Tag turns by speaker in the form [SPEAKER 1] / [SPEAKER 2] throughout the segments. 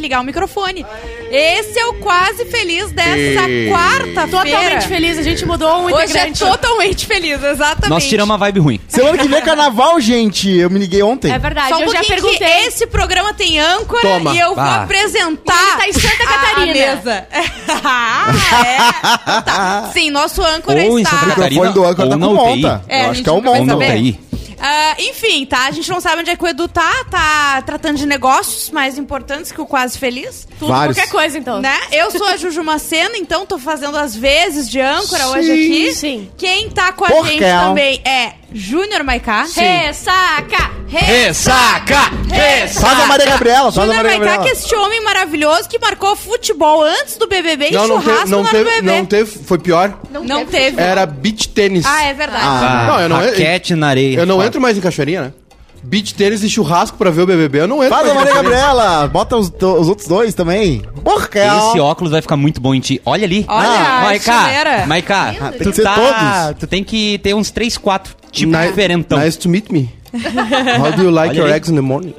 [SPEAKER 1] ligar o microfone. Esse é o Quase Feliz dessa
[SPEAKER 2] Ei.
[SPEAKER 1] quarta-feira.
[SPEAKER 3] Totalmente feliz, a gente mudou um
[SPEAKER 1] Hoje é
[SPEAKER 3] integrante.
[SPEAKER 1] totalmente feliz, exatamente.
[SPEAKER 4] Nós tiramos uma vibe ruim.
[SPEAKER 2] Semana que vem é carnaval, gente. Eu me liguei ontem.
[SPEAKER 3] É verdade,
[SPEAKER 1] Só um
[SPEAKER 3] eu já
[SPEAKER 1] pouquinho que
[SPEAKER 3] perguntei.
[SPEAKER 1] esse programa tem âncora
[SPEAKER 2] Toma.
[SPEAKER 1] e eu vou
[SPEAKER 4] Ah.
[SPEAKER 1] apresentar
[SPEAKER 3] Ele tá em Santa
[SPEAKER 1] a
[SPEAKER 3] Catarina.
[SPEAKER 1] mesa. ah, é? Então tá. Sim, nosso âncora
[SPEAKER 4] Ou em
[SPEAKER 1] está...
[SPEAKER 4] Santa
[SPEAKER 2] O microfone
[SPEAKER 4] Catarina
[SPEAKER 2] do âncora
[SPEAKER 4] ou
[SPEAKER 2] tá
[SPEAKER 4] na
[SPEAKER 2] com
[SPEAKER 4] UTI.
[SPEAKER 2] monta.
[SPEAKER 1] É,
[SPEAKER 2] Eu
[SPEAKER 1] a
[SPEAKER 2] acho
[SPEAKER 1] gente
[SPEAKER 2] que é o
[SPEAKER 1] nunca vai
[SPEAKER 2] monta.
[SPEAKER 4] Não tá
[SPEAKER 1] saber.
[SPEAKER 4] aí.
[SPEAKER 1] Ah, enfim, tá? A gente não sabe onde é que o Edu tá. Tá tratando de negócios mais importantes que o Quase Feliz.
[SPEAKER 3] Tudo,
[SPEAKER 2] Vários.
[SPEAKER 3] qualquer coisa, então.
[SPEAKER 1] Né? Eu sou a Juju Macena, então tô fazendo as vezes de âncora hoje aqui.
[SPEAKER 3] sim.
[SPEAKER 1] Quem tá com a
[SPEAKER 2] Porcal.
[SPEAKER 1] gente também é Júnior Maiká.
[SPEAKER 3] Ressaca!
[SPEAKER 4] Ressaca!
[SPEAKER 2] Faz
[SPEAKER 1] Tá.
[SPEAKER 2] a Maria Gabriela, faz a
[SPEAKER 1] Júnior
[SPEAKER 2] Maria
[SPEAKER 1] Maiká,
[SPEAKER 2] Gabriela.
[SPEAKER 1] que é este homem maravilhoso que marcou futebol antes do BBB e churrasco no
[SPEAKER 5] teve,
[SPEAKER 1] BBB.
[SPEAKER 5] não teve, foi pior.
[SPEAKER 1] Não teve.
[SPEAKER 5] Era beach tênis.
[SPEAKER 1] Ah, é verdade.
[SPEAKER 2] Ah,
[SPEAKER 5] Não, eu não-
[SPEAKER 4] Raquete na areia.
[SPEAKER 5] Eu não entro mais em cachoeirinha, né? Beach tênis e churrasco pra ver o BBB, eu não entro
[SPEAKER 2] Faz a
[SPEAKER 5] mais em
[SPEAKER 2] Maria
[SPEAKER 5] cachoeirinha.
[SPEAKER 2] Gabriela. Bota os, to- os outros dois também. é Porca,
[SPEAKER 4] Esse óculos vai ficar muito bom em ti. Olha ali. Ah,
[SPEAKER 1] Olha, a
[SPEAKER 4] Maiká,
[SPEAKER 1] chuleira.
[SPEAKER 4] Maiká,
[SPEAKER 2] tem
[SPEAKER 4] tu,
[SPEAKER 2] que ser
[SPEAKER 4] tá,
[SPEAKER 2] todos.
[SPEAKER 4] tu tem que ter uns 3, 4 tipos
[SPEAKER 5] Ni-
[SPEAKER 4] diferentão.
[SPEAKER 5] Nice to meet me. How do you like
[SPEAKER 4] Tipo Olha
[SPEAKER 5] your
[SPEAKER 4] ali.
[SPEAKER 5] eggs in the morning?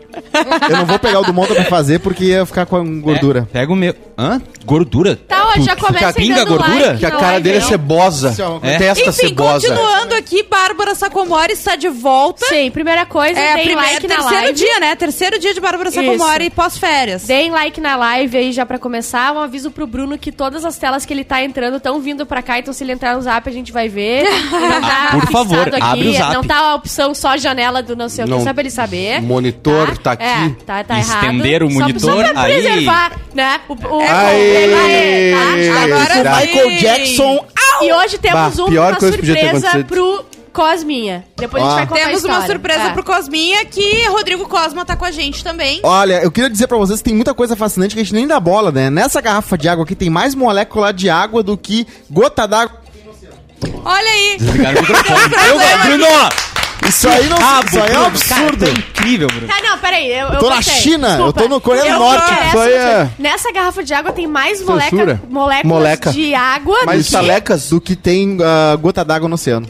[SPEAKER 2] Eu não vou pegar o do monta pra fazer porque ia ficar com
[SPEAKER 4] É,
[SPEAKER 2] gordura.
[SPEAKER 4] pega o meu. Hã? Gordura?
[SPEAKER 3] Tá, ó, já começa
[SPEAKER 4] pinga
[SPEAKER 3] dando
[SPEAKER 4] gordura?
[SPEAKER 3] like
[SPEAKER 5] Que a
[SPEAKER 3] na
[SPEAKER 5] cara
[SPEAKER 3] live,
[SPEAKER 5] dele é
[SPEAKER 3] hein?
[SPEAKER 5] cebosa.
[SPEAKER 2] Isso é uma
[SPEAKER 4] coisa-
[SPEAKER 5] Testa
[SPEAKER 1] Enfim,
[SPEAKER 5] cebosa.
[SPEAKER 1] continuando aqui, Bárbara Sacomori está de volta.
[SPEAKER 3] Sim, primeira coisa,
[SPEAKER 1] É,
[SPEAKER 3] deem
[SPEAKER 1] primeiro,
[SPEAKER 3] like na
[SPEAKER 1] terceiro
[SPEAKER 3] live.
[SPEAKER 1] dia, né? Terceiro dia de Bárbara Sacomori pós-férias.
[SPEAKER 3] Deem like na live aí já pra começar. Um aviso pro Bruno que todas as telas que ele tá entrando estão vindo pra cá, então se ele entrar no zap a gente vai ver. Já tá
[SPEAKER 4] Por favor,
[SPEAKER 3] fixado aqui.
[SPEAKER 4] abre o zap.
[SPEAKER 3] Não tá a opção só a janela do não sei o que,
[SPEAKER 5] Não.
[SPEAKER 3] só pra ele saber.
[SPEAKER 5] O monitor tá
[SPEAKER 3] É,
[SPEAKER 5] aqui.
[SPEAKER 3] tá, tá errado.
[SPEAKER 4] Estender o
[SPEAKER 3] Só- Só,
[SPEAKER 4] monitor,
[SPEAKER 3] pra
[SPEAKER 4] aí-
[SPEAKER 3] preservar, né? O, o, o-
[SPEAKER 5] Aê!
[SPEAKER 3] tá?
[SPEAKER 1] É. Agora
[SPEAKER 2] Esse
[SPEAKER 1] sim.
[SPEAKER 2] Michael Jackson.
[SPEAKER 3] E hoje temos
[SPEAKER 5] Bah,
[SPEAKER 3] um-
[SPEAKER 5] pior
[SPEAKER 3] uma
[SPEAKER 5] coisa que podia ter
[SPEAKER 3] surpresa
[SPEAKER 5] acontecido. Ah.
[SPEAKER 3] pro Cosminha. Depois a
[SPEAKER 2] Ó.
[SPEAKER 3] gente vai contar a
[SPEAKER 1] Temos uma
[SPEAKER 3] história.
[SPEAKER 1] surpresa
[SPEAKER 3] É.
[SPEAKER 1] pro Cosminha que Rodrigo Cosma tá com a gente também.
[SPEAKER 2] Olha, eu queria dizer pra vocês que tem muita coisa fascinante que a gente nem dá bola, né? Nessa garrafa de água aqui tem mais molécula de água do que gota d'água.
[SPEAKER 1] Olha aí.
[SPEAKER 4] Ligaram o microfone.
[SPEAKER 1] problema.
[SPEAKER 4] Bruno!
[SPEAKER 2] Isso aí não
[SPEAKER 4] Ah,
[SPEAKER 2] isso aí é um
[SPEAKER 4] Bruno, cara,
[SPEAKER 2] absurdo.
[SPEAKER 4] tá incrível, Bruno.
[SPEAKER 3] Tá, não, peraí. Eu, eu
[SPEAKER 2] Tô na
[SPEAKER 3] gostei.
[SPEAKER 2] China, eu tô no Coreia do
[SPEAKER 3] Eu
[SPEAKER 2] Norte.
[SPEAKER 3] confesso,
[SPEAKER 5] Isso aí é-
[SPEAKER 3] gente, Nessa garrafa de água tem mais
[SPEAKER 5] Censura.
[SPEAKER 3] moleca, moléculas
[SPEAKER 5] Moleca.
[SPEAKER 3] de água
[SPEAKER 5] Mas
[SPEAKER 3] do que...
[SPEAKER 5] estalecas?
[SPEAKER 2] Do que tem ah, gota d'água no oceano.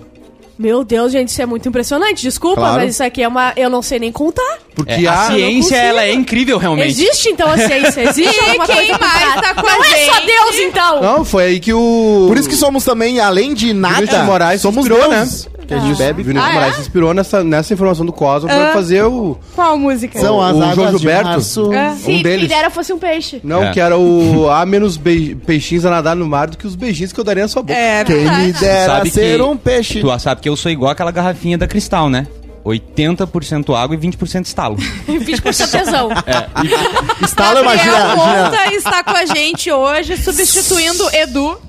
[SPEAKER 3] Meu Deus, gente, isso é muito impressionante. Desculpa,
[SPEAKER 2] Claro.
[SPEAKER 3] mas isso aqui é uma... Eu não sei nem contar.
[SPEAKER 5] Porque
[SPEAKER 4] É, a
[SPEAKER 5] há-
[SPEAKER 4] ciência,
[SPEAKER 3] consigo.
[SPEAKER 4] ela é incrível, realmente.
[SPEAKER 3] Existe, então, a ciência. Existe
[SPEAKER 1] E
[SPEAKER 3] alguma
[SPEAKER 1] quem
[SPEAKER 3] coisa
[SPEAKER 1] mais
[SPEAKER 3] comparada?
[SPEAKER 1] tá com a
[SPEAKER 3] Não é só
[SPEAKER 1] gente?
[SPEAKER 3] Deus, então.
[SPEAKER 5] Não, foi aí que o...
[SPEAKER 2] Por isso que somos também, além de
[SPEAKER 5] Vinícius
[SPEAKER 2] nada,
[SPEAKER 5] de Moraes
[SPEAKER 2] somos
[SPEAKER 5] inspirou, né?
[SPEAKER 2] deuses.
[SPEAKER 4] né?
[SPEAKER 2] Que a gente bebe.
[SPEAKER 5] Vinícius
[SPEAKER 1] Ah,
[SPEAKER 5] Moraes
[SPEAKER 1] é?
[SPEAKER 5] se inspirou nessa, nessa informação do Cosmo pra fazer o...
[SPEAKER 1] Qual música?
[SPEAKER 2] São as
[SPEAKER 5] O
[SPEAKER 2] águas
[SPEAKER 5] João Gilberto?
[SPEAKER 2] de março.
[SPEAKER 1] É.
[SPEAKER 3] Se
[SPEAKER 5] Um
[SPEAKER 3] quem
[SPEAKER 5] deles.
[SPEAKER 3] dera fosse um peixe.
[SPEAKER 5] Não,
[SPEAKER 4] É.
[SPEAKER 5] que era o... Há menos bei- peixinhos a nadar no mar do que os beijinhos que eu daria na sua boca.
[SPEAKER 1] É,
[SPEAKER 2] Quem me
[SPEAKER 1] verdade.
[SPEAKER 2] dera
[SPEAKER 4] Sabe
[SPEAKER 2] ser
[SPEAKER 4] que-
[SPEAKER 2] um peixe.
[SPEAKER 4] Tu sabe que eu sou igual aquela garrafinha da Cristal, né? 80% água e 20% estalo.
[SPEAKER 3] Um
[SPEAKER 4] É,
[SPEAKER 3] 20% tesão.
[SPEAKER 2] Estala, imagina.
[SPEAKER 1] Gabriel
[SPEAKER 2] imagina.
[SPEAKER 1] Monta está com a gente hoje, substituindo Edu.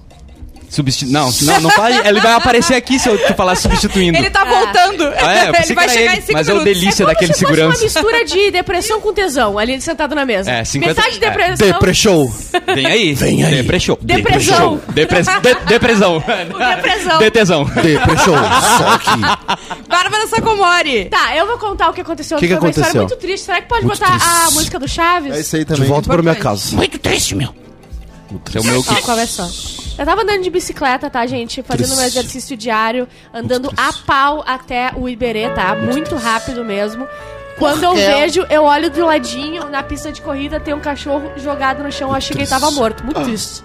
[SPEAKER 4] Substi... Não, não, não fala. Ele vai aparecer aqui se eu te falar substituindo.
[SPEAKER 1] Ele tá voltando.
[SPEAKER 4] Ah, é, eu pensei
[SPEAKER 1] ele vai
[SPEAKER 4] que era
[SPEAKER 1] chegar
[SPEAKER 4] ele,
[SPEAKER 1] em 5
[SPEAKER 4] mas é o
[SPEAKER 1] minutos.
[SPEAKER 4] delícia.
[SPEAKER 3] Como
[SPEAKER 4] daquele
[SPEAKER 3] se fosse
[SPEAKER 4] segurança.
[SPEAKER 3] uma mistura de depressão com tesão, ali sentado na mesa.
[SPEAKER 4] É, 50
[SPEAKER 3] Metade de
[SPEAKER 4] é.
[SPEAKER 3] depressão.
[SPEAKER 5] Deprechou.
[SPEAKER 4] Vem aí. Vem aí. Depressão.
[SPEAKER 3] Depressão.
[SPEAKER 4] Depressão. De- Depressão.
[SPEAKER 1] Depressão.
[SPEAKER 4] Detesão.
[SPEAKER 5] Deprechou. Só que...
[SPEAKER 1] Bárbara Sacomori.
[SPEAKER 3] Tá, eu vou contar o que aconteceu.
[SPEAKER 5] Que que
[SPEAKER 3] Foi uma história
[SPEAKER 5] aconteceu?
[SPEAKER 3] muito triste. Será que pode
[SPEAKER 5] Muito
[SPEAKER 3] botar
[SPEAKER 5] triste.
[SPEAKER 3] a música do Chaves?
[SPEAKER 2] É isso aí
[SPEAKER 5] De
[SPEAKER 2] também.
[SPEAKER 5] volta pra minha casa.
[SPEAKER 4] Muito triste, meu. É o meu que...
[SPEAKER 3] Ó, qual é só? Eu tava andando de bicicleta, tá, gente? Fazendo meu
[SPEAKER 5] Triste.
[SPEAKER 3] exercício diário, andando a pau até o Iberê, tá? Muito rápido mesmo. Quando eu vejo, eu olho do ladinho, na pista de corrida, tem um cachorro jogado no chão, eu achei que ele tava morto. Muito triste.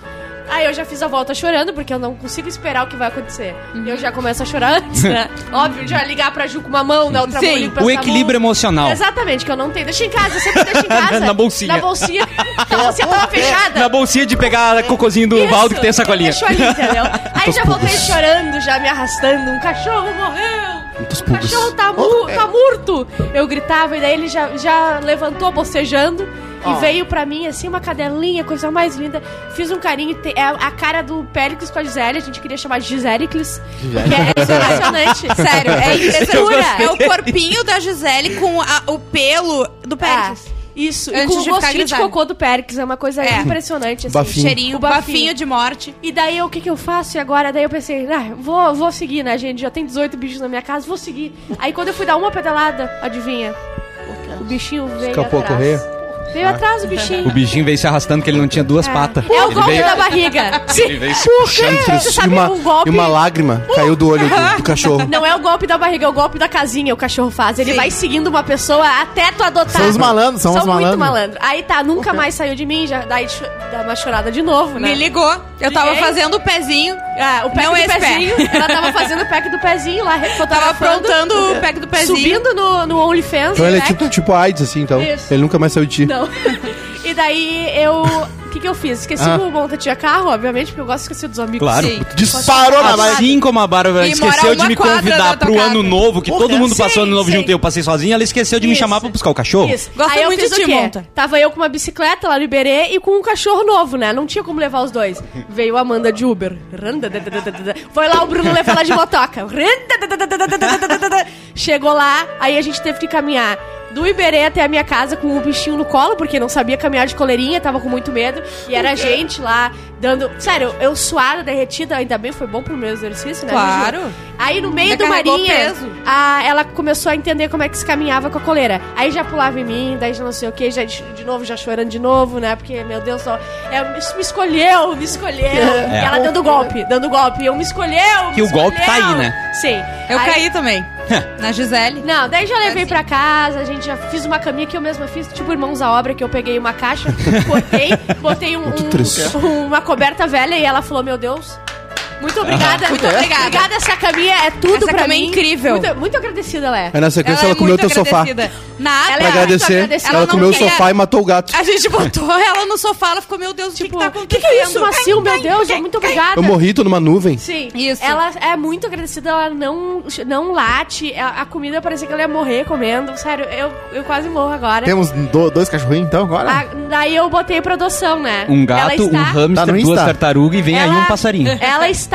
[SPEAKER 3] Aí eu já fiz a volta chorando, porque eu não consigo esperar o que vai acontecer. E eu já começo a chorar antes, né? Óbvio, já ligar pra Ju com uma mão, na outra mão
[SPEAKER 1] Sim.
[SPEAKER 3] ligo pra
[SPEAKER 4] O
[SPEAKER 3] essa mão.
[SPEAKER 6] é
[SPEAKER 4] equilíbrio emocional.
[SPEAKER 3] Exatamente, que eu não tenho. Deixa em casa, eu sempre deixo em casa.
[SPEAKER 4] Na bolsinha. É,
[SPEAKER 3] Na bolsinha. A bolsinha tava fechada.
[SPEAKER 4] Na bolsinha de pegar cocôzinho do
[SPEAKER 3] Isso,
[SPEAKER 4] Valdo que tem a sacolinha.
[SPEAKER 3] Deixou ali, entendeu? Aí já voltei chorando, já me arrastando. Um cachorro morreu!
[SPEAKER 5] Muitos
[SPEAKER 3] O
[SPEAKER 5] pulgas.
[SPEAKER 3] cachorro tá,
[SPEAKER 4] Oh,
[SPEAKER 3] mu
[SPEAKER 4] é.
[SPEAKER 3] tá morto! Eu gritava e daí ele já, já levantou bocejando. E veio pra mim, assim, uma cadelinha, coisa mais linda. Fiz um carinho. te- é a cara do Péricles com a Gisele. A gente queria chamar de Gisericles. Porque é impressionante.
[SPEAKER 1] Sério, é impressionante.
[SPEAKER 3] Jura?
[SPEAKER 1] É o corpinho da Gisele com a- o pelo
[SPEAKER 4] Ah.
[SPEAKER 1] do
[SPEAKER 3] É,
[SPEAKER 1] Pérez.
[SPEAKER 3] isso. E
[SPEAKER 1] Antes
[SPEAKER 3] com o
[SPEAKER 1] de ficar
[SPEAKER 3] gostinho de
[SPEAKER 1] grisalho.
[SPEAKER 3] cocô do Péricles. É uma coisa
[SPEAKER 1] É.
[SPEAKER 3] impressionante. Assim.
[SPEAKER 5] Bafinho.
[SPEAKER 1] Cheirinho,
[SPEAKER 3] O
[SPEAKER 1] bafinho.
[SPEAKER 3] bafinho.
[SPEAKER 1] de morte.
[SPEAKER 3] E daí o que que eu faço? E agora? Daí eu pensei, ah, vou, vou seguir, né, gente? Já tem 18 bichos na minha casa, vou seguir. Aí quando eu fui dar uma pedalada, adivinha? O bichinho veio.
[SPEAKER 5] Escapou a
[SPEAKER 3] atrás.
[SPEAKER 5] correia?
[SPEAKER 2] Ah.
[SPEAKER 3] Veio atrás o bichinho.
[SPEAKER 4] O bichinho veio se arrastando que ele não tinha duas patas.
[SPEAKER 3] É o
[SPEAKER 4] Ele
[SPEAKER 3] golpe
[SPEAKER 4] veio-
[SPEAKER 3] da barriga.
[SPEAKER 4] Ele veio se puxando.
[SPEAKER 3] Você
[SPEAKER 5] E
[SPEAKER 3] sabe
[SPEAKER 5] uma,
[SPEAKER 3] o golpe?
[SPEAKER 5] e uma lágrima caiu do olho do, do cachorro.
[SPEAKER 3] Não é o golpe da barriga, é o golpe da casinha o cachorro faz. Ele
[SPEAKER 1] Sim.
[SPEAKER 3] vai seguindo uma pessoa até tu adotar.
[SPEAKER 2] São os malandros, são os
[SPEAKER 3] muito
[SPEAKER 2] malandros.
[SPEAKER 3] malandro. Aí tá, nunca mais saiu de mim, já daí cho- dá uma chorada de novo, né?
[SPEAKER 1] Me ligou. Eu tava
[SPEAKER 3] Liguei.
[SPEAKER 1] fazendo o pezinho.
[SPEAKER 3] Ah, o pack
[SPEAKER 1] Não é
[SPEAKER 3] do
[SPEAKER 1] esse pé.
[SPEAKER 3] pezinho. Ela tava fazendo o pack do pezinho lá,
[SPEAKER 1] Tava
[SPEAKER 3] fotografando.
[SPEAKER 1] aprontando o pack do pezinho.
[SPEAKER 3] Subindo no, no OnlyFans.
[SPEAKER 5] Então ele é
[SPEAKER 3] né?
[SPEAKER 5] tipo, tipo AIDS, assim, então.
[SPEAKER 3] Isso.
[SPEAKER 5] Ele nunca mais saiu de ti.
[SPEAKER 3] Não. E daí eu... O que que eu fiz? Esqueci
[SPEAKER 2] Ah.
[SPEAKER 3] o montatinha carro, obviamente, porque eu gosto de esquecer dos amigos.
[SPEAKER 4] Claro.
[SPEAKER 1] Sim.
[SPEAKER 2] Disparou na barriga.
[SPEAKER 4] Assim como a Bárbara
[SPEAKER 1] E
[SPEAKER 4] esqueceu
[SPEAKER 1] mora
[SPEAKER 4] de me
[SPEAKER 1] uma quadra
[SPEAKER 4] convidar
[SPEAKER 1] da tua
[SPEAKER 4] pro
[SPEAKER 1] casa.
[SPEAKER 4] ano novo, que todo mundo passou ano novo
[SPEAKER 3] sim.
[SPEAKER 4] junto e eu passei sozinho, ela esqueceu de me
[SPEAKER 3] Isso.
[SPEAKER 4] chamar pra buscar o cachorro.
[SPEAKER 3] Isso.
[SPEAKER 1] Gosto
[SPEAKER 3] Aí eu
[SPEAKER 1] muito
[SPEAKER 3] fiz
[SPEAKER 1] de
[SPEAKER 3] o
[SPEAKER 1] ti,
[SPEAKER 3] quê?
[SPEAKER 1] monta.
[SPEAKER 3] Tava eu com uma bicicleta lá no Iberê e com um cachorro novo, né? Não tinha como levar os dois. Veio a Amanda de Uber. Randa, da, da, da, da, da. Foi lá o Bruno levar ela de motoca. Randa, da, da, da, da, da, da, da, da, da. Chegou lá, aí a gente teve que caminhar do Iberê até a minha casa com o bichinho no colo, porque não sabia caminhar de coleirinha, tava com muito medo. E era gente lá dando. Sério, eu suada, derretida, ainda bem, foi bom pro meu exercício, né?
[SPEAKER 1] Claro.
[SPEAKER 3] Ju? Aí no meio
[SPEAKER 1] Ainda
[SPEAKER 3] do
[SPEAKER 1] carregou
[SPEAKER 3] Marinha,
[SPEAKER 1] peso.
[SPEAKER 3] a- ela começou a entender como é que se caminhava com a coleira. Aí já pulava em mim, daí já não sei o que, já de, de novo, já chorando de novo, né? Porque, meu Deus, só, é, isso me escolheu, me escolheu. E ela dando golpe, dando golpe. Eu me escolheu, me
[SPEAKER 4] É. Que o golpe tá
[SPEAKER 3] escolheu.
[SPEAKER 4] aí, né?
[SPEAKER 3] Sim.
[SPEAKER 1] Eu
[SPEAKER 3] Aí-
[SPEAKER 1] caí também. na Gisele.
[SPEAKER 3] Não, daí já levei
[SPEAKER 1] Assim.
[SPEAKER 3] pra casa, a gente já fiz uma caminha que eu mesma fiz, tipo Irmãos à Obra, que eu peguei uma caixa, cortei, botei um-
[SPEAKER 5] Muito triste.
[SPEAKER 3] um- uma coberta velha e ela falou, meu Deus... Muito obrigada.
[SPEAKER 1] Muito obrigada.
[SPEAKER 3] Obrigada, essa caminha é tudo
[SPEAKER 1] Essa
[SPEAKER 3] pra
[SPEAKER 1] caminha
[SPEAKER 3] mim.
[SPEAKER 1] é incrível.
[SPEAKER 3] Muito, muito agradecida, Léa.
[SPEAKER 5] Aí na
[SPEAKER 1] Ela,
[SPEAKER 5] sequência
[SPEAKER 1] é
[SPEAKER 5] ela, comeu
[SPEAKER 1] muito
[SPEAKER 5] teu sofá.
[SPEAKER 1] agradecida. Nada.
[SPEAKER 3] Ela
[SPEAKER 5] Pra
[SPEAKER 3] é muito
[SPEAKER 5] agradecer,
[SPEAKER 3] agradecida.
[SPEAKER 5] ela,
[SPEAKER 1] Ela não
[SPEAKER 5] comeu o
[SPEAKER 1] queria-
[SPEAKER 5] sofá e matou o gato.
[SPEAKER 1] A gente botou ela no sofá, ela ficou, meu Deus, o que,
[SPEAKER 3] Tipo,
[SPEAKER 1] que tá
[SPEAKER 3] o que,
[SPEAKER 1] acontecendo?
[SPEAKER 3] que é isso, Macio? Meu Deus, muito obrigada.
[SPEAKER 5] Eu morri, tô numa nuvem.
[SPEAKER 3] Sim.
[SPEAKER 1] Isso.
[SPEAKER 3] Ela é muito agradecida, ela não, não late. A, a comida parecia que ela ia morrer comendo. Sério, eu, eu quase morro agora.
[SPEAKER 2] Temos do- dois cachorrinhos então agora?
[SPEAKER 3] Ah, daí eu botei pra adoção, né?
[SPEAKER 4] Um
[SPEAKER 3] Ela
[SPEAKER 4] gato,
[SPEAKER 3] está-
[SPEAKER 4] um hamster,
[SPEAKER 2] Tá no
[SPEAKER 4] duas
[SPEAKER 2] Insta.
[SPEAKER 4] tartarugas e vem aí
[SPEAKER 3] Ela-
[SPEAKER 4] um passarinho.
[SPEAKER 3] Ela está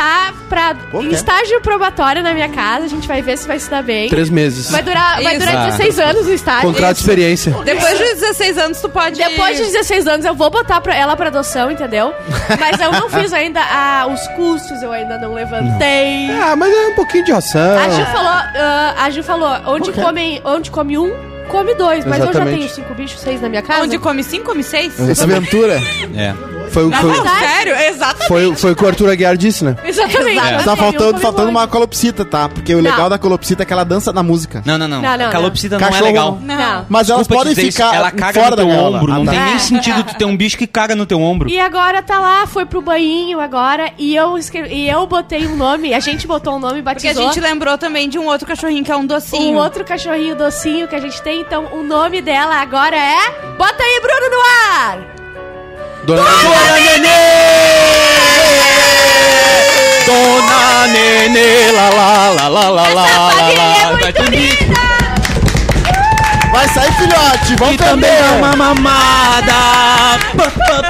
[SPEAKER 3] pra, em
[SPEAKER 2] cara.
[SPEAKER 3] estágio probatório na minha casa. A gente vai ver se vai se dar bem.
[SPEAKER 5] Três meses.
[SPEAKER 3] Vai durar, vai
[SPEAKER 1] Isso.
[SPEAKER 3] durar
[SPEAKER 4] Ah.
[SPEAKER 3] 16 anos o estágio.
[SPEAKER 5] Contrato de experiência.
[SPEAKER 1] Depois de 16 anos, tu pode.
[SPEAKER 3] Depois de 16 anos eu vou botar pra ela pra adoção, entendeu? Mas eu não fiz ainda ah, os custos, eu ainda não levantei.
[SPEAKER 5] Ah, mas é um pouquinho de ração.
[SPEAKER 3] A Ju falou, ah, a Ju falou, onde, comem- onde come um, come dois. Mas eu já
[SPEAKER 5] Exatamente.
[SPEAKER 3] tenho cinco bichos, seis na minha casa.
[SPEAKER 1] Onde come 5, come 6?
[SPEAKER 2] Essa aventura.
[SPEAKER 4] É.
[SPEAKER 5] Foi o que foi,
[SPEAKER 3] verdade.
[SPEAKER 1] Sério? Exatamente.
[SPEAKER 5] foi, foi o que o Arthur Aguiar disse, né?
[SPEAKER 3] Exatamente.
[SPEAKER 4] É.
[SPEAKER 3] Eu
[SPEAKER 2] Tá
[SPEAKER 3] come um,
[SPEAKER 2] faltando,
[SPEAKER 3] come
[SPEAKER 2] faltando
[SPEAKER 3] dois.
[SPEAKER 2] uma calopsita, tá? Porque o legal da calopsita é que ela dança na música.
[SPEAKER 4] Não, não, não.
[SPEAKER 3] Não, não,
[SPEAKER 4] a
[SPEAKER 3] não.
[SPEAKER 4] calopsita não, é
[SPEAKER 2] Cachorro
[SPEAKER 4] legal.
[SPEAKER 1] não.
[SPEAKER 3] Não.
[SPEAKER 2] Mas elas
[SPEAKER 4] Desculpa te
[SPEAKER 2] podem
[SPEAKER 4] dizer isso,
[SPEAKER 2] ficar
[SPEAKER 4] ela caga
[SPEAKER 2] fora
[SPEAKER 4] no
[SPEAKER 2] da
[SPEAKER 4] teu
[SPEAKER 2] gaiola.
[SPEAKER 4] ombro.
[SPEAKER 2] Ah,
[SPEAKER 4] não
[SPEAKER 2] tá.
[SPEAKER 4] tem
[SPEAKER 3] É.
[SPEAKER 4] nem sentido tu ter um bicho que caga no teu ombro.
[SPEAKER 3] E agora tá lá, foi pro banho agora, e eu escrevi, e eu botei um nome, a gente botou um nome,
[SPEAKER 1] Porque a
[SPEAKER 3] batizou.
[SPEAKER 1] gente lembrou também de um outro cachorrinho que é um docinho.
[SPEAKER 3] Um outro cachorrinho docinho que a gente tem, então o nome dela agora é. Bota aí, Bruno, no ar!
[SPEAKER 5] Dona, Dona Nenê! Dona Nenê, lá, lá, lá, lá, lá, lá,
[SPEAKER 3] família é
[SPEAKER 4] vai
[SPEAKER 3] muito
[SPEAKER 4] ter
[SPEAKER 3] linda!
[SPEAKER 2] Vai sair, filhote! Vamos
[SPEAKER 4] é
[SPEAKER 2] também!
[SPEAKER 4] mamada!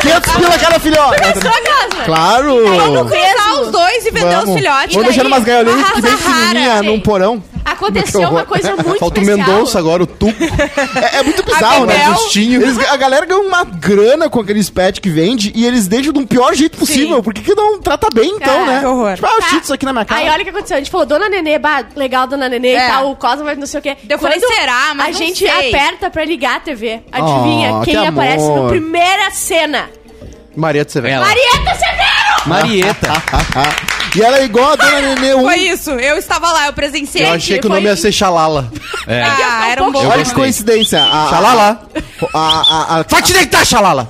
[SPEAKER 2] 500 pila cada filhote!
[SPEAKER 3] Sua casa!
[SPEAKER 2] Claro!
[SPEAKER 1] Vamos cruzar os dois e vender os
[SPEAKER 2] Vamos.
[SPEAKER 1] filhotes.
[SPEAKER 2] Vou deixar
[SPEAKER 3] daí?
[SPEAKER 2] umas gaiolinhas que bem
[SPEAKER 3] Arrasa rara,
[SPEAKER 2] pequenininha num
[SPEAKER 3] gente.
[SPEAKER 2] porão.
[SPEAKER 3] Aconteceu uma coisa muito
[SPEAKER 5] Falta o
[SPEAKER 3] especial.
[SPEAKER 5] Mendonça agora, o Tuco.
[SPEAKER 2] É, é muito bizarro, né?
[SPEAKER 1] Bebel.
[SPEAKER 2] Justinho. Eles- a galera ganha uma grana com aqueles pets que vende e eles deixam do pior jeito possível. Por que, que não trata bem, então,
[SPEAKER 3] Ah,
[SPEAKER 2] né?
[SPEAKER 1] que horror.
[SPEAKER 2] Tipo, ah, eu chito isso aqui na minha
[SPEAKER 3] Aí
[SPEAKER 2] cara.
[SPEAKER 3] olha o que aconteceu. A gente falou, dona Nenê, bah, legal, dona Nenê
[SPEAKER 1] Tá. É.
[SPEAKER 3] e tal, o Cosmo, mas não sei o quê.
[SPEAKER 1] Eu falei,
[SPEAKER 3] Quando
[SPEAKER 1] será? Mas
[SPEAKER 3] a
[SPEAKER 1] não
[SPEAKER 3] gente
[SPEAKER 1] sei.
[SPEAKER 3] aperta pra ligar a TV. Adivinha
[SPEAKER 2] Oh,
[SPEAKER 3] quem
[SPEAKER 2] que
[SPEAKER 3] aparece na
[SPEAKER 2] amor.
[SPEAKER 3] primeira cena?
[SPEAKER 5] Maria de Severo.
[SPEAKER 4] Ela.
[SPEAKER 3] Marieta Severo!
[SPEAKER 4] Marieta.
[SPEAKER 2] E ela é igual a Dona Nenê 1.
[SPEAKER 1] Foi isso. Eu estava lá, eu presenciei.
[SPEAKER 5] um. Eu achei que o
[SPEAKER 3] Ah, foi-
[SPEAKER 5] nome ia ser Xalala.
[SPEAKER 4] É.
[SPEAKER 1] Ah, era um bom.
[SPEAKER 4] Eu
[SPEAKER 2] Olha que
[SPEAKER 4] gostei.
[SPEAKER 2] coincidência. A,
[SPEAKER 5] Xalala.
[SPEAKER 2] a, a, a-
[SPEAKER 5] Vai te deitar, Xalala!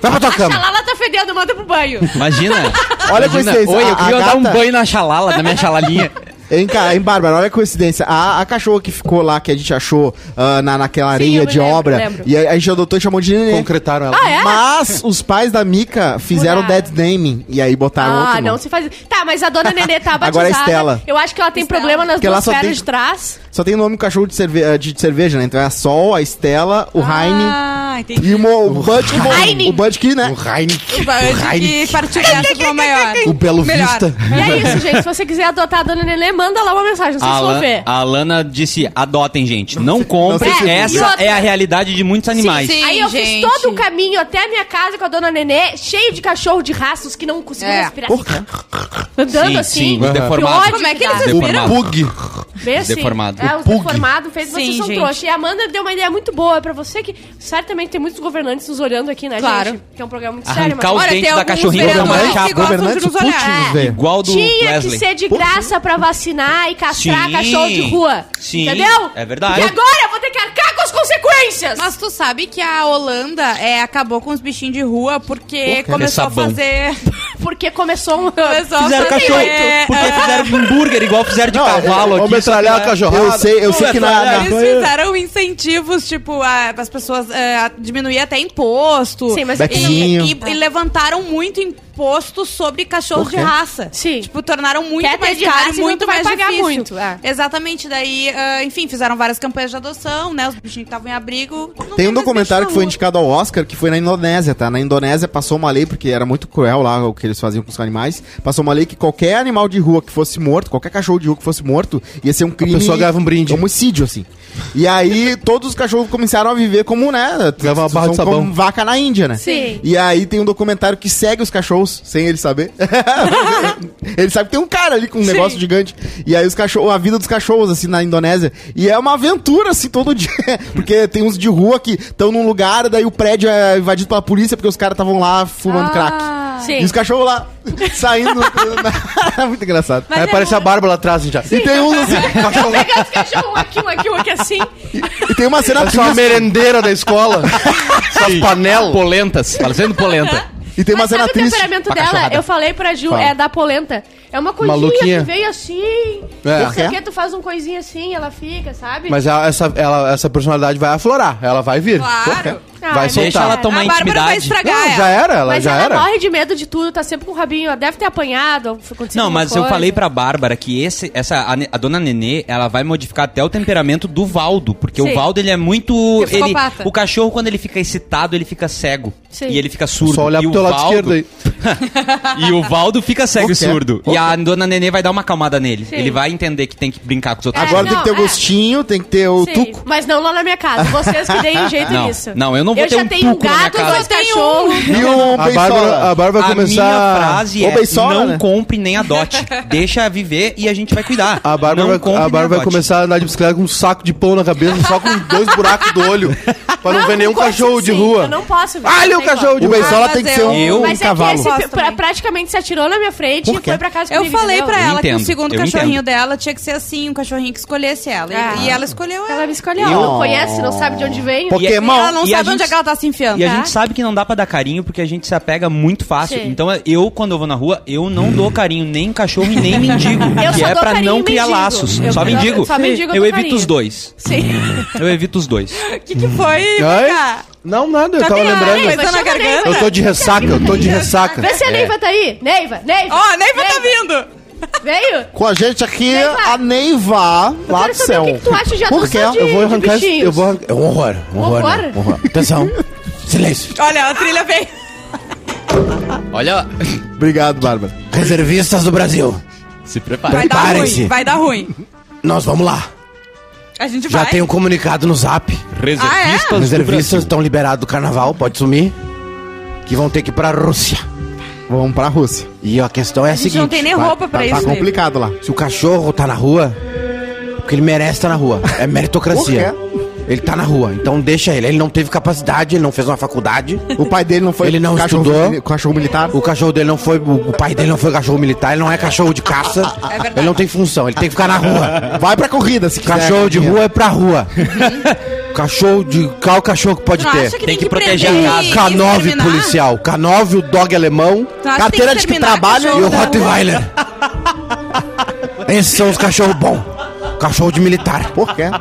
[SPEAKER 5] Vai pra tua
[SPEAKER 3] A
[SPEAKER 5] cama.
[SPEAKER 3] Xalala tá fedendo, manda pro banho.
[SPEAKER 4] Imagina.
[SPEAKER 2] Olha a
[SPEAKER 4] Imagina.
[SPEAKER 2] coincidência.
[SPEAKER 4] Oi, eu
[SPEAKER 2] A-
[SPEAKER 4] queria
[SPEAKER 2] a
[SPEAKER 4] dar um
[SPEAKER 2] gata-
[SPEAKER 4] banho na xalala, na minha xalalinha.
[SPEAKER 2] Hein, cara, hein, Bárbara, olha a coincidência. A, a cachorra que ficou lá, que a gente achou ah, na, naquela areia
[SPEAKER 3] eu me
[SPEAKER 2] de
[SPEAKER 3] lembro,
[SPEAKER 2] obra,
[SPEAKER 3] lembro.
[SPEAKER 2] e a, a gente adotou e chamou de neném.
[SPEAKER 5] Concretaram ela.
[SPEAKER 3] Ah, é?
[SPEAKER 2] Mas os pais da Mica fizeram
[SPEAKER 3] Mudaram.
[SPEAKER 2] dead naming, e aí botaram é outro
[SPEAKER 3] Ah,
[SPEAKER 2] nome.
[SPEAKER 3] não se faz. Tá, mas a dona Nenê tá batizada.
[SPEAKER 2] Agora é Estela.
[SPEAKER 3] Eu acho que ela tem
[SPEAKER 1] Estela.
[SPEAKER 3] problema nas
[SPEAKER 2] Porque ela
[SPEAKER 3] duas
[SPEAKER 2] só
[SPEAKER 3] pernas
[SPEAKER 2] tem-
[SPEAKER 3] de trás.
[SPEAKER 2] Só tem nome cachorro de, cerve de cerveja, né? Então é a Sol, a Estela, o Heine
[SPEAKER 1] Ah, entendi.
[SPEAKER 2] e o, Mo- o Bud que mo-
[SPEAKER 3] Heine.
[SPEAKER 2] O Bud que, né?
[SPEAKER 5] O Heineken.
[SPEAKER 1] Eu tive que partiu dessa pra uma maior.
[SPEAKER 5] O Belo
[SPEAKER 1] Melhor.
[SPEAKER 5] Vista.
[SPEAKER 3] E é isso, gente. Se você quiser adotar a dona Nenê, manda lá uma mensagem. Vocês
[SPEAKER 4] A,
[SPEAKER 3] vão
[SPEAKER 4] Alan,
[SPEAKER 3] ver.
[SPEAKER 4] a Alana disse: adotem, gente. Não comprem.
[SPEAKER 2] não sei se-
[SPEAKER 3] E
[SPEAKER 4] Essa
[SPEAKER 3] outra-
[SPEAKER 4] é a realidade de muitos animais.
[SPEAKER 1] sim.
[SPEAKER 3] Aí eu
[SPEAKER 1] gente.
[SPEAKER 3] fiz todo o caminho até a minha casa com a dona Nenê, cheio de cachorro de raços que não conseguiam
[SPEAKER 1] É.
[SPEAKER 3] respirar. Andando
[SPEAKER 4] Sim,
[SPEAKER 3] assim.
[SPEAKER 4] sim, os
[SPEAKER 3] Que
[SPEAKER 4] deformados.
[SPEAKER 3] ódio
[SPEAKER 1] Como é que
[SPEAKER 3] dá.
[SPEAKER 1] eles respiram?
[SPEAKER 4] Deformado.
[SPEAKER 5] Pug.
[SPEAKER 3] Bem assim.
[SPEAKER 4] Deformado.
[SPEAKER 3] É,
[SPEAKER 4] O
[SPEAKER 3] os
[SPEAKER 5] Pug.
[SPEAKER 3] deformados fez, vocês
[SPEAKER 1] Sim,
[SPEAKER 3] são
[SPEAKER 1] gente.
[SPEAKER 3] trouxa. E a Amanda deu uma ideia muito boa pra você que certamente obviamente tem muitos governantes nos olhando aqui, né,
[SPEAKER 1] Claro.
[SPEAKER 3] gente? Que é um programa muito sério.
[SPEAKER 4] Arrancar
[SPEAKER 3] mas-
[SPEAKER 4] o
[SPEAKER 1] Olha,
[SPEAKER 4] dente
[SPEAKER 1] tem
[SPEAKER 4] da
[SPEAKER 1] alguns
[SPEAKER 4] cachorrinha do
[SPEAKER 1] vereadores
[SPEAKER 4] Tamanho
[SPEAKER 1] que
[SPEAKER 4] Cabo.
[SPEAKER 1] gostam de nos olhar.
[SPEAKER 2] é Putin,
[SPEAKER 1] É.
[SPEAKER 2] velho.
[SPEAKER 4] Igual do
[SPEAKER 3] Tinha que
[SPEAKER 4] Wesley.
[SPEAKER 3] ser de graça pra vacinar e castrar
[SPEAKER 4] Sim.
[SPEAKER 3] cachorro de rua.
[SPEAKER 4] Sim.
[SPEAKER 3] Entendeu?
[SPEAKER 4] É verdade.
[SPEAKER 3] E agora eu vou ter que arcar com as consequências.
[SPEAKER 1] Mas tu sabe que a Holanda é, acabou com os bichinhos de rua porque
[SPEAKER 2] Porra,
[SPEAKER 1] começou a
[SPEAKER 4] sabão.
[SPEAKER 1] fazer.
[SPEAKER 3] porque começou um...
[SPEAKER 1] começou a
[SPEAKER 4] Fizeram
[SPEAKER 1] fazer-
[SPEAKER 4] cachorro.
[SPEAKER 1] é,
[SPEAKER 4] Porque
[SPEAKER 1] é,
[SPEAKER 4] fizeram hambúrguer igual fizeram de
[SPEAKER 2] Não, é,
[SPEAKER 4] cavalo
[SPEAKER 5] Vamos
[SPEAKER 4] aqui.
[SPEAKER 5] metralhar a
[SPEAKER 4] só que não é-
[SPEAKER 5] cachorrada.
[SPEAKER 2] Eu sei, eu sei que na, na-
[SPEAKER 1] Eles fizeram incentivos, tipo, a- as pessoas é, a diminuir até imposto.
[SPEAKER 3] Sim, mas... Ah.
[SPEAKER 2] Bequinho.
[SPEAKER 3] Sim.
[SPEAKER 1] E, e levantaram muito imposto sobre cachorros
[SPEAKER 2] Por
[SPEAKER 1] de
[SPEAKER 2] quê?
[SPEAKER 1] raça.
[SPEAKER 3] Sim.
[SPEAKER 1] Tipo, tornaram muito
[SPEAKER 3] Quer ter
[SPEAKER 1] mais
[SPEAKER 3] de
[SPEAKER 1] caro,
[SPEAKER 3] raça,
[SPEAKER 1] e muito
[SPEAKER 3] então tu vai
[SPEAKER 1] mais
[SPEAKER 3] pagar
[SPEAKER 1] difícil.
[SPEAKER 3] muito, é.
[SPEAKER 1] Exatamente. Daí, ah, enfim, fizeram várias campanhas de adoção, né? Os bichinhos que estavam em abrigo. não
[SPEAKER 2] Tem um
[SPEAKER 1] mais
[SPEAKER 2] documentário que
[SPEAKER 1] bicho na rua.
[SPEAKER 2] foi indicado ao Oscar, que foi na Indonésia, tá? Na Indonésia passou uma lei, porque era muito cruel lá o que eles faziam com os animais. Passou uma lei que qualquer animal de rua que fosse morto, qualquer cachorro de rua que fosse morto, ia ser um crime.
[SPEAKER 5] pessoa ganhava um brinde.
[SPEAKER 2] Homicídio, assim. E aí todos os cachorros começaram a viver como, né?
[SPEAKER 5] Ganhava uma barra de
[SPEAKER 2] são
[SPEAKER 5] sabão.
[SPEAKER 2] Como vaca na Índia, né?
[SPEAKER 3] Sim.
[SPEAKER 2] E aí tem um documentário que segue os cachorros, sem ele saber. ele sabe que tem um cara ali com um negócio gigante. E aí os cachorros, a vida dos cachorros, assim, na Indonésia. E é uma aventura, assim, todo dia. Porque tem uns de rua que estão num lugar, daí o prédio é invadido pela polícia, porque os caras estavam lá fumando
[SPEAKER 3] Ah,
[SPEAKER 2] crack. E os cachorros lá, saindo. na- Muito engraçado.
[SPEAKER 5] Aí aparece a Bárbara lá atrás já.
[SPEAKER 2] E tem uns assim,
[SPEAKER 3] Tô pegando os cachorros aqui, um aqui, um aqui, assim.
[SPEAKER 2] e tem uma cena
[SPEAKER 5] Parece é uma
[SPEAKER 2] triste.
[SPEAKER 5] merendeira da escola. Essas panelas.
[SPEAKER 4] Polentas. Falecendo polenta.
[SPEAKER 2] E tem uma
[SPEAKER 3] Mas
[SPEAKER 2] cena
[SPEAKER 3] sabe o
[SPEAKER 2] triste. tá
[SPEAKER 3] temperamento
[SPEAKER 4] pra
[SPEAKER 3] dela?
[SPEAKER 4] cachorrada.
[SPEAKER 3] Eu falei pra Ju,
[SPEAKER 2] Fala.
[SPEAKER 3] é da polenta. É uma coisinha
[SPEAKER 5] Maluquinha.
[SPEAKER 3] que veio assim.
[SPEAKER 5] É.
[SPEAKER 3] Não sei o
[SPEAKER 2] É.
[SPEAKER 3] que, tu faz um coisinha assim, ela fica, sabe?
[SPEAKER 5] Mas ela- essa, ela- essa personalidade vai aflorar. Ela vai vir.
[SPEAKER 1] Claro.
[SPEAKER 3] Ah,
[SPEAKER 5] vai
[SPEAKER 3] mas
[SPEAKER 5] soltar.
[SPEAKER 4] Deixa ela tomar
[SPEAKER 1] A Bárbara vai
[SPEAKER 4] intimidade.
[SPEAKER 1] estragar
[SPEAKER 5] Não,
[SPEAKER 1] ela.
[SPEAKER 5] já era, ela
[SPEAKER 3] Mas
[SPEAKER 5] já
[SPEAKER 3] ela
[SPEAKER 5] era.
[SPEAKER 3] morre de medo de tudo, tá sempre com o rabinho. Ela deve ter apanhado, aconteceu
[SPEAKER 4] Não,
[SPEAKER 3] alguma
[SPEAKER 4] mas eu
[SPEAKER 3] coisa.
[SPEAKER 4] falei pra Bárbara que esse, essa, a, ne- a dona Nenê, ela vai modificar até o temperamento do Valdo, porque
[SPEAKER 3] Sim.
[SPEAKER 4] o Valdo, ele é muito...
[SPEAKER 1] Ele é
[SPEAKER 4] Ele,
[SPEAKER 1] psicopata.
[SPEAKER 4] o cachorro, quando ele fica excitado, ele fica cego.
[SPEAKER 3] Sim.
[SPEAKER 4] E ele fica surdo.
[SPEAKER 5] Só olhar
[SPEAKER 4] e
[SPEAKER 5] pro
[SPEAKER 4] o
[SPEAKER 5] teu lado
[SPEAKER 4] Valdo-
[SPEAKER 5] esquerdo aí.
[SPEAKER 4] E o Valdo fica cego
[SPEAKER 2] Ok,
[SPEAKER 4] e surdo. E a dona Nenê vai dar uma acalmada nele.
[SPEAKER 3] Sim.
[SPEAKER 4] Ele vai entender que tem que brincar com os outros.
[SPEAKER 2] Agora
[SPEAKER 3] É,
[SPEAKER 2] tem que ter o
[SPEAKER 3] não, é.
[SPEAKER 2] gostinho, tem que ter o
[SPEAKER 3] Sim,
[SPEAKER 2] tuco.
[SPEAKER 3] Mas não lá na minha casa. Vocês que deem um jeito
[SPEAKER 4] Não,
[SPEAKER 3] nisso.
[SPEAKER 4] não, eu não vou
[SPEAKER 3] Eu
[SPEAKER 4] ter
[SPEAKER 3] já
[SPEAKER 4] um
[SPEAKER 3] tenho um
[SPEAKER 4] tuco na minha
[SPEAKER 3] gato,
[SPEAKER 4] casa.
[SPEAKER 3] dois cachorros.
[SPEAKER 2] E um
[SPEAKER 5] A
[SPEAKER 2] beisola.
[SPEAKER 5] Bárbara, a Bárbara
[SPEAKER 4] a
[SPEAKER 5] vai começar.
[SPEAKER 4] minha frase
[SPEAKER 2] Ô,
[SPEAKER 4] é
[SPEAKER 2] Beisola,
[SPEAKER 4] não
[SPEAKER 2] né?
[SPEAKER 4] compre nem adote. Deixa viver e a gente vai cuidar.
[SPEAKER 5] A Bárbara,
[SPEAKER 4] Não
[SPEAKER 5] vai,
[SPEAKER 4] compre
[SPEAKER 5] a
[SPEAKER 4] nem
[SPEAKER 5] Bárbara vai
[SPEAKER 4] adote.
[SPEAKER 5] começar a andar de bicicleta com um saco de pão na cabeça, só com dois buracos do olho. Pra não, ver nenhum
[SPEAKER 3] coisa
[SPEAKER 5] cachorro de
[SPEAKER 3] um assim,
[SPEAKER 5] rua.
[SPEAKER 3] Eu não posso ver.
[SPEAKER 5] Olha
[SPEAKER 3] não
[SPEAKER 5] o
[SPEAKER 3] tem
[SPEAKER 5] cachorro
[SPEAKER 1] como.
[SPEAKER 5] de
[SPEAKER 1] Ah,
[SPEAKER 5] beisola.
[SPEAKER 2] Beisola
[SPEAKER 1] mas
[SPEAKER 2] tem que
[SPEAKER 1] eu-
[SPEAKER 2] ser um,
[SPEAKER 4] Eu-
[SPEAKER 2] um
[SPEAKER 3] Mas é
[SPEAKER 2] cavalo.
[SPEAKER 3] que esse
[SPEAKER 1] Gosto
[SPEAKER 3] pra-
[SPEAKER 1] também.
[SPEAKER 3] praticamente se atirou na minha frente
[SPEAKER 2] Por
[SPEAKER 3] e
[SPEAKER 2] quê?
[SPEAKER 3] foi pra casa
[SPEAKER 1] Eu
[SPEAKER 3] comigo,
[SPEAKER 1] falei
[SPEAKER 3] entendeu?
[SPEAKER 1] pra
[SPEAKER 4] Eu
[SPEAKER 1] ela que o
[SPEAKER 4] entendo,
[SPEAKER 1] segundo
[SPEAKER 4] eu
[SPEAKER 1] cachorrinho
[SPEAKER 4] entendo.
[SPEAKER 1] dela tinha que ser assim, um cachorrinho que escolhesse ela. E-
[SPEAKER 3] Ah.
[SPEAKER 1] E ela escolheu
[SPEAKER 3] Ela me
[SPEAKER 1] ela.
[SPEAKER 3] escolheu.
[SPEAKER 2] Eu-
[SPEAKER 3] Não conhece, não sabe de onde vem.
[SPEAKER 2] Pô, Pokémon.
[SPEAKER 1] Ela não
[SPEAKER 4] E a
[SPEAKER 1] sabe onde
[SPEAKER 4] gente-
[SPEAKER 1] é que ela tá se enfiando.
[SPEAKER 4] E a
[SPEAKER 1] tá?
[SPEAKER 4] gente sabe que não dá pra dar carinho porque a gente se apega muito fácil.
[SPEAKER 3] Sim.
[SPEAKER 4] Então eu, quando eu vou na rua, eu não dou carinho nem em cachorro e nem em mendigo.
[SPEAKER 3] Eu
[SPEAKER 4] que
[SPEAKER 3] só
[SPEAKER 4] é
[SPEAKER 3] dou
[SPEAKER 4] pra
[SPEAKER 3] carinho em
[SPEAKER 4] não criar
[SPEAKER 3] mendigo.
[SPEAKER 4] laços.
[SPEAKER 3] Eu
[SPEAKER 4] só
[SPEAKER 3] dou-
[SPEAKER 4] mendigo.
[SPEAKER 3] só mendigo eu
[SPEAKER 4] eu
[SPEAKER 3] dou
[SPEAKER 4] evito
[SPEAKER 3] carinho.
[SPEAKER 4] os dois.
[SPEAKER 1] Sim.
[SPEAKER 4] Eu evito os dois.
[SPEAKER 1] O que, que foi,
[SPEAKER 5] Ai?
[SPEAKER 1] Cacá?
[SPEAKER 5] Não, nada, eu tava
[SPEAKER 1] tem
[SPEAKER 5] lembrando.
[SPEAKER 1] água, tá na
[SPEAKER 3] Eu tô
[SPEAKER 1] garganta?
[SPEAKER 5] Eu tô de ressaca, eu tô de ressaca.
[SPEAKER 3] Vê se a Neiva tá aí. Neiva, Neiva.
[SPEAKER 1] Ó, nem vai tá vindo!
[SPEAKER 3] Veio?
[SPEAKER 2] Com a gente aqui,
[SPEAKER 3] Neiva.
[SPEAKER 2] a Neiva, lá
[SPEAKER 3] quero
[SPEAKER 2] do
[SPEAKER 3] saber
[SPEAKER 2] céu.
[SPEAKER 3] o que que tu acha de
[SPEAKER 2] Por
[SPEAKER 3] adoção
[SPEAKER 2] quê?
[SPEAKER 3] de-
[SPEAKER 5] Eu vou arrancar esse.
[SPEAKER 3] bichinhos.
[SPEAKER 5] Eu vou arrancar. É um horror. Um horror.
[SPEAKER 3] Horror?
[SPEAKER 5] né? Um horror. Atenção. Silêncio.
[SPEAKER 1] Olha, a trilha veio.
[SPEAKER 5] Olha.
[SPEAKER 2] Obrigado, Bárbara.
[SPEAKER 5] Reservistas do Brasil.
[SPEAKER 4] Se prepara.
[SPEAKER 1] Vai dar
[SPEAKER 5] Preparem-se.
[SPEAKER 1] ruim, vai dar ruim.
[SPEAKER 5] Nós vamos lá.
[SPEAKER 1] A gente
[SPEAKER 5] Já
[SPEAKER 1] vai. Ah, é?
[SPEAKER 5] tem um comunicado no zap.
[SPEAKER 1] Reservistas
[SPEAKER 5] Os reservistas estão liberados do carnaval, pode sumir. Que vão ter que ir pra Rússia.
[SPEAKER 2] Vamos pra Rússia.
[SPEAKER 5] E a questão é a,
[SPEAKER 1] A gente
[SPEAKER 5] seguinte.
[SPEAKER 1] não tem nem
[SPEAKER 5] vai-
[SPEAKER 1] roupa pra
[SPEAKER 5] tá-
[SPEAKER 1] isso.
[SPEAKER 2] Tá
[SPEAKER 1] Sim.
[SPEAKER 2] complicado lá.
[SPEAKER 5] Se o cachorro tá na rua, porque ele merece estar na rua. É meritocracia.
[SPEAKER 2] Por
[SPEAKER 5] Ele tá na rua, então deixa ele. Ele não teve capacidade, ele não fez uma faculdade.
[SPEAKER 2] O pai dele não foi
[SPEAKER 5] Ele não
[SPEAKER 2] cachorro,
[SPEAKER 5] estudou.
[SPEAKER 2] cachorro militar?
[SPEAKER 5] O cachorro dele não foi. O o pai dele não foi cachorro militar, ele não é cachorro de caça.
[SPEAKER 1] É verdade.
[SPEAKER 5] ele não tem função, ele tem que ficar na rua.
[SPEAKER 2] Vai pra corrida se quiser.
[SPEAKER 5] Cachorro de rua é pra rua. cachorro de. Qual cachorro que pode
[SPEAKER 1] Uhum. Tu não
[SPEAKER 5] ter?
[SPEAKER 1] acha que
[SPEAKER 4] Tem que proteger
[SPEAKER 1] prender
[SPEAKER 4] a
[SPEAKER 1] e-
[SPEAKER 4] casa.
[SPEAKER 1] e
[SPEAKER 5] K9
[SPEAKER 1] exterminar?
[SPEAKER 5] policial, K9, o dog alemão
[SPEAKER 1] Tu acha que tem
[SPEAKER 2] Carteira de que
[SPEAKER 1] exterminar
[SPEAKER 2] trabalha
[SPEAKER 5] e
[SPEAKER 1] cachorro
[SPEAKER 5] o
[SPEAKER 1] da rua?
[SPEAKER 5] Rottweiler. Esses são os cachorros bons. Cachorro de militar.
[SPEAKER 2] Por quê?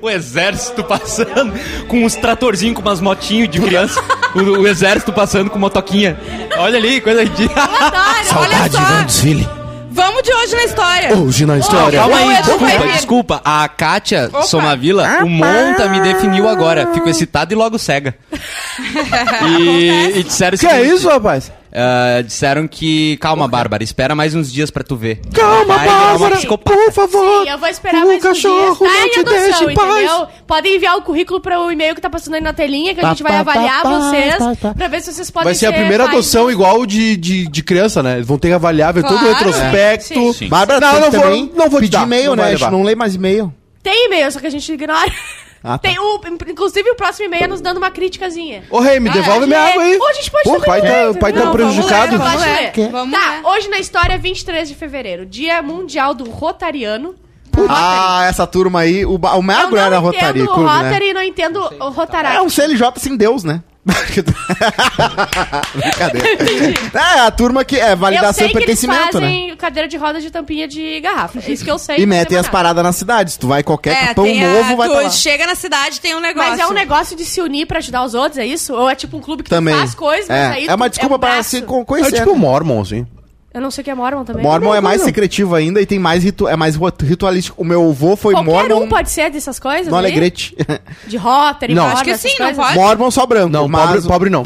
[SPEAKER 4] O exército passando com uns tratorzinhos, com umas motinhos de criança. o, o exército passando com motoquinha. Olha ali, coisa ridícula.
[SPEAKER 1] Adoro, olha
[SPEAKER 5] Saudade de ver um
[SPEAKER 1] só.
[SPEAKER 5] desfile.
[SPEAKER 1] Vamos de hoje na história.
[SPEAKER 5] Hoje na história.
[SPEAKER 1] Calma
[SPEAKER 6] Calma
[SPEAKER 1] aí, vai
[SPEAKER 6] aí, desculpa,
[SPEAKER 1] ver.
[SPEAKER 6] desculpa. A Kátia Somavila, o Monta me definiu agora. Fico excitada e logo cega. E, e disseram o
[SPEAKER 5] Que é
[SPEAKER 6] seguinte,
[SPEAKER 5] isso, rapaz?
[SPEAKER 6] ah, disseram que. Calma, Bárbara, espera mais uns dias pra tu ver.
[SPEAKER 5] Calma,
[SPEAKER 6] Vai, ela é uma
[SPEAKER 5] Bárbara.
[SPEAKER 6] psicopata.
[SPEAKER 5] Por favor.
[SPEAKER 3] E eu vou esperar
[SPEAKER 5] o
[SPEAKER 3] mais uns
[SPEAKER 5] um cachorro
[SPEAKER 3] dias. Tá
[SPEAKER 5] não
[SPEAKER 3] em
[SPEAKER 5] te
[SPEAKER 3] adoção,
[SPEAKER 5] deixa em paz.
[SPEAKER 3] entendeu? Podem enviar o currículo para o e-mail que tá passando aí na telinha, que a
[SPEAKER 5] Tá,
[SPEAKER 3] gente vai
[SPEAKER 5] tá,
[SPEAKER 3] avaliar
[SPEAKER 5] tá, tá,
[SPEAKER 3] vocês,
[SPEAKER 5] tá, tá.
[SPEAKER 3] pra ver se vocês podem
[SPEAKER 5] Vai ser a primeira
[SPEAKER 3] pais.
[SPEAKER 5] adoção igual de, de, de criança, né? Eles vão ter que avaliar, ver todo o
[SPEAKER 1] Claro.
[SPEAKER 5] retrospecto.
[SPEAKER 6] Sim.
[SPEAKER 2] Bárbara,
[SPEAKER 5] Não,
[SPEAKER 2] tem
[SPEAKER 5] não
[SPEAKER 2] que
[SPEAKER 5] vou-
[SPEAKER 2] também
[SPEAKER 5] não vou te
[SPEAKER 2] pedir
[SPEAKER 5] dar,
[SPEAKER 2] e-mail,
[SPEAKER 5] não
[SPEAKER 2] né? A
[SPEAKER 5] vai
[SPEAKER 2] gente
[SPEAKER 5] levar.
[SPEAKER 2] não lê mais e-mail.
[SPEAKER 3] Tem e-mail, só que a gente ignora.
[SPEAKER 2] Ah, tá.
[SPEAKER 3] Tem o, inclusive o próximo e-mail é nos dando uma criticazinha.
[SPEAKER 5] Ô, rei, me
[SPEAKER 1] Ah,
[SPEAKER 5] devolve
[SPEAKER 1] é.
[SPEAKER 5] minha água aí.
[SPEAKER 3] Ô, a gente pode
[SPEAKER 5] Pô,
[SPEAKER 3] fazer
[SPEAKER 5] o pai tá,
[SPEAKER 3] direito,
[SPEAKER 5] o pai tá
[SPEAKER 3] não, vamos
[SPEAKER 5] prejudicado.
[SPEAKER 1] Vamos
[SPEAKER 3] Pode
[SPEAKER 1] ler,
[SPEAKER 3] ler.
[SPEAKER 1] vamos
[SPEAKER 3] Tá,
[SPEAKER 1] ler.
[SPEAKER 3] hoje na história, 23 de fevereiro, Dia Mundial do Rotariano.
[SPEAKER 2] Ah, essa turma aí, o, ba- o
[SPEAKER 3] Eu
[SPEAKER 2] magro
[SPEAKER 3] não
[SPEAKER 2] era
[SPEAKER 3] entendo
[SPEAKER 2] Rotary.
[SPEAKER 3] o
[SPEAKER 2] clube, né?
[SPEAKER 3] Rotary, não entendo
[SPEAKER 1] tá
[SPEAKER 3] o Rotaract.
[SPEAKER 2] É um CLJ sem Deus, né? Brincadeira. É, a turma que é
[SPEAKER 3] Eu
[SPEAKER 2] validação
[SPEAKER 3] sei
[SPEAKER 2] e
[SPEAKER 3] que eles
[SPEAKER 2] pertencimento, né?
[SPEAKER 3] fazem cadeira de roda de tampinha de garrafa. É isso que eu sei.
[SPEAKER 2] E metem as
[SPEAKER 3] separar.
[SPEAKER 2] paradas na cidade. Se tu vai qualquer
[SPEAKER 1] É,
[SPEAKER 2] pão
[SPEAKER 1] tem a-
[SPEAKER 2] novo, vai
[SPEAKER 1] tu
[SPEAKER 2] pra lá.
[SPEAKER 1] chega na cidade, tem um negócio.
[SPEAKER 3] Mas é um negócio de se unir pra ajudar os outros, é isso? Ou é tipo um clube que tu
[SPEAKER 2] Também.
[SPEAKER 3] faz coisas, mas aí
[SPEAKER 2] é, é uma
[SPEAKER 3] tu-
[SPEAKER 2] desculpa
[SPEAKER 3] um
[SPEAKER 2] pra
[SPEAKER 3] braço.
[SPEAKER 2] se con-
[SPEAKER 5] É
[SPEAKER 2] conhecer.
[SPEAKER 5] tipo um
[SPEAKER 2] né?
[SPEAKER 5] Mormon, assim.
[SPEAKER 3] Eu não sei o que é Mormon também.
[SPEAKER 2] Mormon é mais
[SPEAKER 5] não.
[SPEAKER 2] secretivo ainda e tem mais ritu é mais rot- ritualístico. O meu avô foi
[SPEAKER 3] Qualquer
[SPEAKER 2] Mormon
[SPEAKER 3] um pode ser dessas coisas?
[SPEAKER 2] no
[SPEAKER 3] aí?
[SPEAKER 2] Alegrete.
[SPEAKER 3] De Rotary,
[SPEAKER 1] Não,
[SPEAKER 3] Mormon,
[SPEAKER 1] acho que
[SPEAKER 3] essas
[SPEAKER 1] sim, não
[SPEAKER 3] coisas.
[SPEAKER 1] pode.
[SPEAKER 2] Mormon só branco.
[SPEAKER 5] Não,
[SPEAKER 2] mas
[SPEAKER 5] pobre, pobre não.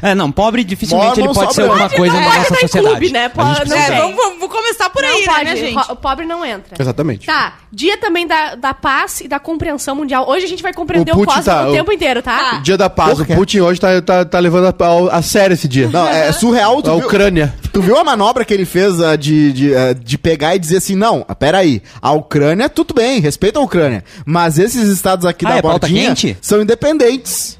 [SPEAKER 6] É, não, pobre dificilmente
[SPEAKER 2] Mormon
[SPEAKER 6] ele pode
[SPEAKER 2] só
[SPEAKER 6] ser alguma
[SPEAKER 2] branco.
[SPEAKER 6] coisa
[SPEAKER 3] Não
[SPEAKER 6] na
[SPEAKER 3] pode
[SPEAKER 6] nossa
[SPEAKER 3] dar em
[SPEAKER 6] sociedade.
[SPEAKER 3] clube, né?
[SPEAKER 6] A gente
[SPEAKER 3] Pode-
[SPEAKER 6] precisa-
[SPEAKER 1] É,
[SPEAKER 3] Não
[SPEAKER 1] vamos, vamos- vamos começar por
[SPEAKER 3] Não
[SPEAKER 1] aí,
[SPEAKER 3] pode,
[SPEAKER 1] né, minha gente?
[SPEAKER 3] O pobre não entra.
[SPEAKER 5] Exatamente.
[SPEAKER 3] Tá, dia também da, da paz e da compreensão mundial. Hoje a gente vai compreender
[SPEAKER 5] O
[SPEAKER 3] o,
[SPEAKER 5] Putin
[SPEAKER 3] cosmos
[SPEAKER 5] tá-
[SPEAKER 3] o
[SPEAKER 5] o-
[SPEAKER 3] tempo inteiro, tá?
[SPEAKER 5] Dia da paz.
[SPEAKER 2] Por quê?
[SPEAKER 5] O Putin hoje tá, tá, tá levando a, ao- a sério esse dia.
[SPEAKER 2] Não, é surreal. tu
[SPEAKER 5] a
[SPEAKER 2] viu-
[SPEAKER 5] Ucrânia.
[SPEAKER 2] Tu viu a manobra que ele fez ah, de, de, ah, de pegar e dizer assim, não, peraí, a Ucrânia, tudo bem, respeita a Ucrânia, mas esses estados aqui
[SPEAKER 6] Ah,
[SPEAKER 2] da
[SPEAKER 6] é pauta
[SPEAKER 2] bordinha
[SPEAKER 6] quente?
[SPEAKER 2] são independentes,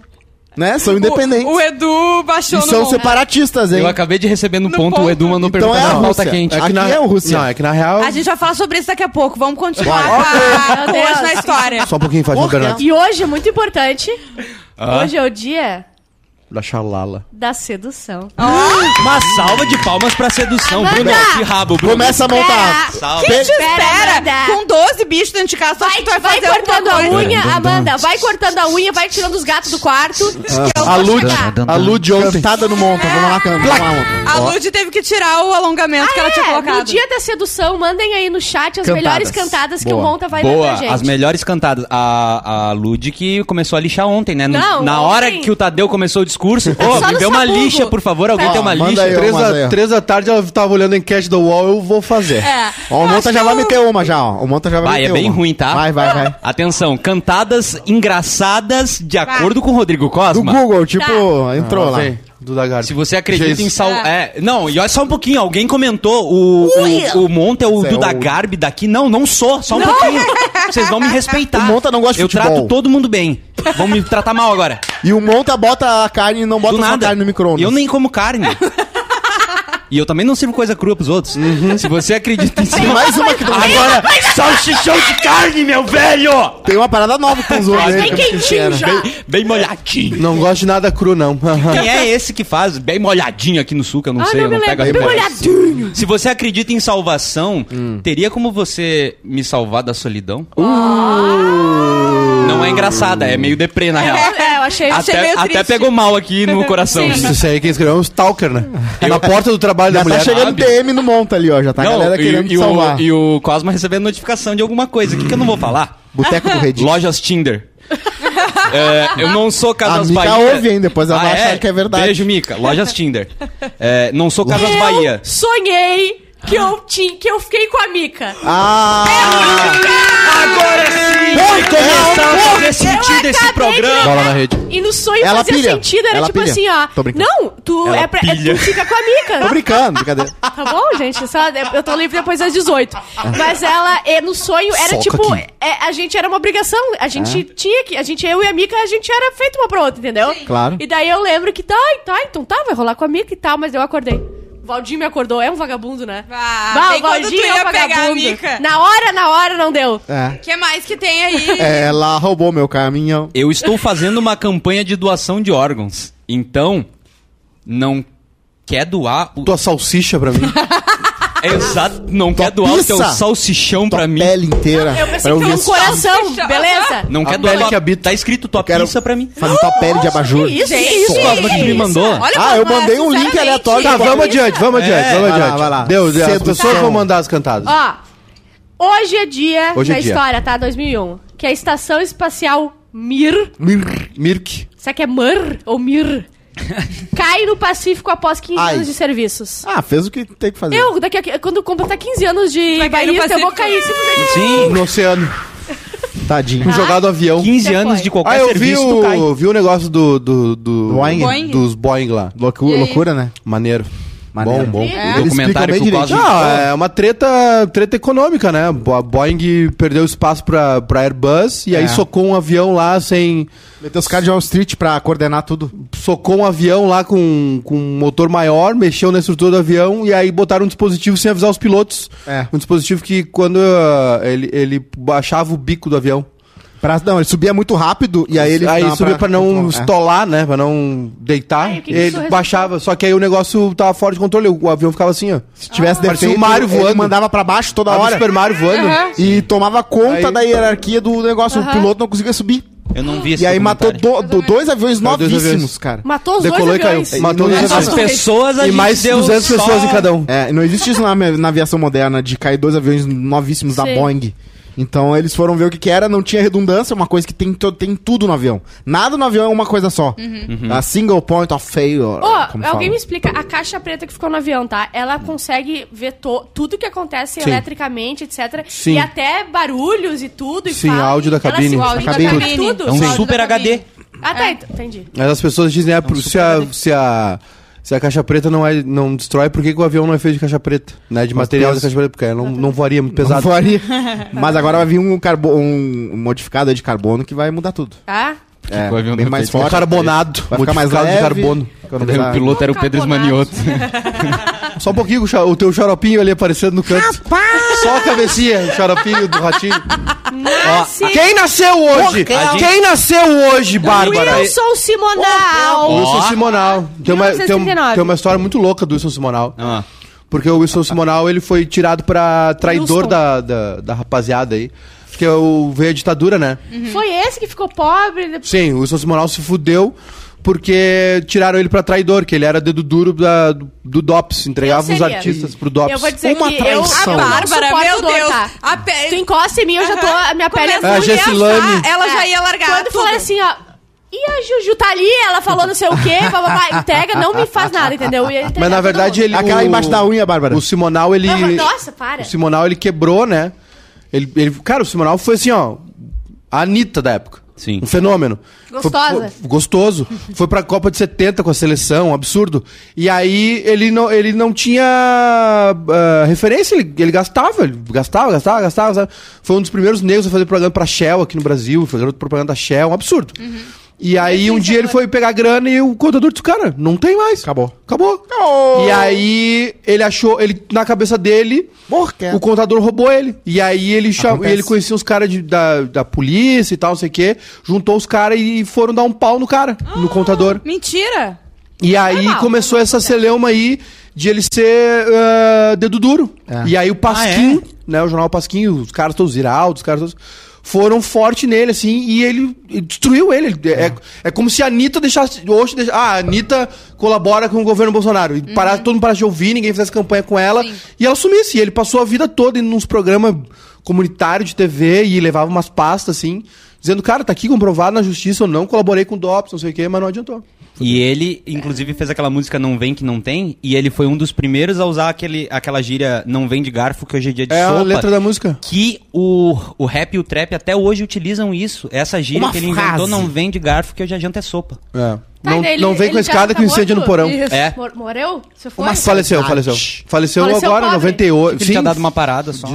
[SPEAKER 2] né? São independentes.
[SPEAKER 1] O, é. o Edu baixou
[SPEAKER 2] e
[SPEAKER 1] no né?
[SPEAKER 2] são
[SPEAKER 1] bom.
[SPEAKER 2] separatistas, hein?
[SPEAKER 6] Eu acabei de receber no,
[SPEAKER 1] No
[SPEAKER 6] ponto,
[SPEAKER 1] ponto.
[SPEAKER 6] o Edu mandou
[SPEAKER 2] Então
[SPEAKER 6] perguntar
[SPEAKER 2] é a
[SPEAKER 6] na pauta
[SPEAKER 2] Rússia.
[SPEAKER 6] quente.
[SPEAKER 2] É Aqui
[SPEAKER 5] na,
[SPEAKER 2] é o Rússia.
[SPEAKER 5] Não, é que na real...
[SPEAKER 1] A gente vai falar sobre isso daqui a pouco. Vamos continuar
[SPEAKER 3] Ok.
[SPEAKER 1] com a- com
[SPEAKER 3] Meu
[SPEAKER 1] hoje na
[SPEAKER 3] Deus.
[SPEAKER 1] história.
[SPEAKER 5] Só um pouquinho, Fátima
[SPEAKER 2] Porra.
[SPEAKER 5] Bernardo.
[SPEAKER 3] E hoje é muito importante.
[SPEAKER 6] Ah.
[SPEAKER 3] Hoje é o dia
[SPEAKER 5] Da Xalala.
[SPEAKER 3] da sedução.
[SPEAKER 6] Uma salva de palmas pra sedução,
[SPEAKER 3] Amanda! é
[SPEAKER 6] Bruno. Que rabo, Bruno.
[SPEAKER 2] Começa a montar.
[SPEAKER 3] Espera.
[SPEAKER 6] Salve.
[SPEAKER 1] Quem te
[SPEAKER 3] Pera,
[SPEAKER 1] espera?
[SPEAKER 3] Amanda.
[SPEAKER 1] Com 12 bichos dentro de casa, só acho
[SPEAKER 3] Vai,
[SPEAKER 1] que tu vai
[SPEAKER 3] vai
[SPEAKER 1] fazer
[SPEAKER 3] cortando
[SPEAKER 1] alguma
[SPEAKER 3] a
[SPEAKER 1] coisa.
[SPEAKER 3] unha, Amanda. Vai cortando a unha, vai tirando os gatos do quarto.
[SPEAKER 2] Ah.
[SPEAKER 3] que eu
[SPEAKER 5] A
[SPEAKER 3] vou
[SPEAKER 5] Lud,
[SPEAKER 3] chegar.
[SPEAKER 5] a Lud ontem.
[SPEAKER 2] Cantada no monta, vamos lá, canta, vamos lá, monta.
[SPEAKER 1] A Lud teve que tirar o alongamento que ela tinha
[SPEAKER 3] É,
[SPEAKER 1] colocado.
[SPEAKER 3] No dia da sedução, mandem aí no chat as
[SPEAKER 2] Cantadas.
[SPEAKER 3] melhores cantadas que o
[SPEAKER 2] Boa.
[SPEAKER 3] Monta vai
[SPEAKER 6] Boa,
[SPEAKER 3] dar pra gente.
[SPEAKER 6] as melhores cantadas. A, a Lud que começou a lixar ontem, né? No-
[SPEAKER 3] Não,
[SPEAKER 6] na
[SPEAKER 3] ontem.
[SPEAKER 6] hora que o Tadeu começou o discurso,
[SPEAKER 3] só
[SPEAKER 6] pô, me
[SPEAKER 3] no
[SPEAKER 6] deu uma
[SPEAKER 3] sabugo.
[SPEAKER 6] lixa, por favor, alguém
[SPEAKER 2] Tá.
[SPEAKER 6] tem uma
[SPEAKER 2] Manda
[SPEAKER 6] lixa.
[SPEAKER 2] aí, ó.
[SPEAKER 5] Três
[SPEAKER 2] mas
[SPEAKER 5] da,
[SPEAKER 2] ó.
[SPEAKER 5] três da tarde ela tava olhando a enquete do UOL, eu vou fazer.
[SPEAKER 3] É.
[SPEAKER 2] Ó, o
[SPEAKER 3] Eu
[SPEAKER 2] Monta
[SPEAKER 3] acho
[SPEAKER 2] já
[SPEAKER 3] que
[SPEAKER 6] um?
[SPEAKER 2] vai
[SPEAKER 3] o-
[SPEAKER 2] meter uma já, ó. O Monta já vai
[SPEAKER 6] Vai,
[SPEAKER 2] meter
[SPEAKER 6] é bem
[SPEAKER 2] uma.
[SPEAKER 6] ruim, tá?
[SPEAKER 2] Vai, vai, vai.
[SPEAKER 6] Atenção, cantadas engraçadas de acordo com o Rodrigo
[SPEAKER 2] Do
[SPEAKER 6] Cosma.
[SPEAKER 2] Google, tipo,
[SPEAKER 6] Tá.
[SPEAKER 2] entrou
[SPEAKER 5] Ah,
[SPEAKER 2] lá.
[SPEAKER 5] sei, Do da Garbi.
[SPEAKER 6] Se você acredita
[SPEAKER 5] Jesus.
[SPEAKER 6] em sal... É. Não, e olha só um pouquinho, alguém comentou, o, o, o Monta é o
[SPEAKER 2] Esse é
[SPEAKER 6] Duda
[SPEAKER 2] o-
[SPEAKER 6] Garbi daqui. Não, não sou, só um pouquinho. Vocês vão me respeitar.
[SPEAKER 2] O Monta não gosta de
[SPEAKER 6] Eu
[SPEAKER 2] futebol.
[SPEAKER 6] trato todo mundo bem. Vão me tratar mal agora.
[SPEAKER 2] E o Monta bota a carne e não bota
[SPEAKER 6] Do
[SPEAKER 2] sua
[SPEAKER 6] nada.
[SPEAKER 2] carne no micro-ondas.
[SPEAKER 6] Eu nem como carne. e eu também não sirvo coisa crua pros outros. Se você acredita em
[SPEAKER 2] Uhum. Tem
[SPEAKER 6] cima...
[SPEAKER 2] mais uma que não
[SPEAKER 6] Agora, salsichão de carne, meu velho!
[SPEAKER 2] Tem uma parada nova com os outros.
[SPEAKER 6] Mas
[SPEAKER 2] né,
[SPEAKER 6] bem
[SPEAKER 2] que eu fiquei
[SPEAKER 3] quentinho
[SPEAKER 6] um
[SPEAKER 2] cheiro.
[SPEAKER 3] já.
[SPEAKER 6] Bem, bem molhadinho.
[SPEAKER 5] Não gosto de nada cru, não.
[SPEAKER 6] Quem é esse que faz bem molhadinho aqui no sul, que eu não
[SPEAKER 3] Ah,
[SPEAKER 6] sei, eu
[SPEAKER 3] não me
[SPEAKER 6] não pego a
[SPEAKER 3] lembro. Bem
[SPEAKER 6] referência.
[SPEAKER 3] molhadinho.
[SPEAKER 6] Se você acredita em salvação,
[SPEAKER 2] Hum.
[SPEAKER 6] teria como você me salvar da solidão? Não é engraçada, é meio deprê, na real.
[SPEAKER 3] É, eu achei.
[SPEAKER 1] achei
[SPEAKER 6] até,
[SPEAKER 1] meio
[SPEAKER 6] até
[SPEAKER 1] triste.
[SPEAKER 6] pegou mal aqui no coração.
[SPEAKER 1] Sim.
[SPEAKER 5] Isso aí quem escreveu é um stalker, né? Na porta do trabalho da
[SPEAKER 2] Já tá
[SPEAKER 5] mulher.
[SPEAKER 2] chegando
[SPEAKER 6] sabe?
[SPEAKER 2] DM no monta ali, ó. Já tá a galera querendo
[SPEAKER 6] e,
[SPEAKER 2] te salvar.
[SPEAKER 6] O, e o Cosma recebendo notificação de alguma coisa. O que, que eu não vou falar?
[SPEAKER 2] Boteco do Reddit.
[SPEAKER 6] Lojas Tinder. É, eu não sou
[SPEAKER 2] A
[SPEAKER 6] Casas
[SPEAKER 2] Mica
[SPEAKER 6] Bahia. Ah,
[SPEAKER 2] ouve, hein? Depois ela vai achar que é verdade.
[SPEAKER 6] Beijo, Mica. Lojas Tinder. É, não sou Casas
[SPEAKER 3] Eu
[SPEAKER 6] Bahia.
[SPEAKER 3] sonhei que eu, ti, que eu fiquei com a Mica.
[SPEAKER 2] Ah!
[SPEAKER 6] Agora sim!
[SPEAKER 2] Porra,
[SPEAKER 6] começar
[SPEAKER 2] é um
[SPEAKER 6] a fazer sentido esse programa.
[SPEAKER 5] Bola na rede.
[SPEAKER 3] E no sonho
[SPEAKER 2] Ela
[SPEAKER 3] fazia
[SPEAKER 2] pilha.
[SPEAKER 3] sentido, era
[SPEAKER 2] Ela
[SPEAKER 3] tipo
[SPEAKER 2] pilha.
[SPEAKER 3] assim, ó.
[SPEAKER 2] Tô brincando.
[SPEAKER 3] Não, tu,
[SPEAKER 6] Ela
[SPEAKER 3] é pra, é-
[SPEAKER 6] pilha.
[SPEAKER 3] tu fica com a Mica.
[SPEAKER 2] Tô brincando, brincadeira.
[SPEAKER 3] Tá bom, gente? Só- eu tô livre depois das 18. Mas ela, é, no sonho, era
[SPEAKER 5] Soca
[SPEAKER 3] tipo.
[SPEAKER 5] aqui.
[SPEAKER 3] é, a gente era uma obrigação. A
[SPEAKER 2] É.
[SPEAKER 3] gente tinha que. A gente, eu e a Mica, a gente era feito uma pra outra, entendeu?
[SPEAKER 2] Claro.
[SPEAKER 3] E daí eu lembro que tá, tá, então tá, vai rolar com a Mica e tal, mas eu acordei. O Valdir me acordou, é um vagabundo, né?
[SPEAKER 1] Ah,
[SPEAKER 3] Bah, é
[SPEAKER 1] bem quando tu ia pegar a Mica.
[SPEAKER 3] um Na hora, na hora não deu.
[SPEAKER 2] É.
[SPEAKER 1] O que mais que tem aí?
[SPEAKER 2] Ela roubou meu caminhão.
[SPEAKER 6] Eu estou fazendo uma campanha de doação de órgãos. Então, não quer doar o É
[SPEAKER 5] Tua salsicha pra mim.
[SPEAKER 6] Exato, não
[SPEAKER 2] Tua
[SPEAKER 6] quer doar o teu
[SPEAKER 2] pizza.
[SPEAKER 6] salsichão
[SPEAKER 2] Tua
[SPEAKER 6] pra mim.
[SPEAKER 2] pele inteira.
[SPEAKER 3] Eu pensei
[SPEAKER 2] pra
[SPEAKER 3] que era um
[SPEAKER 2] isso.
[SPEAKER 3] coração,
[SPEAKER 1] Salsicha.
[SPEAKER 3] beleza?
[SPEAKER 6] Não
[SPEAKER 5] A
[SPEAKER 6] quer doar
[SPEAKER 5] pele
[SPEAKER 6] tua-
[SPEAKER 5] que habita.
[SPEAKER 6] Tá escrito tua
[SPEAKER 2] Quero
[SPEAKER 6] pizza pra mim.
[SPEAKER 2] Fazer tua pele de abajur.
[SPEAKER 3] Que isso,
[SPEAKER 1] Gente,
[SPEAKER 3] que isso?
[SPEAKER 1] que
[SPEAKER 6] Cosma que me mandou.
[SPEAKER 1] Olha,
[SPEAKER 2] Ah, eu
[SPEAKER 1] Cosma,
[SPEAKER 2] mandei um link
[SPEAKER 1] sinceramente.
[SPEAKER 2] aleatório.
[SPEAKER 5] Tá, vamos adiante, vamos adiante,
[SPEAKER 6] É,
[SPEAKER 5] vamos
[SPEAKER 2] vai lá,
[SPEAKER 5] adiante.
[SPEAKER 2] vai lá.
[SPEAKER 5] Deus, Deus, as
[SPEAKER 2] Sedução.
[SPEAKER 5] pessoas vão mandar as cantadas.
[SPEAKER 3] Ó, hoje é dia
[SPEAKER 5] Hoje é
[SPEAKER 3] na
[SPEAKER 5] dia.
[SPEAKER 3] história, tá? 2001. Que é a Estação Espacial Mir...
[SPEAKER 5] Mir- Mirk.
[SPEAKER 3] Será que é Mir ou Mir? cai no Pacífico após 15
[SPEAKER 2] Ai.
[SPEAKER 3] anos de serviços.
[SPEAKER 2] Ah, fez o que tem que fazer.
[SPEAKER 3] Eu, daqui a, quando completar 15 anos de
[SPEAKER 1] Vai cair no
[SPEAKER 3] barista, eu vou cair.
[SPEAKER 1] Pacífico.
[SPEAKER 3] simplesmente.
[SPEAKER 6] Sim,
[SPEAKER 5] No oceano.
[SPEAKER 2] Tadinho.
[SPEAKER 3] Ah,
[SPEAKER 5] Fui jogado avião.
[SPEAKER 6] 15
[SPEAKER 3] Você
[SPEAKER 6] anos
[SPEAKER 3] foi.
[SPEAKER 6] de qualquer
[SPEAKER 5] Ah, eu vi
[SPEAKER 6] serviço tu cai.
[SPEAKER 5] o, vi o negócio do... do, do
[SPEAKER 2] Boeing?
[SPEAKER 5] Dos Boeing lá.
[SPEAKER 2] Loucu-
[SPEAKER 1] E aí?
[SPEAKER 2] loucura, né?
[SPEAKER 5] Maneiro.
[SPEAKER 2] Maneiro.
[SPEAKER 5] Bom, bom.
[SPEAKER 2] Eles
[SPEAKER 6] O documentário
[SPEAKER 2] explicam
[SPEAKER 6] que o
[SPEAKER 2] bem
[SPEAKER 6] Cosmo
[SPEAKER 2] direitinho.
[SPEAKER 5] Não, é uma treta, treta econômica, né? Bo- A Boeing perdeu espaço pra, pra Airbus e aí
[SPEAKER 2] É.
[SPEAKER 5] socou um avião lá sem.
[SPEAKER 2] Meteu os caras de Wall Street pra coordenar tudo.
[SPEAKER 5] Socou um avião lá com, com um motor maior, mexeu na estrutura do avião e aí botaram um dispositivo sem avisar os pilotos.
[SPEAKER 2] É.
[SPEAKER 5] Um dispositivo que quando ah, ele, ele baixava o bico do avião.
[SPEAKER 2] Pra- não, ele subia muito rápido e aí ele...
[SPEAKER 5] aí
[SPEAKER 2] dava é.
[SPEAKER 5] subia pra não estolar, né? Pra não deitar.
[SPEAKER 3] Ai, o que
[SPEAKER 5] e
[SPEAKER 3] que isso
[SPEAKER 5] ele
[SPEAKER 3] resultou?
[SPEAKER 5] baixava. Só que aí o negócio tava fora de controle. O avião ficava assim, ó.
[SPEAKER 2] Se
[SPEAKER 3] Ah.
[SPEAKER 2] tivesse
[SPEAKER 5] Parecia
[SPEAKER 2] defeito,
[SPEAKER 5] o Mario
[SPEAKER 2] ele
[SPEAKER 5] voando.
[SPEAKER 2] mandava pra baixo toda
[SPEAKER 5] Tava o
[SPEAKER 2] hora.
[SPEAKER 5] Super Mario voando.
[SPEAKER 2] E tomava conta
[SPEAKER 5] Aí-
[SPEAKER 2] da hierarquia do negócio. O piloto não conseguia subir.
[SPEAKER 6] Eu não vi esse
[SPEAKER 2] E
[SPEAKER 5] é
[SPEAKER 2] aí matou
[SPEAKER 6] documentário.
[SPEAKER 2] do- do- dois aviões
[SPEAKER 5] Matou dois
[SPEAKER 2] novíssimos,
[SPEAKER 5] aviões.
[SPEAKER 2] cara.
[SPEAKER 3] Matou os
[SPEAKER 5] Decolou
[SPEAKER 3] dois
[SPEAKER 5] e caiu.
[SPEAKER 3] aviões.
[SPEAKER 5] Matou
[SPEAKER 2] E não-
[SPEAKER 5] dois
[SPEAKER 6] As
[SPEAKER 5] aviões.
[SPEAKER 6] pessoas a
[SPEAKER 5] E
[SPEAKER 6] gente
[SPEAKER 5] mais
[SPEAKER 6] deu
[SPEAKER 5] 200
[SPEAKER 6] só-
[SPEAKER 5] pessoas em cada um.
[SPEAKER 2] É, não existe isso na, na aviação moderna, de cair dois aviões novíssimos da
[SPEAKER 3] Sim.
[SPEAKER 2] Boeing. Então eles foram ver o que, que era, não tinha redundância, uma coisa que tem, to- tem tudo no avião. Nada no avião é uma coisa só. A single point of failure.
[SPEAKER 3] Uhum. Ô,
[SPEAKER 2] como
[SPEAKER 3] alguém
[SPEAKER 2] fala.
[SPEAKER 3] me explica, a caixa preta que ficou no avião, tá? Ela consegue ver to- tudo que acontece
[SPEAKER 5] Sim.
[SPEAKER 3] eletricamente, etc.
[SPEAKER 5] Sim.
[SPEAKER 3] E até barulhos e tudo. E
[SPEAKER 5] Sim,
[SPEAKER 3] fala,
[SPEAKER 5] áudio da
[SPEAKER 3] ela
[SPEAKER 5] cabine.
[SPEAKER 3] se- o áudio da
[SPEAKER 2] Cabine.
[SPEAKER 3] cabine, tudo.
[SPEAKER 6] É um
[SPEAKER 3] O áudio
[SPEAKER 6] super
[SPEAKER 3] da cabine.
[SPEAKER 6] HD.
[SPEAKER 3] Ah, tá, ent- entendi.
[SPEAKER 5] Mas as pessoas dizem, é, pro- se, a, se, a, se a caixa preta não, é, não destrói, por que, que o avião não é feito de caixa preta? Né, de material
[SPEAKER 2] peso.
[SPEAKER 5] da caixa preta, porque não, não voaria muito
[SPEAKER 2] Não
[SPEAKER 5] pesado.
[SPEAKER 2] voaria. Mas agora vai vir um, carbo um modificado aí de carbono que vai mudar tudo.
[SPEAKER 3] Tá?
[SPEAKER 2] É,
[SPEAKER 6] o avião
[SPEAKER 2] bem
[SPEAKER 6] não
[SPEAKER 2] mais
[SPEAKER 6] fez.
[SPEAKER 2] forte.
[SPEAKER 5] Carbonado.
[SPEAKER 2] Vai ficar mais
[SPEAKER 5] modificado
[SPEAKER 2] leve.
[SPEAKER 5] de carbono.
[SPEAKER 2] Vai
[SPEAKER 6] O piloto era o Pedro Esmanioto.
[SPEAKER 5] Só um pouquinho o cha- o teu xaropinho ali aparecendo no canto. Só a cabecinha, o xaropinho do ratinho.
[SPEAKER 6] Ah,
[SPEAKER 3] Nasce
[SPEAKER 5] Quem nasceu hoje?
[SPEAKER 6] A gente-
[SPEAKER 5] Quem nasceu hoje, Bárbara?
[SPEAKER 3] Wilson Simonal.
[SPEAKER 5] O Wilson Simonal. Tem uma, tem, um-
[SPEAKER 3] 1969.
[SPEAKER 5] tem uma história muito louca do Wilson Simonal.
[SPEAKER 6] Ah.
[SPEAKER 5] Porque o Wilson Simonal, ele foi tirado pra traidor
[SPEAKER 3] Wilson.
[SPEAKER 5] da, da, da rapaziada aí. Porque o- veio a ditadura, né?
[SPEAKER 3] Uhum. Foi esse que ficou pobre. depois-
[SPEAKER 5] Sim, o Wilson Simonal se fudeu porque tiraram ele pra traidor, que ele era dedo duro da- do, do DOPS. Entregava
[SPEAKER 3] Eu
[SPEAKER 5] os
[SPEAKER 3] seria.
[SPEAKER 5] artistas pro DOPS.
[SPEAKER 3] Eu vou dizer
[SPEAKER 2] Uma
[SPEAKER 3] que
[SPEAKER 2] traição.
[SPEAKER 3] eu, eu
[SPEAKER 2] A
[SPEAKER 3] não
[SPEAKER 1] Bárbara,
[SPEAKER 3] suporto
[SPEAKER 1] meu
[SPEAKER 3] dor,
[SPEAKER 1] Deus.
[SPEAKER 3] tá?
[SPEAKER 1] A pe-
[SPEAKER 3] Tu encosta em mim, eu já tô... A minha pele é
[SPEAKER 1] Quando
[SPEAKER 5] Ah,
[SPEAKER 1] eu
[SPEAKER 5] a
[SPEAKER 1] fui
[SPEAKER 5] Gessilane.
[SPEAKER 1] achar, Ela já ia largar
[SPEAKER 3] Quando
[SPEAKER 1] tudo.
[SPEAKER 3] falaram assim, ó. E a Juju tá ali, ela falou não sei o quê, bababá, entrega, não me faz nada, entendeu? E ele entrega
[SPEAKER 5] Ah, Mas na
[SPEAKER 3] todo
[SPEAKER 5] verdade
[SPEAKER 3] mundo.
[SPEAKER 5] ele.
[SPEAKER 2] Aquela
[SPEAKER 5] o-
[SPEAKER 2] embaixo da unha, Bárbara.
[SPEAKER 5] O Simonal, ele.
[SPEAKER 3] Ah, nossa, para.
[SPEAKER 5] O Simonal, ele quebrou, né? Ele, ele- cara, o Simonal foi assim, ó. A Anitta da época.
[SPEAKER 6] Sim.
[SPEAKER 5] Um fenômeno.
[SPEAKER 3] Gostosa.
[SPEAKER 5] Foi- foi- gostoso. Foi pra Copa de 70 com a seleção, um absurdo. E aí ele não, ele não tinha ah, referência, ele, ele gastava, ele gastava, gastava, gastava, gastava. Foi um dos primeiros negros a fazer propaganda pra Shell aqui no Brasil, fazer propaganda da Shell, um absurdo. E aí um dia ele foi pegar grana e o contador disse, cara, não tem mais.
[SPEAKER 2] Acabou.
[SPEAKER 5] Acabou. E aí ele achou, ele na cabeça dele,
[SPEAKER 2] Porca.
[SPEAKER 5] o contador roubou ele. E aí ele chamou,
[SPEAKER 2] Acontece.
[SPEAKER 5] ele conhecia os caras de- da, da polícia e tal, não sei o quê, juntou os caras e foram dar um pau no cara, no contador.
[SPEAKER 1] Mentira!
[SPEAKER 5] E aí
[SPEAKER 3] normal,
[SPEAKER 5] começou essa celeuma aí de ele ser ah, dedo duro. E aí o Pasquim, né, o jornal Pasquim, os caras todos iraldos, os caras todos foram forte nele, assim, e ele ele destruiu ele. Ele- É, é como se a Anitta deixasse. Hoje deixa- ah, a Anitta colabora com o governo Bolsonaro. E parasse, todo mundo parasse de ouvir, ninguém fizesse campanha com ela. E ela sumisse. E ele passou a vida toda indo nos programas comunitários de TV e levava umas pastas, assim, dizendo, cara, tá aqui comprovado na justiça, eu não colaborei com o DOPS, não sei o quê, mas não adiantou.
[SPEAKER 6] E ele, inclusive, fez aquela música Não Vem Que Não Tem, e ele foi um dos primeiros a usar aquele, aquela gíria Não Vem de Garfo, que hoje é dia de
[SPEAKER 5] É a
[SPEAKER 6] sopa.
[SPEAKER 5] letra da música.
[SPEAKER 6] Que o, o rap e o trap até hoje utilizam isso. Essa gíria
[SPEAKER 2] Uma
[SPEAKER 6] que ele
[SPEAKER 2] frase.
[SPEAKER 6] inventou Não Vem de Garfo, que hoje a janta é sopa.
[SPEAKER 5] É.
[SPEAKER 3] Tá,
[SPEAKER 5] não,
[SPEAKER 3] daí ele-
[SPEAKER 5] não vem
[SPEAKER 3] ele
[SPEAKER 5] com a
[SPEAKER 3] já
[SPEAKER 5] escada que
[SPEAKER 3] tá
[SPEAKER 5] o incêndio no
[SPEAKER 3] morto?
[SPEAKER 5] porão.
[SPEAKER 3] Isso.
[SPEAKER 6] É.
[SPEAKER 3] Mor- morreu? Você foi?
[SPEAKER 5] Uma faleceu, faleceu. Faleceu
[SPEAKER 3] Faleceu
[SPEAKER 5] agora,
[SPEAKER 3] pobre.
[SPEAKER 5] 98.
[SPEAKER 6] Tipo, Ele
[SPEAKER 5] Sim,
[SPEAKER 6] tinha dado uma parada só.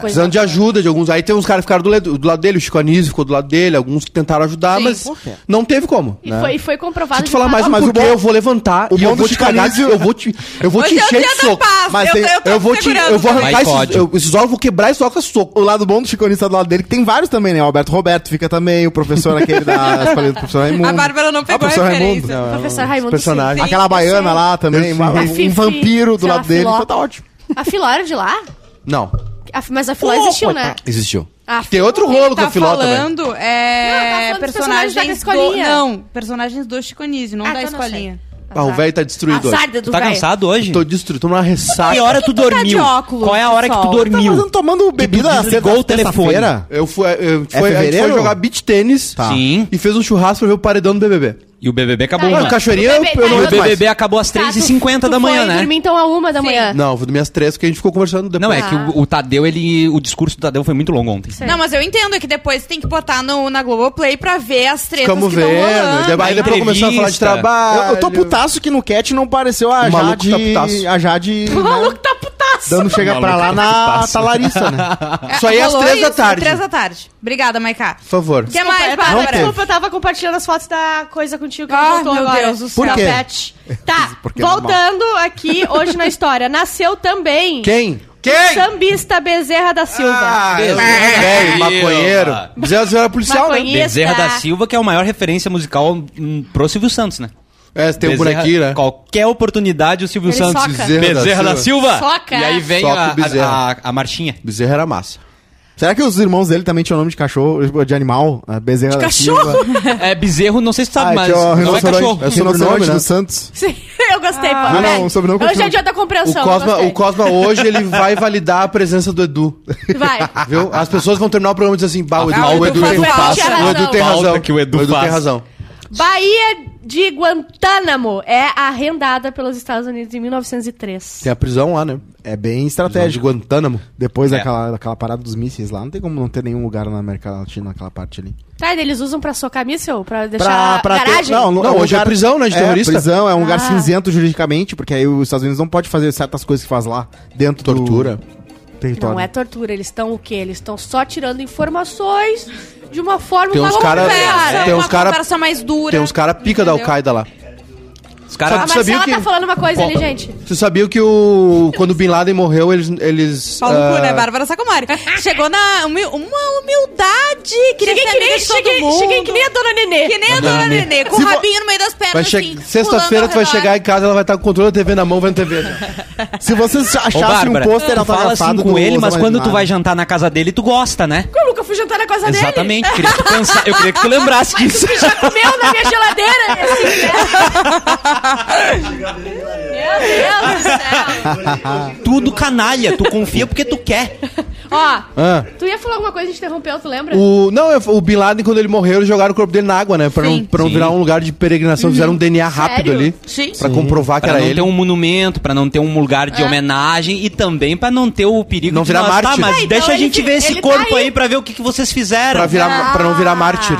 [SPEAKER 5] precisando de ajuda de alguns. Aí tem uns caras que ficaram do, le- do lado dele, o Chico Anísio ficou do lado dele, alguns que tentaram ajudar,
[SPEAKER 3] Sim,
[SPEAKER 5] mas
[SPEAKER 2] por quê?
[SPEAKER 5] não teve como.
[SPEAKER 3] E
[SPEAKER 5] né?
[SPEAKER 3] foi, e foi comprovado.
[SPEAKER 5] Se tu
[SPEAKER 3] de
[SPEAKER 5] falar
[SPEAKER 3] fato.
[SPEAKER 5] mais,
[SPEAKER 2] Ah,
[SPEAKER 5] mas
[SPEAKER 2] o
[SPEAKER 5] o
[SPEAKER 2] bom-
[SPEAKER 5] eu vou levantar
[SPEAKER 2] o
[SPEAKER 5] e
[SPEAKER 2] bom
[SPEAKER 5] eu
[SPEAKER 2] do
[SPEAKER 5] vou te
[SPEAKER 2] Chico
[SPEAKER 5] cagar, de-
[SPEAKER 2] Anísio-
[SPEAKER 5] eu vou te, eu vou
[SPEAKER 1] Mas
[SPEAKER 5] te
[SPEAKER 1] eu
[SPEAKER 5] encher de
[SPEAKER 1] tenho
[SPEAKER 5] soco.
[SPEAKER 1] paz,
[SPEAKER 2] Mas
[SPEAKER 1] eu,
[SPEAKER 2] tem-
[SPEAKER 1] eu tô
[SPEAKER 5] Eu vou te,
[SPEAKER 1] segurando
[SPEAKER 5] eu
[SPEAKER 1] também.
[SPEAKER 5] vou arrancar
[SPEAKER 6] Vai,
[SPEAKER 5] esses,
[SPEAKER 6] Códio.
[SPEAKER 5] eu, esses olhos, eu vou quebrar esse soco a soco.
[SPEAKER 2] O lado bom do chiconista do lado dele, que tem vários também, né? O Alberto Roberto fica também, o professor aquele da as palhas do professor Raimundo.
[SPEAKER 1] A Bárbara não pegou a
[SPEAKER 2] Ah, professor
[SPEAKER 1] referência.
[SPEAKER 2] Raimundo.
[SPEAKER 3] Professor Raimundo.
[SPEAKER 5] personagens.
[SPEAKER 1] Sim,
[SPEAKER 2] é um Aquela
[SPEAKER 1] eu
[SPEAKER 2] baiana
[SPEAKER 1] sei.
[SPEAKER 2] lá também,
[SPEAKER 5] Eu
[SPEAKER 2] uma-
[SPEAKER 5] sei.
[SPEAKER 2] um,
[SPEAKER 3] A Fifi,
[SPEAKER 2] vampiro do
[SPEAKER 3] sei lá,
[SPEAKER 2] lado dele,
[SPEAKER 3] Filó.
[SPEAKER 2] então tá ótimo.
[SPEAKER 3] Sim. A Filó era de lá?
[SPEAKER 5] Não,
[SPEAKER 3] A Fi- mas a Filó existiu, né?
[SPEAKER 5] existiu.
[SPEAKER 3] A
[SPEAKER 5] Tem
[SPEAKER 3] Filó-
[SPEAKER 5] outro
[SPEAKER 1] Ele
[SPEAKER 5] rolo com
[SPEAKER 1] tá
[SPEAKER 5] a Filó também.
[SPEAKER 1] falando, é,
[SPEAKER 3] Não, tá falando dos personagens da
[SPEAKER 1] personagens do...
[SPEAKER 3] escolinha.
[SPEAKER 1] Não, personagens do Chiconise, não
[SPEAKER 3] Ah,
[SPEAKER 1] da
[SPEAKER 3] então não
[SPEAKER 1] escolinha.
[SPEAKER 5] Ah, o velho tá destruído hoje.
[SPEAKER 3] Azarda do
[SPEAKER 6] Tá
[SPEAKER 3] véio.
[SPEAKER 6] cansado hoje?
[SPEAKER 5] Tô destruído, tô numa ressaca.
[SPEAKER 6] Que hora tu
[SPEAKER 1] tu tá de
[SPEAKER 6] dormiu?
[SPEAKER 1] óculos,
[SPEAKER 6] Qual é a hora que tu
[SPEAKER 1] sol?
[SPEAKER 2] Tá
[SPEAKER 6] dormiu?
[SPEAKER 2] fazendo tomando bebida
[SPEAKER 6] tu desligou o telefone.
[SPEAKER 2] sexta-feira?
[SPEAKER 5] Eu fui, eu, foi, a gente
[SPEAKER 2] Ah. fevereiro?
[SPEAKER 5] foi jogar beach tênis
[SPEAKER 6] Sim.
[SPEAKER 5] e fez um churrasco pra ver o paredão do BBB.
[SPEAKER 6] E E o BBB acabou
[SPEAKER 3] Tá,
[SPEAKER 5] Não,
[SPEAKER 6] uma.
[SPEAKER 5] o Cachoeirinha eu, eu
[SPEAKER 3] O
[SPEAKER 5] não
[SPEAKER 6] E o
[SPEAKER 5] aguento mais.
[SPEAKER 6] BBB acabou às 3h50 da manhã, né?
[SPEAKER 3] dormir então a uma da manhã.
[SPEAKER 5] Não, eu vou dormir às três, porque a gente ficou conversando depois.
[SPEAKER 6] Não, é que o, o Tadeu, ele. O discurso do Tadeu foi muito longo ontem.
[SPEAKER 3] É.
[SPEAKER 1] Não, mas eu entendo é que depois tem que botar no, na Globoplay pra ver as tretas
[SPEAKER 5] Ficamos
[SPEAKER 1] Ah, que estão
[SPEAKER 5] vendo. né?
[SPEAKER 1] rolando.
[SPEAKER 5] Aí depois começou a falar de
[SPEAKER 6] entrevista.
[SPEAKER 5] trabalho.
[SPEAKER 3] Ah,
[SPEAKER 2] Eu, eu tô putaço que no cat não pareceu a
[SPEAKER 5] O maluco
[SPEAKER 2] Jade.
[SPEAKER 5] tá putaço.
[SPEAKER 2] a Jade.
[SPEAKER 3] O
[SPEAKER 2] né,
[SPEAKER 3] maluco tá putaço.
[SPEAKER 2] Dando chega pra lá na Talarissa, né?
[SPEAKER 5] Isso aí é às
[SPEAKER 1] Rolou
[SPEAKER 5] três da
[SPEAKER 1] isso,
[SPEAKER 5] tarde.
[SPEAKER 1] Três da tarde. Obrigada, Maiká.
[SPEAKER 5] Por favor.
[SPEAKER 1] O que É mais,
[SPEAKER 3] Desculpa, eu,
[SPEAKER 1] Bárbara?
[SPEAKER 3] tava, desculpa, eu tava compartilhando as fotos da coisa contigo que
[SPEAKER 1] Ah,
[SPEAKER 3] voltou
[SPEAKER 1] meu
[SPEAKER 3] agora.
[SPEAKER 1] Deus do
[SPEAKER 2] Por
[SPEAKER 3] Da
[SPEAKER 2] quê?
[SPEAKER 3] Pet. Tá,
[SPEAKER 2] Porque é
[SPEAKER 3] voltando aqui hoje na história. Nasceu também
[SPEAKER 5] Quem?
[SPEAKER 3] o sambista Bezerra da Silva.
[SPEAKER 5] Ah, velho, maconheiro. Bezerra Silva era policial, né?
[SPEAKER 3] Maconheiro.
[SPEAKER 6] Bezerra
[SPEAKER 3] Esta-
[SPEAKER 6] da Silva, que é a maior referência musical hum, pro Silvio Santos, né?
[SPEAKER 5] É, tem um
[SPEAKER 6] Bezerra-
[SPEAKER 5] bonequinho, né?
[SPEAKER 6] Qualquer oportunidade, o Silvio
[SPEAKER 3] Ele
[SPEAKER 6] Santos.
[SPEAKER 3] soca.
[SPEAKER 5] Bezerra da
[SPEAKER 6] Silva.
[SPEAKER 3] Soca.
[SPEAKER 6] E aí vem
[SPEAKER 5] Soca
[SPEAKER 6] a,
[SPEAKER 5] o Bezerra.
[SPEAKER 6] a, a- a marchinha.
[SPEAKER 5] Bezerra era massa.
[SPEAKER 2] Será que os irmãos dele também tinham nome de cachorro, de animal? A Bezerra de
[SPEAKER 1] cachorro?
[SPEAKER 6] É bezerro, não sei se tu sabe,
[SPEAKER 2] Ah,
[SPEAKER 6] mas
[SPEAKER 2] mas o
[SPEAKER 6] não é
[SPEAKER 2] rinoceronte,
[SPEAKER 6] cachorro.
[SPEAKER 2] é o
[SPEAKER 5] Sobrenome,
[SPEAKER 2] rinoceronte
[SPEAKER 5] né?
[SPEAKER 2] do Santos.
[SPEAKER 3] Sim, eu gostei, ah,
[SPEAKER 2] Não, não, o sobrenome
[SPEAKER 3] Eu já
[SPEAKER 2] continua.
[SPEAKER 3] de outra
[SPEAKER 5] O
[SPEAKER 3] compreensão.
[SPEAKER 5] Cosma,
[SPEAKER 3] gostei.
[SPEAKER 5] o Cosma hoje ele vai validar a presença do Edu.
[SPEAKER 3] Vai.
[SPEAKER 5] Viu? As pessoas vão terminar o programa dizendo assim: bah, o Edu,
[SPEAKER 1] Ah, o
[SPEAKER 5] o
[SPEAKER 1] Edu
[SPEAKER 5] Edu,
[SPEAKER 1] faz
[SPEAKER 5] tem
[SPEAKER 1] uma
[SPEAKER 5] razão.
[SPEAKER 1] falta.
[SPEAKER 5] O Edu tem
[SPEAKER 6] Falta
[SPEAKER 5] razão.
[SPEAKER 6] que o Edu
[SPEAKER 5] tem
[SPEAKER 6] faz.
[SPEAKER 5] razão.
[SPEAKER 3] Bahia de Guantánamo é arrendada pelos Estados Unidos em 1903.
[SPEAKER 5] Tem a prisão lá, né?
[SPEAKER 2] É bem
[SPEAKER 5] Prisão de
[SPEAKER 2] estratégico.
[SPEAKER 5] Guantánamo.
[SPEAKER 2] Depois
[SPEAKER 6] É.
[SPEAKER 2] daquela, daquela parada dos mísseis lá, não tem como não ter nenhum lugar na América Latina naquela parte ali.
[SPEAKER 3] Tá, eles usam pra socar míssil? Pra deixar
[SPEAKER 2] pra ter-
[SPEAKER 3] garagem?
[SPEAKER 2] não,
[SPEAKER 5] Não,
[SPEAKER 2] é um
[SPEAKER 5] hoje é
[SPEAKER 2] lugar-
[SPEAKER 5] prisão, né, de terrorista?
[SPEAKER 2] É, prisão, é um lugar
[SPEAKER 3] Ah.
[SPEAKER 2] cinzento juridicamente, porque aí os Estados Unidos não pode fazer certas coisas que faz lá, dentro
[SPEAKER 5] Tortura.
[SPEAKER 2] do
[SPEAKER 3] Não
[SPEAKER 2] território.
[SPEAKER 3] é tortura, eles estão o quê? Eles estão só tirando informações de uma forma
[SPEAKER 5] Tem
[SPEAKER 3] uma
[SPEAKER 5] uns cara-
[SPEAKER 3] conversa.
[SPEAKER 1] Conversa,
[SPEAKER 5] tem
[SPEAKER 1] uma
[SPEAKER 5] uns cara-
[SPEAKER 1] conversa mais dura.
[SPEAKER 5] Tem uns caras pica da
[SPEAKER 1] Entendeu?
[SPEAKER 5] Al-Qaeda lá.
[SPEAKER 6] Os caras.
[SPEAKER 3] A
[SPEAKER 5] tu sabia
[SPEAKER 3] Marcela tá
[SPEAKER 5] que-
[SPEAKER 3] falando uma coisa
[SPEAKER 5] Bom,
[SPEAKER 3] ali, gente.
[SPEAKER 5] Você sabia que o. Quando o Bin Laden morreu, eles. eles
[SPEAKER 1] Pau no cu,
[SPEAKER 5] ah,
[SPEAKER 1] né? Bárbara Sacomori. Chegou na humi- uma humildade. Queria
[SPEAKER 3] Cheguei
[SPEAKER 1] ser
[SPEAKER 3] que,
[SPEAKER 1] amiga
[SPEAKER 3] nem,
[SPEAKER 1] de todo
[SPEAKER 3] cheguei,
[SPEAKER 1] mundo.
[SPEAKER 3] cheguei que nem a dona Nenê.
[SPEAKER 1] Que nem a dona Nenê, com
[SPEAKER 2] Se
[SPEAKER 1] o
[SPEAKER 2] vo-
[SPEAKER 1] rabinho no meio das
[SPEAKER 5] vai
[SPEAKER 1] pernas,
[SPEAKER 5] che-
[SPEAKER 1] assim.
[SPEAKER 5] Sexta-feira
[SPEAKER 1] pulando
[SPEAKER 5] tu vai
[SPEAKER 1] ao redor.
[SPEAKER 5] chegar em casa, ela vai estar com o controle da TV na mão, vendo né? TV.
[SPEAKER 2] Se vocês
[SPEAKER 6] Ô,
[SPEAKER 2] achassem um
[SPEAKER 6] Bárbara,
[SPEAKER 2] pôster
[SPEAKER 6] tu fala assim
[SPEAKER 2] autografado
[SPEAKER 6] com
[SPEAKER 2] do
[SPEAKER 6] ele, mas
[SPEAKER 2] Osama
[SPEAKER 6] quando
[SPEAKER 2] Bin
[SPEAKER 6] tu vai
[SPEAKER 2] Laden.
[SPEAKER 6] jantar na casa dele, tu gosta, né?
[SPEAKER 3] Eu nunca fui jantar na casa dele.
[SPEAKER 6] Exatamente. Queria que, tu pensa- Eu queria que tu lembrasse disso.
[SPEAKER 3] Comeu na minha geladeira. assim, né? Meu Deus do céu.
[SPEAKER 6] Tudo canalha. Tu confia porque tu quer.
[SPEAKER 3] Ó,
[SPEAKER 5] Ah.
[SPEAKER 3] tu ia falar alguma coisa e interrompeu, tu lembra?
[SPEAKER 5] O, não, eu- o Bin Laden, quando ele morreu, eles jogaram o corpo dele na água, né? Pra, não,
[SPEAKER 1] Sim. Uhum.
[SPEAKER 5] pra não
[SPEAKER 6] Sim.
[SPEAKER 5] virar um lugar de peregrinação. Fizeram um DNA rápido
[SPEAKER 3] Sério?
[SPEAKER 5] ali.
[SPEAKER 1] Sim.
[SPEAKER 5] Pra comprovar que
[SPEAKER 6] Pra
[SPEAKER 5] era
[SPEAKER 6] não
[SPEAKER 5] ele.
[SPEAKER 6] ter um monumento, pra não ter um lugar
[SPEAKER 3] É.
[SPEAKER 6] de homenagem e também pra não ter o perigo
[SPEAKER 5] Não
[SPEAKER 6] de
[SPEAKER 5] virar
[SPEAKER 6] nós, Tá,
[SPEAKER 5] mártir.
[SPEAKER 6] mas
[SPEAKER 5] Ah,
[SPEAKER 3] então
[SPEAKER 6] deixa a
[SPEAKER 3] ele
[SPEAKER 6] gente
[SPEAKER 3] fi-
[SPEAKER 6] ver esse
[SPEAKER 3] ele
[SPEAKER 6] corpo
[SPEAKER 3] tá aí.
[SPEAKER 6] aí pra ver o que, que vocês fizeram.
[SPEAKER 5] Pra, virar,
[SPEAKER 3] Ah.
[SPEAKER 5] pra não virar mártir.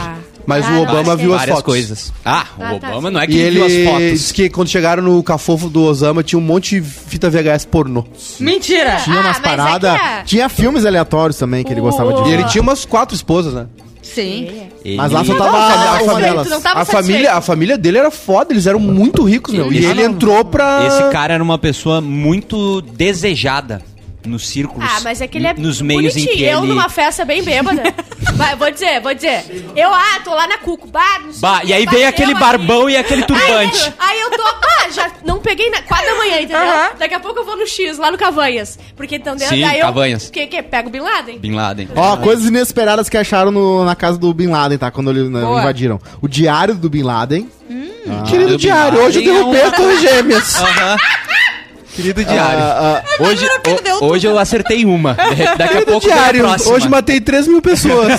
[SPEAKER 5] Mas
[SPEAKER 3] Ah,
[SPEAKER 5] o
[SPEAKER 3] não,
[SPEAKER 5] Obama
[SPEAKER 3] achei.
[SPEAKER 5] viu as
[SPEAKER 6] Várias
[SPEAKER 5] fotos.
[SPEAKER 6] coisas. Ah,
[SPEAKER 3] Ah, tá,
[SPEAKER 6] o Obama
[SPEAKER 3] sim.
[SPEAKER 6] não é que
[SPEAKER 5] E ele
[SPEAKER 6] viu as
[SPEAKER 5] disse
[SPEAKER 6] fotos.
[SPEAKER 5] que quando chegaram no cafofo do Osama, tinha um monte de fita VHS pornô.
[SPEAKER 1] Mentira.
[SPEAKER 2] Tinha
[SPEAKER 3] Ah,
[SPEAKER 2] umas
[SPEAKER 3] mas é que
[SPEAKER 2] paradas.
[SPEAKER 3] é.
[SPEAKER 2] Tinha filmes aleatórios também que ele
[SPEAKER 3] O-
[SPEAKER 2] gostava de
[SPEAKER 5] E
[SPEAKER 2] ver.
[SPEAKER 5] ele tinha umas quatro esposas, né?
[SPEAKER 1] Sim.
[SPEAKER 2] Mas lá só
[SPEAKER 5] Não,
[SPEAKER 2] tava
[SPEAKER 5] não,
[SPEAKER 2] uma
[SPEAKER 5] não, não,
[SPEAKER 2] delas.
[SPEAKER 3] não tava
[SPEAKER 5] A família, a família dele era foda, eles eram muito ricos, meu. E
[SPEAKER 6] Esse-
[SPEAKER 5] ele entrou pra.
[SPEAKER 6] Esse cara era uma pessoa muito desejada nos círculos.
[SPEAKER 3] Ah, mas é que ele é
[SPEAKER 6] Nos meios em que
[SPEAKER 3] bonitinho. Eu
[SPEAKER 6] ele...
[SPEAKER 3] numa festa bem bêbada. Vai, vou dizer, vou dizer. Eu, ah, tô lá na Cuco, bar, não sei o
[SPEAKER 6] Bah,
[SPEAKER 3] quê,
[SPEAKER 6] e aí
[SPEAKER 3] bateu
[SPEAKER 6] veio aquele
[SPEAKER 3] aqui.
[SPEAKER 6] barbão e aquele turbante.
[SPEAKER 3] Aí, aí eu tô, ah, já não peguei na quatro da manhã, entendeu? Daqui a pouco eu vou no X, lá no Cavanhas. Porque então dentro
[SPEAKER 6] Sim,
[SPEAKER 3] daí eu...
[SPEAKER 6] Cavanhas.
[SPEAKER 3] Que, que, pego o Bin Laden.
[SPEAKER 6] Bin Laden.
[SPEAKER 2] Ó, coisas inesperadas que acharam no- na casa do Bin Laden, tá? Quando eles né,
[SPEAKER 1] Boa.
[SPEAKER 2] invadiram. O diário do Bin Laden.
[SPEAKER 5] Querido
[SPEAKER 6] Ah,
[SPEAKER 5] diário, hoje eu
[SPEAKER 6] tem
[SPEAKER 5] derrubei
[SPEAKER 6] um-
[SPEAKER 5] as torres gêmeas.
[SPEAKER 6] Aham. Querido diário.
[SPEAKER 2] Ah, ah,
[SPEAKER 6] hoje,
[SPEAKER 1] Bárbara perdeu
[SPEAKER 6] ho-
[SPEAKER 1] tudo.
[SPEAKER 6] hoje eu acertei uma. Daqui a
[SPEAKER 5] Querido
[SPEAKER 6] pouco tem a
[SPEAKER 5] diário,
[SPEAKER 6] próxima.
[SPEAKER 5] hoje matei 3 mil pessoas.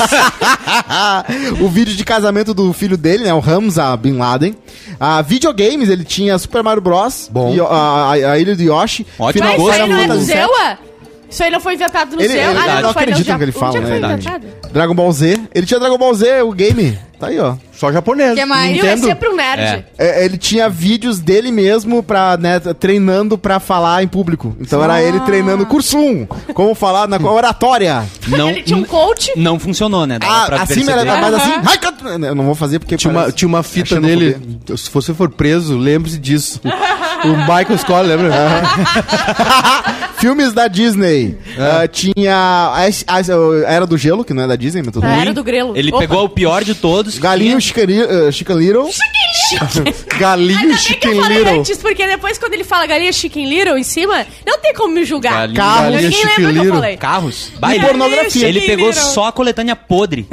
[SPEAKER 2] o vídeo de casamento do filho dele, né? O Hamza Bin Laden. Ah, videogames, ele tinha Super Mario Bros.
[SPEAKER 5] Bom.
[SPEAKER 2] E, ah, a, a Ilha do Yoshi.
[SPEAKER 6] Ótimo
[SPEAKER 3] Mas isso
[SPEAKER 6] Gosto
[SPEAKER 3] aí
[SPEAKER 6] era
[SPEAKER 3] não é
[SPEAKER 2] Fantasy
[SPEAKER 3] do
[SPEAKER 2] VII.
[SPEAKER 3] Zewa? Isso aí não foi inventado no
[SPEAKER 2] Ele-
[SPEAKER 3] Zewa?
[SPEAKER 2] ele-
[SPEAKER 3] ah,
[SPEAKER 2] eu não
[SPEAKER 3] foi,
[SPEAKER 2] acredito no
[SPEAKER 3] já-
[SPEAKER 2] que ele fala,
[SPEAKER 3] Onde é que foi
[SPEAKER 2] né?
[SPEAKER 3] inventado?
[SPEAKER 2] Dragon Ball Z. Ele tinha Dragon Ball Z, o game. Tá aí, ó.
[SPEAKER 5] Só japonês.
[SPEAKER 1] Que mais?
[SPEAKER 3] Viu? É
[SPEAKER 5] Nintendo.
[SPEAKER 3] sempre um nerd.
[SPEAKER 6] É.
[SPEAKER 2] É, ele tinha vídeos dele mesmo pra, né, treinando pra falar em público. Então era ele treinando curso 1, como falar na oratória.
[SPEAKER 6] Não,
[SPEAKER 3] Ele tinha um coach...
[SPEAKER 6] não funcionou, né? Dava pra
[SPEAKER 2] Ah, assim,
[SPEAKER 6] perceber.
[SPEAKER 2] era mais assim. Ai, cat- Eu não vou fazer porque
[SPEAKER 5] Tinha uma,
[SPEAKER 2] parece-
[SPEAKER 5] tinha uma fita
[SPEAKER 2] Achando
[SPEAKER 5] nele. Se você for preso, lembre-se disso. o Michael Scott, lembra?
[SPEAKER 2] Filmes da Disney. Ah, tinha a, a- a Era do Gelo, que não é da Disney, mas tudo
[SPEAKER 3] Ah,
[SPEAKER 2] bem.
[SPEAKER 3] Era do grelo.
[SPEAKER 6] Ele
[SPEAKER 3] Opa.
[SPEAKER 6] pegou o pior de todos.
[SPEAKER 2] Galinho
[SPEAKER 6] que-
[SPEAKER 2] Chicken, Li- eh, Chicken Little.
[SPEAKER 5] Galinho
[SPEAKER 3] Ainda bem que eu
[SPEAKER 5] Chicken
[SPEAKER 3] falei
[SPEAKER 5] Little.
[SPEAKER 3] antes, porque depois quando ele fala galinha Chicken Little em cima, não tem como me julgar.
[SPEAKER 6] Galinha-
[SPEAKER 3] Eu
[SPEAKER 5] Galinha
[SPEAKER 3] nem
[SPEAKER 5] Chicken
[SPEAKER 3] lembro o que eu
[SPEAKER 5] Little.
[SPEAKER 3] falei.
[SPEAKER 6] Carros.
[SPEAKER 2] E
[SPEAKER 6] Baile.
[SPEAKER 2] pornografia.
[SPEAKER 6] Ele pegou
[SPEAKER 1] Little.
[SPEAKER 6] só a coletânea podre.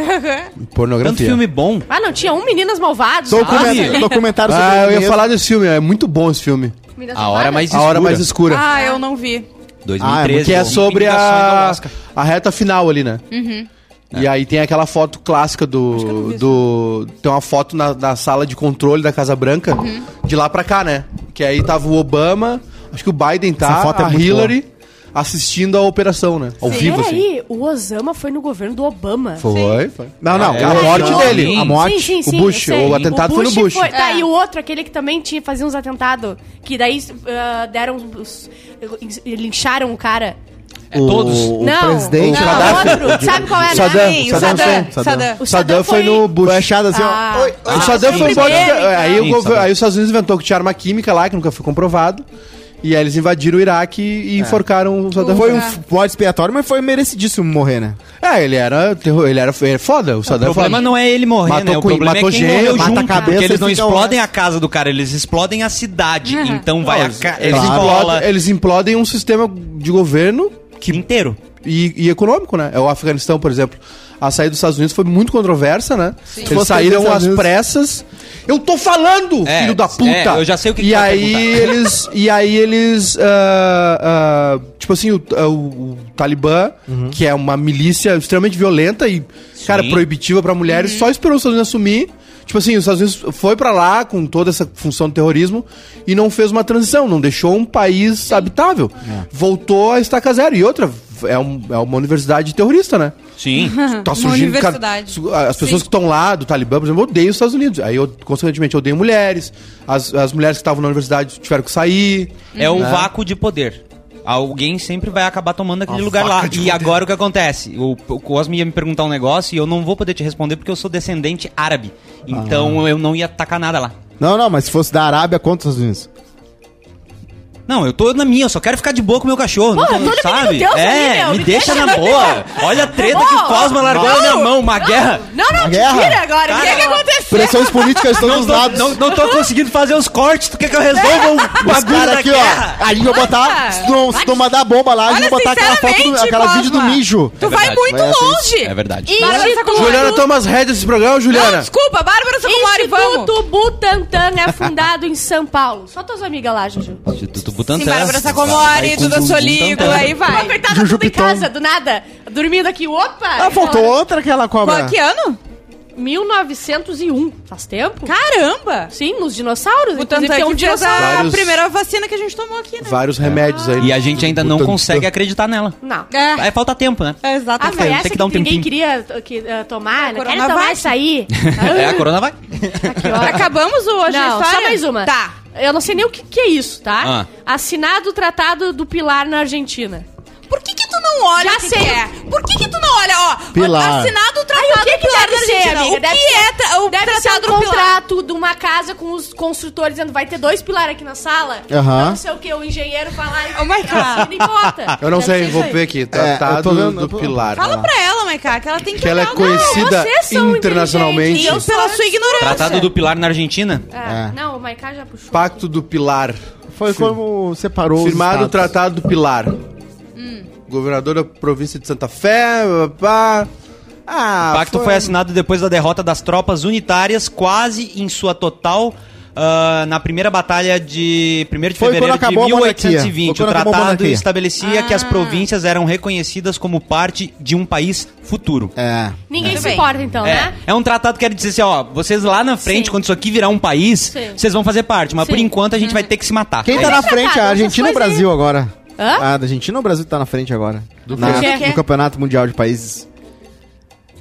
[SPEAKER 6] Tanto
[SPEAKER 5] Pornografia.
[SPEAKER 6] filme bom.
[SPEAKER 3] Ah, não, tinha um Meninas Malvadas.
[SPEAKER 2] Documenta- Documentário sobre
[SPEAKER 5] Ah,
[SPEAKER 2] o
[SPEAKER 5] eu ia
[SPEAKER 2] mesmo.
[SPEAKER 5] falar desse filme. É muito bom esse filme.
[SPEAKER 3] Meninas
[SPEAKER 6] A hora mais
[SPEAKER 5] A
[SPEAKER 6] escura.
[SPEAKER 5] Hora Mais Escura.
[SPEAKER 1] Ah, eu não vi.
[SPEAKER 2] Ah, é
[SPEAKER 6] 2013.
[SPEAKER 5] que é
[SPEAKER 6] bom.
[SPEAKER 5] sobre
[SPEAKER 6] Indicações ao
[SPEAKER 5] a,
[SPEAKER 6] Oscar.
[SPEAKER 3] Uhum.
[SPEAKER 5] a reta final ali, né? E aí tem aquela foto clássica do. do tem uma foto na, na sala de controle da Casa Branca,
[SPEAKER 3] Uhum.
[SPEAKER 5] de lá pra cá, né? Que aí tava o Obama, acho que o Biden tá,
[SPEAKER 2] Essa foto é
[SPEAKER 5] a
[SPEAKER 2] muito
[SPEAKER 5] Hillary assistindo a operação, né?
[SPEAKER 3] Oh,
[SPEAKER 5] Ao vivo, assim.
[SPEAKER 3] Peraí, o Osama foi no governo do Obama.
[SPEAKER 5] Foi, foi.
[SPEAKER 2] Não, não.
[SPEAKER 6] É,
[SPEAKER 5] a morte
[SPEAKER 2] não,
[SPEAKER 5] dele,
[SPEAKER 2] A
[SPEAKER 6] sim.
[SPEAKER 2] morte.
[SPEAKER 3] Sim, sim, sim.
[SPEAKER 5] o Bush,
[SPEAKER 3] eu sei.
[SPEAKER 5] o atentado foi no Bush.
[SPEAKER 3] Tá,
[SPEAKER 1] É.
[SPEAKER 3] e o outro, aquele que também tinha, fazia uns atentados, que daí ah, deram. os- os- eh, lincharam o cara.
[SPEAKER 6] É, todos.
[SPEAKER 2] O, o
[SPEAKER 3] Não,
[SPEAKER 2] presidente.
[SPEAKER 3] não, o outro. Sabe qual é, era?
[SPEAKER 5] Saddam,
[SPEAKER 1] Sim, o
[SPEAKER 5] Saddam
[SPEAKER 1] Saddam,
[SPEAKER 5] Hussein,
[SPEAKER 1] Saddam.
[SPEAKER 2] Saddam.
[SPEAKER 3] O
[SPEAKER 5] Saddam foi no Bush.
[SPEAKER 2] Foi achado assim,
[SPEAKER 3] Ah.
[SPEAKER 2] ó. Oi, oi.
[SPEAKER 5] o Saddam
[SPEAKER 3] foi
[SPEAKER 5] foi
[SPEAKER 3] o
[SPEAKER 5] embora. é,
[SPEAKER 3] primeiro, então.
[SPEAKER 5] aí, o
[SPEAKER 6] Sim,
[SPEAKER 5] gover-
[SPEAKER 6] Saddam.
[SPEAKER 5] aí os Estados Unidos inventou que tinha arma química lá, que nunca foi comprovado. E aí eles invadiram o Iraque e enforcaram o Saddam.
[SPEAKER 2] Foi um f-
[SPEAKER 3] Ah.
[SPEAKER 2] bode expiatório, mas foi merecidíssimo morrer, né?
[SPEAKER 5] É, ele era, terror- ele era f- ele é foda, o Saddam
[SPEAKER 6] O problema não é ele morrer,
[SPEAKER 5] Matou
[SPEAKER 6] né? O
[SPEAKER 5] Queen,
[SPEAKER 6] problema
[SPEAKER 5] matou
[SPEAKER 6] é quem
[SPEAKER 5] gente,
[SPEAKER 6] morreu
[SPEAKER 2] mata
[SPEAKER 6] junto,
[SPEAKER 2] a cabeça,
[SPEAKER 6] porque eles
[SPEAKER 2] eles
[SPEAKER 6] não
[SPEAKER 2] ficam-
[SPEAKER 6] explodem a casa do cara, eles explodem a cidade. Então vai a ca... Eles
[SPEAKER 5] é Claro.
[SPEAKER 6] explodem
[SPEAKER 5] Eles implodem um sistema de governo
[SPEAKER 6] inteiro.
[SPEAKER 5] e, e econômico, né? É o Afeganistão, por exemplo. A saída dos Estados Unidos foi muito controversa, né? Eles
[SPEAKER 2] Fosse dos
[SPEAKER 5] saíram
[SPEAKER 2] Estados
[SPEAKER 5] às
[SPEAKER 2] Unidos.
[SPEAKER 5] pressas. Eu tô falando,
[SPEAKER 6] É,
[SPEAKER 5] filho da puta!
[SPEAKER 6] é, eu já sei o que
[SPEAKER 5] e
[SPEAKER 6] que tu vai
[SPEAKER 5] aí
[SPEAKER 6] perguntar.
[SPEAKER 5] eles E aí eles... ah, ah, tipo assim, o, ah, o- o Talibã, que é uma milícia extremamente violenta e, cara, proibitiva pra mulheres, só esperou os Estados Unidos assumir. Tipo assim, os Estados Unidos foi pra lá com toda essa função do terrorismo e não fez uma transição, não deixou um país habitável. Voltou a estaca zero. E outra, é, um- é uma universidade terrorista, né?
[SPEAKER 6] Sim.
[SPEAKER 5] tá
[SPEAKER 1] Uhum. Uma
[SPEAKER 5] surgindo cara,
[SPEAKER 1] universidade.
[SPEAKER 5] su- as pessoas que estão lá do Talibã, por exemplo, odeiam os Estados Unidos. Aí eu, consequentemente, odeiam mulheres. As, as mulheres que estavam na universidade tiveram que sair.
[SPEAKER 6] É
[SPEAKER 2] Uhum. Né?
[SPEAKER 6] um vácuo de poder. Alguém sempre vai acabar tomando aquele lugar lá. E agora o que acontece? O, o Cosme ia me perguntar um negócio e eu não vou poder te responder porque eu sou descendente árabe.
[SPEAKER 2] Ah.
[SPEAKER 6] Então eu não ia tacar nada lá.
[SPEAKER 2] Não, não, mas se fosse da Arábia contra os Estados Unidos.
[SPEAKER 6] Não, eu tô na minha, eu só quero ficar de boa com o meu cachorro.
[SPEAKER 3] Porra,
[SPEAKER 6] não,
[SPEAKER 3] todo
[SPEAKER 6] sabe?
[SPEAKER 3] menino Deus ali,
[SPEAKER 6] é,
[SPEAKER 3] meu,
[SPEAKER 6] me,
[SPEAKER 3] me
[SPEAKER 6] deixa,
[SPEAKER 3] deixa
[SPEAKER 6] na boa. Olha a treta que o
[SPEAKER 3] Ô,
[SPEAKER 6] Cosma largou na minha mão, uma guerra.
[SPEAKER 1] Não, não, te
[SPEAKER 2] guerra?
[SPEAKER 1] tira
[SPEAKER 3] Ah,
[SPEAKER 1] agora. O que,
[SPEAKER 6] Cara,
[SPEAKER 1] que aconteceu?
[SPEAKER 2] Pressões políticas estão
[SPEAKER 6] Não
[SPEAKER 2] dos
[SPEAKER 6] tô,
[SPEAKER 2] lados.
[SPEAKER 6] não, não tô conseguindo fazer os cortes, tu quer que eu resolva o
[SPEAKER 2] Os
[SPEAKER 6] bagulho
[SPEAKER 2] caras
[SPEAKER 6] da
[SPEAKER 2] aqui,
[SPEAKER 6] guerra?
[SPEAKER 2] ó. A gente vai
[SPEAKER 3] Ah.
[SPEAKER 2] botar. Se não, se não mandar bomba lá, a gente
[SPEAKER 1] Olha,
[SPEAKER 2] vai botar aquela foto, do,
[SPEAKER 1] sinceramente,
[SPEAKER 2] aquela vídeo do
[SPEAKER 1] Cosma.
[SPEAKER 2] mijo.
[SPEAKER 1] Tu
[SPEAKER 6] É
[SPEAKER 1] vai
[SPEAKER 6] verdade,
[SPEAKER 1] muito
[SPEAKER 2] vai assim.
[SPEAKER 1] longe.
[SPEAKER 6] É verdade.
[SPEAKER 1] Instituto-
[SPEAKER 5] Juliana toma as rédeas desse programa,
[SPEAKER 1] Não,
[SPEAKER 5] Juliana.
[SPEAKER 1] desculpa, Bárbara Sacomori, vamos.
[SPEAKER 3] Instituto Butantan é fundado em São Paulo. Só tuas amigas lá, Juju.
[SPEAKER 6] Instituto
[SPEAKER 1] Sim,
[SPEAKER 6] Butantan.
[SPEAKER 1] Bárbara Sacomori, Duda Soligo, aí
[SPEAKER 3] Uma
[SPEAKER 1] vai.
[SPEAKER 3] apertada
[SPEAKER 2] Juju
[SPEAKER 3] tudo em
[SPEAKER 2] Piton.
[SPEAKER 3] casa, do nada. Dormindo aqui, opa!
[SPEAKER 2] Ah, faltou outra aquela cobra.
[SPEAKER 1] Qual, que ano?
[SPEAKER 3] 1901. Faz tempo?
[SPEAKER 1] Caramba!
[SPEAKER 3] Sim, nos dinossauros.
[SPEAKER 1] O
[SPEAKER 3] inclusive,
[SPEAKER 1] tanto é
[SPEAKER 3] tem
[SPEAKER 1] que
[SPEAKER 3] um
[SPEAKER 1] o dia da
[SPEAKER 3] dinossauro.
[SPEAKER 5] Vários-
[SPEAKER 1] primeira vacina que a gente tomou aqui, né?
[SPEAKER 5] Vários remédios aí.
[SPEAKER 6] E a gente ainda não
[SPEAKER 5] Butantan.
[SPEAKER 6] consegue acreditar nela.
[SPEAKER 3] Não.
[SPEAKER 1] É,
[SPEAKER 6] É, falta tempo, né?
[SPEAKER 1] é
[SPEAKER 3] Ah,
[SPEAKER 1] exatamente.
[SPEAKER 3] mas essa
[SPEAKER 6] que
[SPEAKER 3] que,
[SPEAKER 6] dar um
[SPEAKER 3] ninguém
[SPEAKER 6] tempinho.
[SPEAKER 3] queria uh, que, uh, tomar, né? Quero tomar
[SPEAKER 1] Coronavac.
[SPEAKER 3] isso aí.
[SPEAKER 6] É, a corona vai.
[SPEAKER 3] Aqui, ó.
[SPEAKER 1] Acabamos o hoje a
[SPEAKER 3] Não,
[SPEAKER 1] história?
[SPEAKER 3] só mais uma.
[SPEAKER 1] Tá.
[SPEAKER 3] Ah, Eu não sei nem o que, que é isso, tá?
[SPEAKER 6] Ah.
[SPEAKER 3] Assinado o Tratado do Pilar na Argentina.
[SPEAKER 1] Por que que tu não olha
[SPEAKER 3] Já
[SPEAKER 1] o que
[SPEAKER 3] sei.
[SPEAKER 1] que é? Por que que tu não olha, ó,
[SPEAKER 2] Pilar.
[SPEAKER 1] assinado o
[SPEAKER 3] Ai,
[SPEAKER 1] tratado
[SPEAKER 3] o que que
[SPEAKER 1] pilar
[SPEAKER 3] deve
[SPEAKER 1] da
[SPEAKER 3] ser,
[SPEAKER 1] Argentina?
[SPEAKER 3] amiga?
[SPEAKER 1] O
[SPEAKER 3] Deve
[SPEAKER 1] que
[SPEAKER 3] ser-
[SPEAKER 1] é tra- o
[SPEAKER 3] Deve ser um
[SPEAKER 1] tratado do pilar?
[SPEAKER 3] contrato de uma casa com os construtores dizendo vai ter dois pilar aqui na sala.
[SPEAKER 2] Aham.
[SPEAKER 3] Não sei o que, o engenheiro falar e
[SPEAKER 1] Oh my God.
[SPEAKER 3] assina e
[SPEAKER 1] Ah.
[SPEAKER 3] bota.
[SPEAKER 5] Eu não
[SPEAKER 3] Deve ser
[SPEAKER 5] sei,
[SPEAKER 3] isso
[SPEAKER 5] vou
[SPEAKER 3] aí.
[SPEAKER 5] ver aqui.
[SPEAKER 2] É, eu
[SPEAKER 5] Tratado
[SPEAKER 2] tô vendo, eu
[SPEAKER 5] do
[SPEAKER 2] tô-
[SPEAKER 5] Pilar.
[SPEAKER 1] Fala pra ela, Maiká, que ela tem que,
[SPEAKER 5] Que ela é
[SPEAKER 1] olhar.
[SPEAKER 5] conhecida
[SPEAKER 3] vocês são
[SPEAKER 5] internacionalmente.
[SPEAKER 1] E eu pela sua ignorância.
[SPEAKER 6] Tratado do Pilar na Argentina.
[SPEAKER 3] Ah,
[SPEAKER 2] É.
[SPEAKER 3] Não, o Maiká já puxou.
[SPEAKER 5] Pacto do Pilar.
[SPEAKER 2] Foi como separou os
[SPEAKER 5] Firmado o
[SPEAKER 2] estados.
[SPEAKER 5] Tratado do Pilar.
[SPEAKER 1] Hum.
[SPEAKER 5] Governador da província de Santa Fé. Pá. Ah,
[SPEAKER 6] O pacto foi... assinado depois da derrota das tropas unitárias, quase em sua total. ah, na primeira batalha de 1 de
[SPEAKER 2] Foi quando
[SPEAKER 6] fevereiro de
[SPEAKER 2] acabou a monarquia.
[SPEAKER 6] 1820,
[SPEAKER 2] Foi
[SPEAKER 6] o
[SPEAKER 2] quando acabou a
[SPEAKER 6] tratado
[SPEAKER 2] monarquia.
[SPEAKER 6] estabelecia que
[SPEAKER 3] Ah.
[SPEAKER 6] as províncias eram reconhecidas como parte de um país futuro.
[SPEAKER 2] É.
[SPEAKER 3] Ninguém
[SPEAKER 1] Tudo
[SPEAKER 3] se
[SPEAKER 1] bem.
[SPEAKER 3] importa então,
[SPEAKER 6] É,
[SPEAKER 3] né?
[SPEAKER 6] é um tratado que quer dizer assim, ó, vocês lá na frente,
[SPEAKER 3] Sim.
[SPEAKER 6] quando isso aqui virar um país,
[SPEAKER 3] Sim.
[SPEAKER 6] vocês vão fazer parte, mas por
[SPEAKER 3] Sim. Uhum.
[SPEAKER 6] enquanto a gente vai ter que se matar.
[SPEAKER 2] Quem
[SPEAKER 6] É
[SPEAKER 2] tá na
[SPEAKER 3] isso.
[SPEAKER 2] frente? A
[SPEAKER 3] Essas
[SPEAKER 2] Argentina ou o
[SPEAKER 3] coisas
[SPEAKER 2] Brasil agora?
[SPEAKER 3] Hã?
[SPEAKER 2] A Argentina ou o Brasil tá na frente agora? Do
[SPEAKER 3] quê? Do quê?
[SPEAKER 2] No Campeonato Mundial de Países.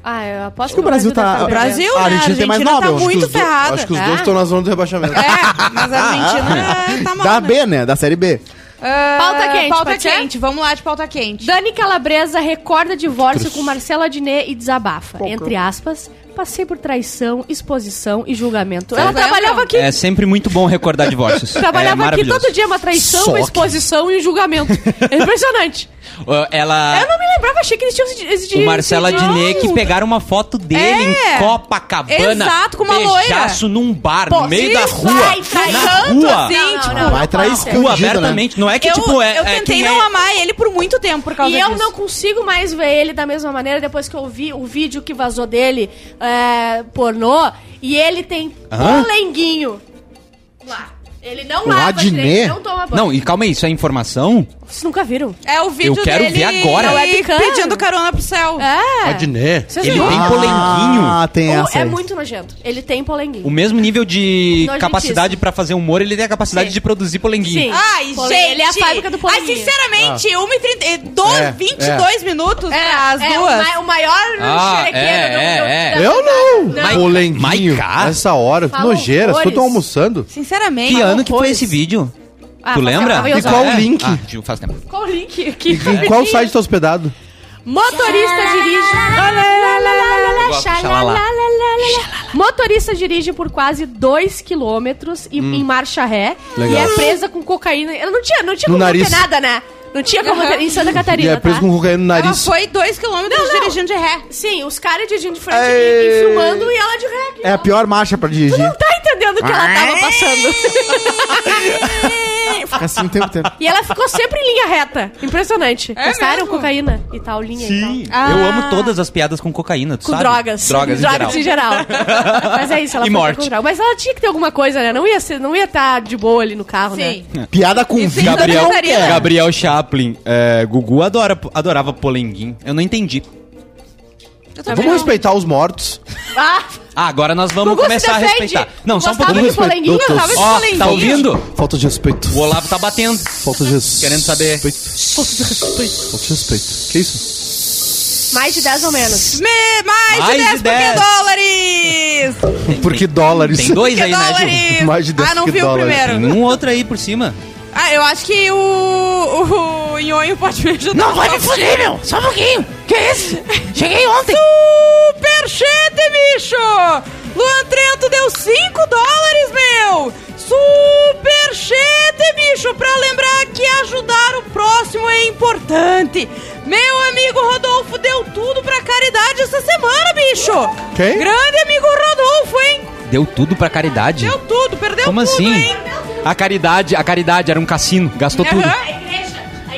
[SPEAKER 3] Ah, eu aposto
[SPEAKER 2] Acho que o Brasil tá...
[SPEAKER 1] O Brasil, né?
[SPEAKER 2] a
[SPEAKER 1] A
[SPEAKER 2] Argentina tem mais nove.
[SPEAKER 1] tá
[SPEAKER 2] eu acho que
[SPEAKER 1] muito
[SPEAKER 2] os dois-
[SPEAKER 1] ferrada.
[SPEAKER 5] Acho que os
[SPEAKER 3] Ah.
[SPEAKER 5] dois estão na zona do rebaixamento.
[SPEAKER 1] É, mas a
[SPEAKER 6] Ah,
[SPEAKER 1] Argentina é, tá mal,
[SPEAKER 2] Ah, Da
[SPEAKER 1] né?
[SPEAKER 2] B, né? Da Série B.
[SPEAKER 1] Ah,
[SPEAKER 3] Pauta quente,
[SPEAKER 1] Pauta
[SPEAKER 3] pode ser?
[SPEAKER 1] quente, vamos lá de pauta quente.
[SPEAKER 3] Dani Calabresa recorda divórcio com Marcelo Adnet e desabafa. Entre aspas, passei por traição, exposição e julgamento. Ela
[SPEAKER 1] Tá vendo?
[SPEAKER 3] trabalhava aqui.
[SPEAKER 6] É sempre muito bom recordar divórcios.
[SPEAKER 3] Trabalhava
[SPEAKER 6] é
[SPEAKER 3] aqui
[SPEAKER 6] maravilhoso.
[SPEAKER 3] todo dia uma traição, uma
[SPEAKER 6] Só que-
[SPEAKER 3] exposição e um julgamento. É impressionante.
[SPEAKER 6] Ah, Ela...
[SPEAKER 3] Eu não me lembrava, achei que eles tinham se esse
[SPEAKER 6] O Marcelo Adnet que pegaram uma foto dele
[SPEAKER 1] É.
[SPEAKER 6] em Copacabana.
[SPEAKER 1] Exato, com uma loira.
[SPEAKER 6] beijaço num bar,
[SPEAKER 1] Pô,
[SPEAKER 6] no meio da
[SPEAKER 1] isso
[SPEAKER 6] rua.
[SPEAKER 1] vai,
[SPEAKER 6] na
[SPEAKER 1] traição,
[SPEAKER 6] rua.
[SPEAKER 1] assim. Sim, tipo,
[SPEAKER 2] vai trair
[SPEAKER 3] pode ser.
[SPEAKER 2] escândalo.
[SPEAKER 6] Rua
[SPEAKER 2] Escondido, né?
[SPEAKER 6] abertamente. Não é que,
[SPEAKER 1] eu,
[SPEAKER 6] tipo, é.
[SPEAKER 1] eu
[SPEAKER 6] é
[SPEAKER 1] tentei
[SPEAKER 6] quem
[SPEAKER 1] não
[SPEAKER 6] é-
[SPEAKER 1] amar ele por muito tempo por causa
[SPEAKER 3] E eu
[SPEAKER 1] disso.
[SPEAKER 3] não consigo mais ver ele da mesma maneira depois que eu vi o vídeo que vazou dele, é, pornô, e ele tem
[SPEAKER 6] Hã?
[SPEAKER 3] polenguinho lá. Ele não
[SPEAKER 2] O
[SPEAKER 3] lava
[SPEAKER 2] Adnet?
[SPEAKER 3] direito, não toma tomar banho.
[SPEAKER 6] Não, e calma aí, isso é informação?
[SPEAKER 3] Vocês nunca viram?
[SPEAKER 1] É o vídeo
[SPEAKER 6] Eu quero
[SPEAKER 1] dele
[SPEAKER 6] ver agora.
[SPEAKER 1] ele
[SPEAKER 6] Na
[SPEAKER 3] webcam.
[SPEAKER 1] pedindo carona pro céu.
[SPEAKER 3] É.
[SPEAKER 5] Adnet.
[SPEAKER 3] Vocês
[SPEAKER 6] Ele
[SPEAKER 3] não
[SPEAKER 6] tem
[SPEAKER 3] viram?
[SPEAKER 6] polenguinho.
[SPEAKER 2] Ah, tem
[SPEAKER 3] Ou
[SPEAKER 2] essa.
[SPEAKER 3] é
[SPEAKER 2] aí.
[SPEAKER 3] muito nojento. Ele tem
[SPEAKER 6] O
[SPEAKER 3] polenguinho.
[SPEAKER 6] mesmo nível de
[SPEAKER 3] Nojentíssimo.
[SPEAKER 6] capacidade pra fazer humor, ele tem a capacidade
[SPEAKER 3] Sim.
[SPEAKER 6] de produzir
[SPEAKER 3] Sim.
[SPEAKER 6] polenguinho.
[SPEAKER 1] Ai,
[SPEAKER 3] Pole-
[SPEAKER 1] gente.
[SPEAKER 3] ele é a fábrica do
[SPEAKER 1] Ai,
[SPEAKER 3] polenguinho.
[SPEAKER 1] sinceramente,
[SPEAKER 6] Ah.
[SPEAKER 1] 1h30,
[SPEAKER 5] É,
[SPEAKER 1] 22 minutos as
[SPEAKER 3] é, o
[SPEAKER 1] duas.
[SPEAKER 3] ma- o maior
[SPEAKER 6] Ah,
[SPEAKER 3] xerequeiro
[SPEAKER 6] é,
[SPEAKER 3] do-
[SPEAKER 6] é,
[SPEAKER 3] do-
[SPEAKER 6] é.
[SPEAKER 3] da-
[SPEAKER 5] Eu não!
[SPEAKER 6] Não.
[SPEAKER 5] Polenguinho.
[SPEAKER 6] Maica.
[SPEAKER 5] Essa hora, que
[SPEAKER 3] Falam
[SPEAKER 5] nojeira. Vocês
[SPEAKER 3] horrores.
[SPEAKER 5] estão almoçando?
[SPEAKER 1] Sinceramente.
[SPEAKER 6] Que ano que foi
[SPEAKER 3] horrores.
[SPEAKER 6] esse vídeo?
[SPEAKER 3] Ah,
[SPEAKER 6] tu
[SPEAKER 3] faz
[SPEAKER 6] lembra?
[SPEAKER 3] tempo, eu
[SPEAKER 5] E
[SPEAKER 3] já-
[SPEAKER 5] qual o link?
[SPEAKER 6] Ah, tipo, faz tempo.
[SPEAKER 3] Qual o link? Que
[SPEAKER 5] Em qual site tá hospedado?
[SPEAKER 3] Motorista dirige.
[SPEAKER 6] gosto de xalala.
[SPEAKER 3] Motorista dirige por quase 2 quilômetros e-
[SPEAKER 5] Hum.
[SPEAKER 3] em marcha ré e é presa com cocaína. Ela não tinha, não tinha
[SPEAKER 5] No
[SPEAKER 3] como
[SPEAKER 5] nariz.
[SPEAKER 3] ter nada, né? Não tinha como ter em Santa
[SPEAKER 5] E
[SPEAKER 3] Catarina,
[SPEAKER 5] é preso
[SPEAKER 3] tá?
[SPEAKER 5] com cocaína no
[SPEAKER 1] Ela
[SPEAKER 5] nariz.
[SPEAKER 1] foi 2km dirigindo de ré.
[SPEAKER 3] Sim, os caras dirigindo de frente e, e filmando e ela de ré.
[SPEAKER 2] É a pior marcha pra dirigir.
[SPEAKER 3] Não tá entendendo o que ela tava passando.
[SPEAKER 2] Fica assim o tempo inteiro.
[SPEAKER 3] E ela ficou sempre em linha reta. Impressionante.
[SPEAKER 5] É
[SPEAKER 3] Testaram cocaína e tal, linha e
[SPEAKER 6] Sim.
[SPEAKER 3] tal.
[SPEAKER 1] então.
[SPEAKER 6] Eu
[SPEAKER 1] Ah.
[SPEAKER 6] amo todas as piadas com cocaína, tu
[SPEAKER 3] Com
[SPEAKER 6] sabe?
[SPEAKER 3] drogas.
[SPEAKER 6] Drogas,
[SPEAKER 3] drogas
[SPEAKER 6] em geral.
[SPEAKER 3] Mas é isso, ela
[SPEAKER 6] E
[SPEAKER 3] foi
[SPEAKER 6] morte.
[SPEAKER 3] com droga. Mas ela tinha que ter alguma coisa, né? Não ia estar não ia tá de boa ali no carro, né?
[SPEAKER 1] Sim.
[SPEAKER 2] Piada com
[SPEAKER 1] Isso
[SPEAKER 2] vida.
[SPEAKER 1] Gabriel-
[SPEAKER 2] não quer.
[SPEAKER 6] Gabriel Chaplin. É, Gugu adora, adorava polenguinho. Eu não entendi.
[SPEAKER 1] Eu também
[SPEAKER 5] Vamos
[SPEAKER 1] não.
[SPEAKER 5] respeitar os mortos.
[SPEAKER 3] Ah,
[SPEAKER 6] Ah, agora nós vamos
[SPEAKER 3] Gugu se
[SPEAKER 6] começar a
[SPEAKER 3] defende.
[SPEAKER 6] respeitar. Não, só um
[SPEAKER 3] Gostava
[SPEAKER 6] pouquinho.
[SPEAKER 3] de polenguinho,
[SPEAKER 5] Doutor.
[SPEAKER 1] gostava de
[SPEAKER 6] Ó,
[SPEAKER 1] polenguinho.
[SPEAKER 6] tá ouvindo?
[SPEAKER 5] Falta de respeito.
[SPEAKER 6] O Olavo tá batendo.
[SPEAKER 5] Falta de respeito.
[SPEAKER 6] Querendo saber.
[SPEAKER 5] Falta de respeito. Falta de respeito. Que isso?
[SPEAKER 3] mais de 10 ou menos.
[SPEAKER 1] Me- mais,
[SPEAKER 6] Mais de
[SPEAKER 1] de 10
[SPEAKER 6] 10.
[SPEAKER 1] porque dólares!
[SPEAKER 5] Porque dólares.
[SPEAKER 6] Tem dois
[SPEAKER 1] Que
[SPEAKER 6] aí, né, Gil?
[SPEAKER 1] dólares!
[SPEAKER 5] Mais de 10
[SPEAKER 1] ah, não
[SPEAKER 5] que
[SPEAKER 1] viu o
[SPEAKER 5] dólares.
[SPEAKER 6] Tem
[SPEAKER 1] primeiro.
[SPEAKER 6] um outro aí por cima.
[SPEAKER 1] Ah, eu acho que o, o Nhonho pode me ajudar. Não, vai me fuder, meu! Só um pouquinho! Que isso? Cheguei ontem! Superchete, bicho! Luan Trento deu 5 dólares, meu! Superchete, bicho! Pra lembrar que ajudar o próximo é importante. Meu amigo Rodolfo deu tudo pra caridade essa semana, bicho!
[SPEAKER 5] Quem?
[SPEAKER 1] Grande amigo Rodolfo, hein?
[SPEAKER 6] Deu tudo pra caridade.
[SPEAKER 1] Deu tudo, perdeu
[SPEAKER 6] Como
[SPEAKER 1] tudo,
[SPEAKER 6] assim?
[SPEAKER 1] hein?
[SPEAKER 6] A caridade, a caridade era um cassino, gastou tudo.
[SPEAKER 1] Aham.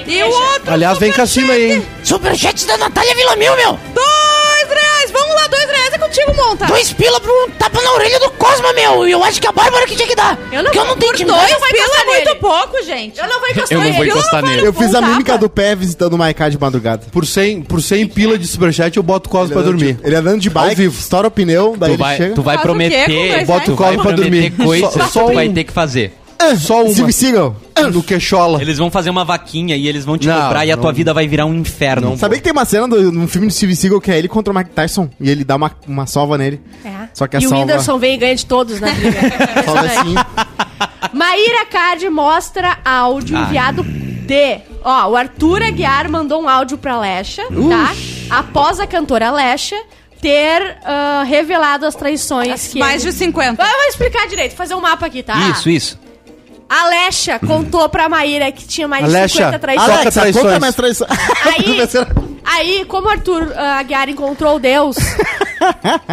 [SPEAKER 1] E o outro
[SPEAKER 5] Aliás, vem cassino aí, hein?
[SPEAKER 7] Superchat da Natália Villamil, meu!
[SPEAKER 1] Dois reais! Vamos lá, dois reais é contigo, monta!
[SPEAKER 7] Dois pila pra um tapa na orelha do Cosma, meu! E eu acho que é a Bárbara que tinha que dar!
[SPEAKER 3] Eu não
[SPEAKER 6] um
[SPEAKER 7] Porque eu não tenho
[SPEAKER 3] por
[SPEAKER 7] intimidade.
[SPEAKER 3] dois. vai
[SPEAKER 1] Pila é
[SPEAKER 3] encostar
[SPEAKER 1] muito
[SPEAKER 3] nele.
[SPEAKER 1] pouco, gente.
[SPEAKER 3] Eu não vou encostar
[SPEAKER 6] Eu não vou
[SPEAKER 3] nele.
[SPEAKER 6] encostar nele.
[SPEAKER 2] Eu fiz a
[SPEAKER 1] Um
[SPEAKER 2] mímica
[SPEAKER 1] tapa.
[SPEAKER 2] do pé visitando o Maiká de madrugada.
[SPEAKER 5] Por 100, por 100 pila de superchat, eu boto o Cosmo pra
[SPEAKER 2] andando de-
[SPEAKER 5] dormir.
[SPEAKER 2] Ele é andando de bike,
[SPEAKER 5] vivo.
[SPEAKER 2] estoura o pneu, daí
[SPEAKER 6] Tu
[SPEAKER 2] ele
[SPEAKER 6] vai,
[SPEAKER 2] chega.
[SPEAKER 6] tu vai
[SPEAKER 1] Faz o quê com
[SPEAKER 6] prometer,
[SPEAKER 1] dois
[SPEAKER 5] Bota o
[SPEAKER 6] tu
[SPEAKER 5] colo
[SPEAKER 6] vai
[SPEAKER 5] pra dormir.
[SPEAKER 6] prometer coisas
[SPEAKER 5] Só-
[SPEAKER 6] que
[SPEAKER 5] só
[SPEAKER 6] tu vai
[SPEAKER 5] um.
[SPEAKER 6] ter que fazer.
[SPEAKER 5] Só
[SPEAKER 2] Se
[SPEAKER 5] uma.
[SPEAKER 2] me sigam.
[SPEAKER 6] Ah,
[SPEAKER 5] No queixola.
[SPEAKER 6] Eles vão fazer uma vaquinha e eles vão te
[SPEAKER 5] Não,
[SPEAKER 6] cobrar e a
[SPEAKER 5] não-
[SPEAKER 6] tua vida vai virar um inferno.
[SPEAKER 2] Sabia que tem uma cena do, num filme do Steve Seagal que é ele contra o Mike Tyson e ele dá uma, uma sova nele.
[SPEAKER 3] É.
[SPEAKER 2] Só que a
[SPEAKER 3] e o
[SPEAKER 2] salva,
[SPEAKER 3] Whindersson é vem e ganha de todos né? na briga.
[SPEAKER 2] salva assim.
[SPEAKER 3] Maíra Card mostra áudio
[SPEAKER 6] Ah.
[SPEAKER 3] enviado de. Ó, o Arthur Aguiar mandou um áudio pra Lesha, tá? Após a cantora Lesha ter ah, revelado as traições que.
[SPEAKER 1] Mais
[SPEAKER 3] ele- Ah,
[SPEAKER 1] de 50.
[SPEAKER 3] Eu vou explicar direito, fazer um mapa aqui, tá?
[SPEAKER 6] Isso, isso.
[SPEAKER 3] A Lesha contou pra Maíra que tinha mais de
[SPEAKER 5] Lesha,
[SPEAKER 3] 50 traições.
[SPEAKER 5] Alexa,
[SPEAKER 2] Alexa, conta é
[SPEAKER 5] traições.
[SPEAKER 2] mais traições.
[SPEAKER 3] Aí, aí, como Arthur ah, Aguiar encontrou Deus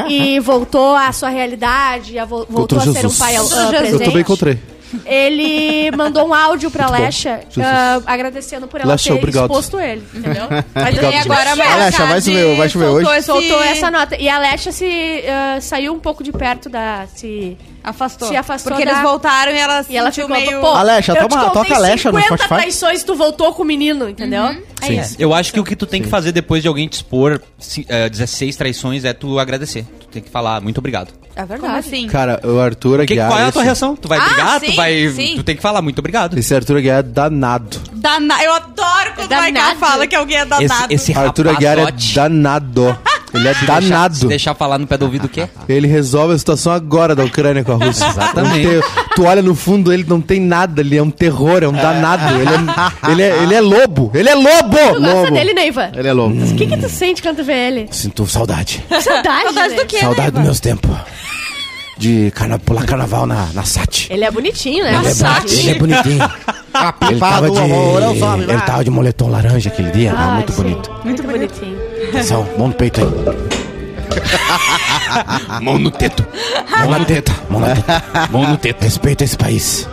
[SPEAKER 3] e voltou à sua realidade, a vo- voltou
[SPEAKER 5] Encontrou
[SPEAKER 3] a ser um
[SPEAKER 5] Jesus.
[SPEAKER 3] pai ah,
[SPEAKER 1] Encontrou Jesus.
[SPEAKER 3] presente,
[SPEAKER 5] Eu também encontrei.
[SPEAKER 3] ele mandou um áudio pra
[SPEAKER 5] Muito bom.
[SPEAKER 3] Lesha
[SPEAKER 5] Jesus.
[SPEAKER 3] ah, agradecendo por ela
[SPEAKER 5] Lesha,
[SPEAKER 3] ter
[SPEAKER 5] obrigado.
[SPEAKER 3] exposto ele, entendeu?
[SPEAKER 1] Mas
[SPEAKER 5] Obrigado.
[SPEAKER 1] aí agora vai
[SPEAKER 2] Alexa, vai chover, vai chover hoje?
[SPEAKER 3] Soltou essa nota. E a Lesha se ah, saiu um pouco de perto da... Se...
[SPEAKER 1] Afastou.
[SPEAKER 3] Se afastou
[SPEAKER 1] Porque
[SPEAKER 3] da-
[SPEAKER 1] eles voltaram e ela
[SPEAKER 3] E ela
[SPEAKER 1] sentiu
[SPEAKER 3] ficou
[SPEAKER 1] meio...
[SPEAKER 3] pô,
[SPEAKER 2] Alexa,
[SPEAKER 3] eu te
[SPEAKER 2] toma-
[SPEAKER 3] contei
[SPEAKER 2] toca Alexa no
[SPEAKER 3] 50
[SPEAKER 2] Spotify.
[SPEAKER 3] traições, tu voltou com o menino, entendeu? É
[SPEAKER 6] Sim.
[SPEAKER 3] isso.
[SPEAKER 6] Eu acho que o que tu tem que fazer depois de alguém te expor se- eh, 16 traições é tu agradecer. Tu tem que falar muito obrigado.
[SPEAKER 3] É verdade.
[SPEAKER 1] Como assim?
[SPEAKER 5] Cara, o Arthur
[SPEAKER 6] Que,
[SPEAKER 5] Aguiar.
[SPEAKER 6] qual é a
[SPEAKER 5] esse-
[SPEAKER 6] tua reação? Tu vai
[SPEAKER 1] Ah,
[SPEAKER 6] brigar?
[SPEAKER 1] sim,
[SPEAKER 6] tu vai.
[SPEAKER 1] sim.
[SPEAKER 6] Tu tem que falar muito obrigado.
[SPEAKER 5] Esse Arthur Aguiar é danado.
[SPEAKER 1] Dana... Eu adoro quando o Maiká
[SPEAKER 3] Danado.
[SPEAKER 1] fala que alguém é danado.
[SPEAKER 6] Esse, esse
[SPEAKER 5] Arthur Aguiar é
[SPEAKER 6] rapazote,
[SPEAKER 5] danado. Ele é
[SPEAKER 6] deixar- se
[SPEAKER 5] danado.
[SPEAKER 6] Deixar falar no pé do ouvido o quê?
[SPEAKER 5] Ele resolve a situação agora da Ucrânia com a Rússia.
[SPEAKER 6] Exatamente.
[SPEAKER 5] Não tem- tu olha no fundo, ele não tem nada ali, é um terror, é um danado. Ele é, ele é, ele é lobo, ele é lobo!
[SPEAKER 3] Tu gosta
[SPEAKER 5] lobo.
[SPEAKER 3] dele, Neiva?
[SPEAKER 5] Ele é lobo.
[SPEAKER 3] O que que tu sente quando tu vê ele?
[SPEAKER 5] Sinto saudade.
[SPEAKER 3] Saudade,
[SPEAKER 1] Saudade
[SPEAKER 3] né?
[SPEAKER 1] do quê,
[SPEAKER 5] saudade
[SPEAKER 1] Neiva?
[SPEAKER 5] dos meus tempos. De carna pular carnaval na, na SAT.
[SPEAKER 3] Ele é bonitinho, né?
[SPEAKER 5] Ele é,
[SPEAKER 3] Saudade.
[SPEAKER 5] bonito, ele é bonitinho. Ele tava, de, ele tava de moletom laranja aquele dia, tava
[SPEAKER 3] Ah,
[SPEAKER 5] muito
[SPEAKER 3] sim.
[SPEAKER 5] bonito.
[SPEAKER 3] Muito bonitinho.
[SPEAKER 5] Atenção, mão no peito aí.
[SPEAKER 7] Mão no teto.
[SPEAKER 5] Mão na teta, mão na teta.
[SPEAKER 7] Mão no teto.
[SPEAKER 5] Respeita esse país.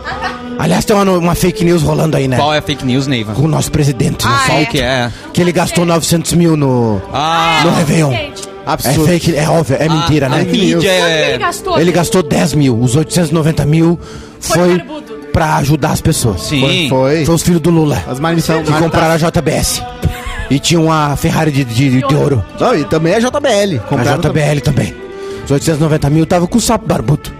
[SPEAKER 5] Aliás, tem uma, no- uma fake news rolando aí, né?
[SPEAKER 6] Qual é a fake news, Neiva?
[SPEAKER 5] Com o nosso presidente, né?
[SPEAKER 6] Qual que é?
[SPEAKER 5] Que ele gastou 900 mil no,
[SPEAKER 6] Ah,
[SPEAKER 5] no Réveillon.
[SPEAKER 3] Gente,
[SPEAKER 5] É
[SPEAKER 2] Absurdo. Ah,
[SPEAKER 5] fake, é óbvio, é mentira,
[SPEAKER 6] a
[SPEAKER 5] né?
[SPEAKER 6] mídia
[SPEAKER 3] ele
[SPEAKER 6] é.
[SPEAKER 3] gastou?
[SPEAKER 5] Ele gastou 10 mil, os 890 mil
[SPEAKER 3] Foi
[SPEAKER 5] foi,
[SPEAKER 3] barbudo.
[SPEAKER 5] pra ajudar as pessoas.
[SPEAKER 6] Sim.
[SPEAKER 2] Foi.
[SPEAKER 5] São os filhos do Lula.
[SPEAKER 2] As marmitas
[SPEAKER 5] que compraram a JBS. E tinha uma Ferrari de, de, de ouro.
[SPEAKER 2] Não, e também é a
[SPEAKER 6] É
[SPEAKER 2] JBL.
[SPEAKER 5] A
[SPEAKER 2] Compraram também.
[SPEAKER 5] JBL também. Os 890 mil tava com o sapo barbudo.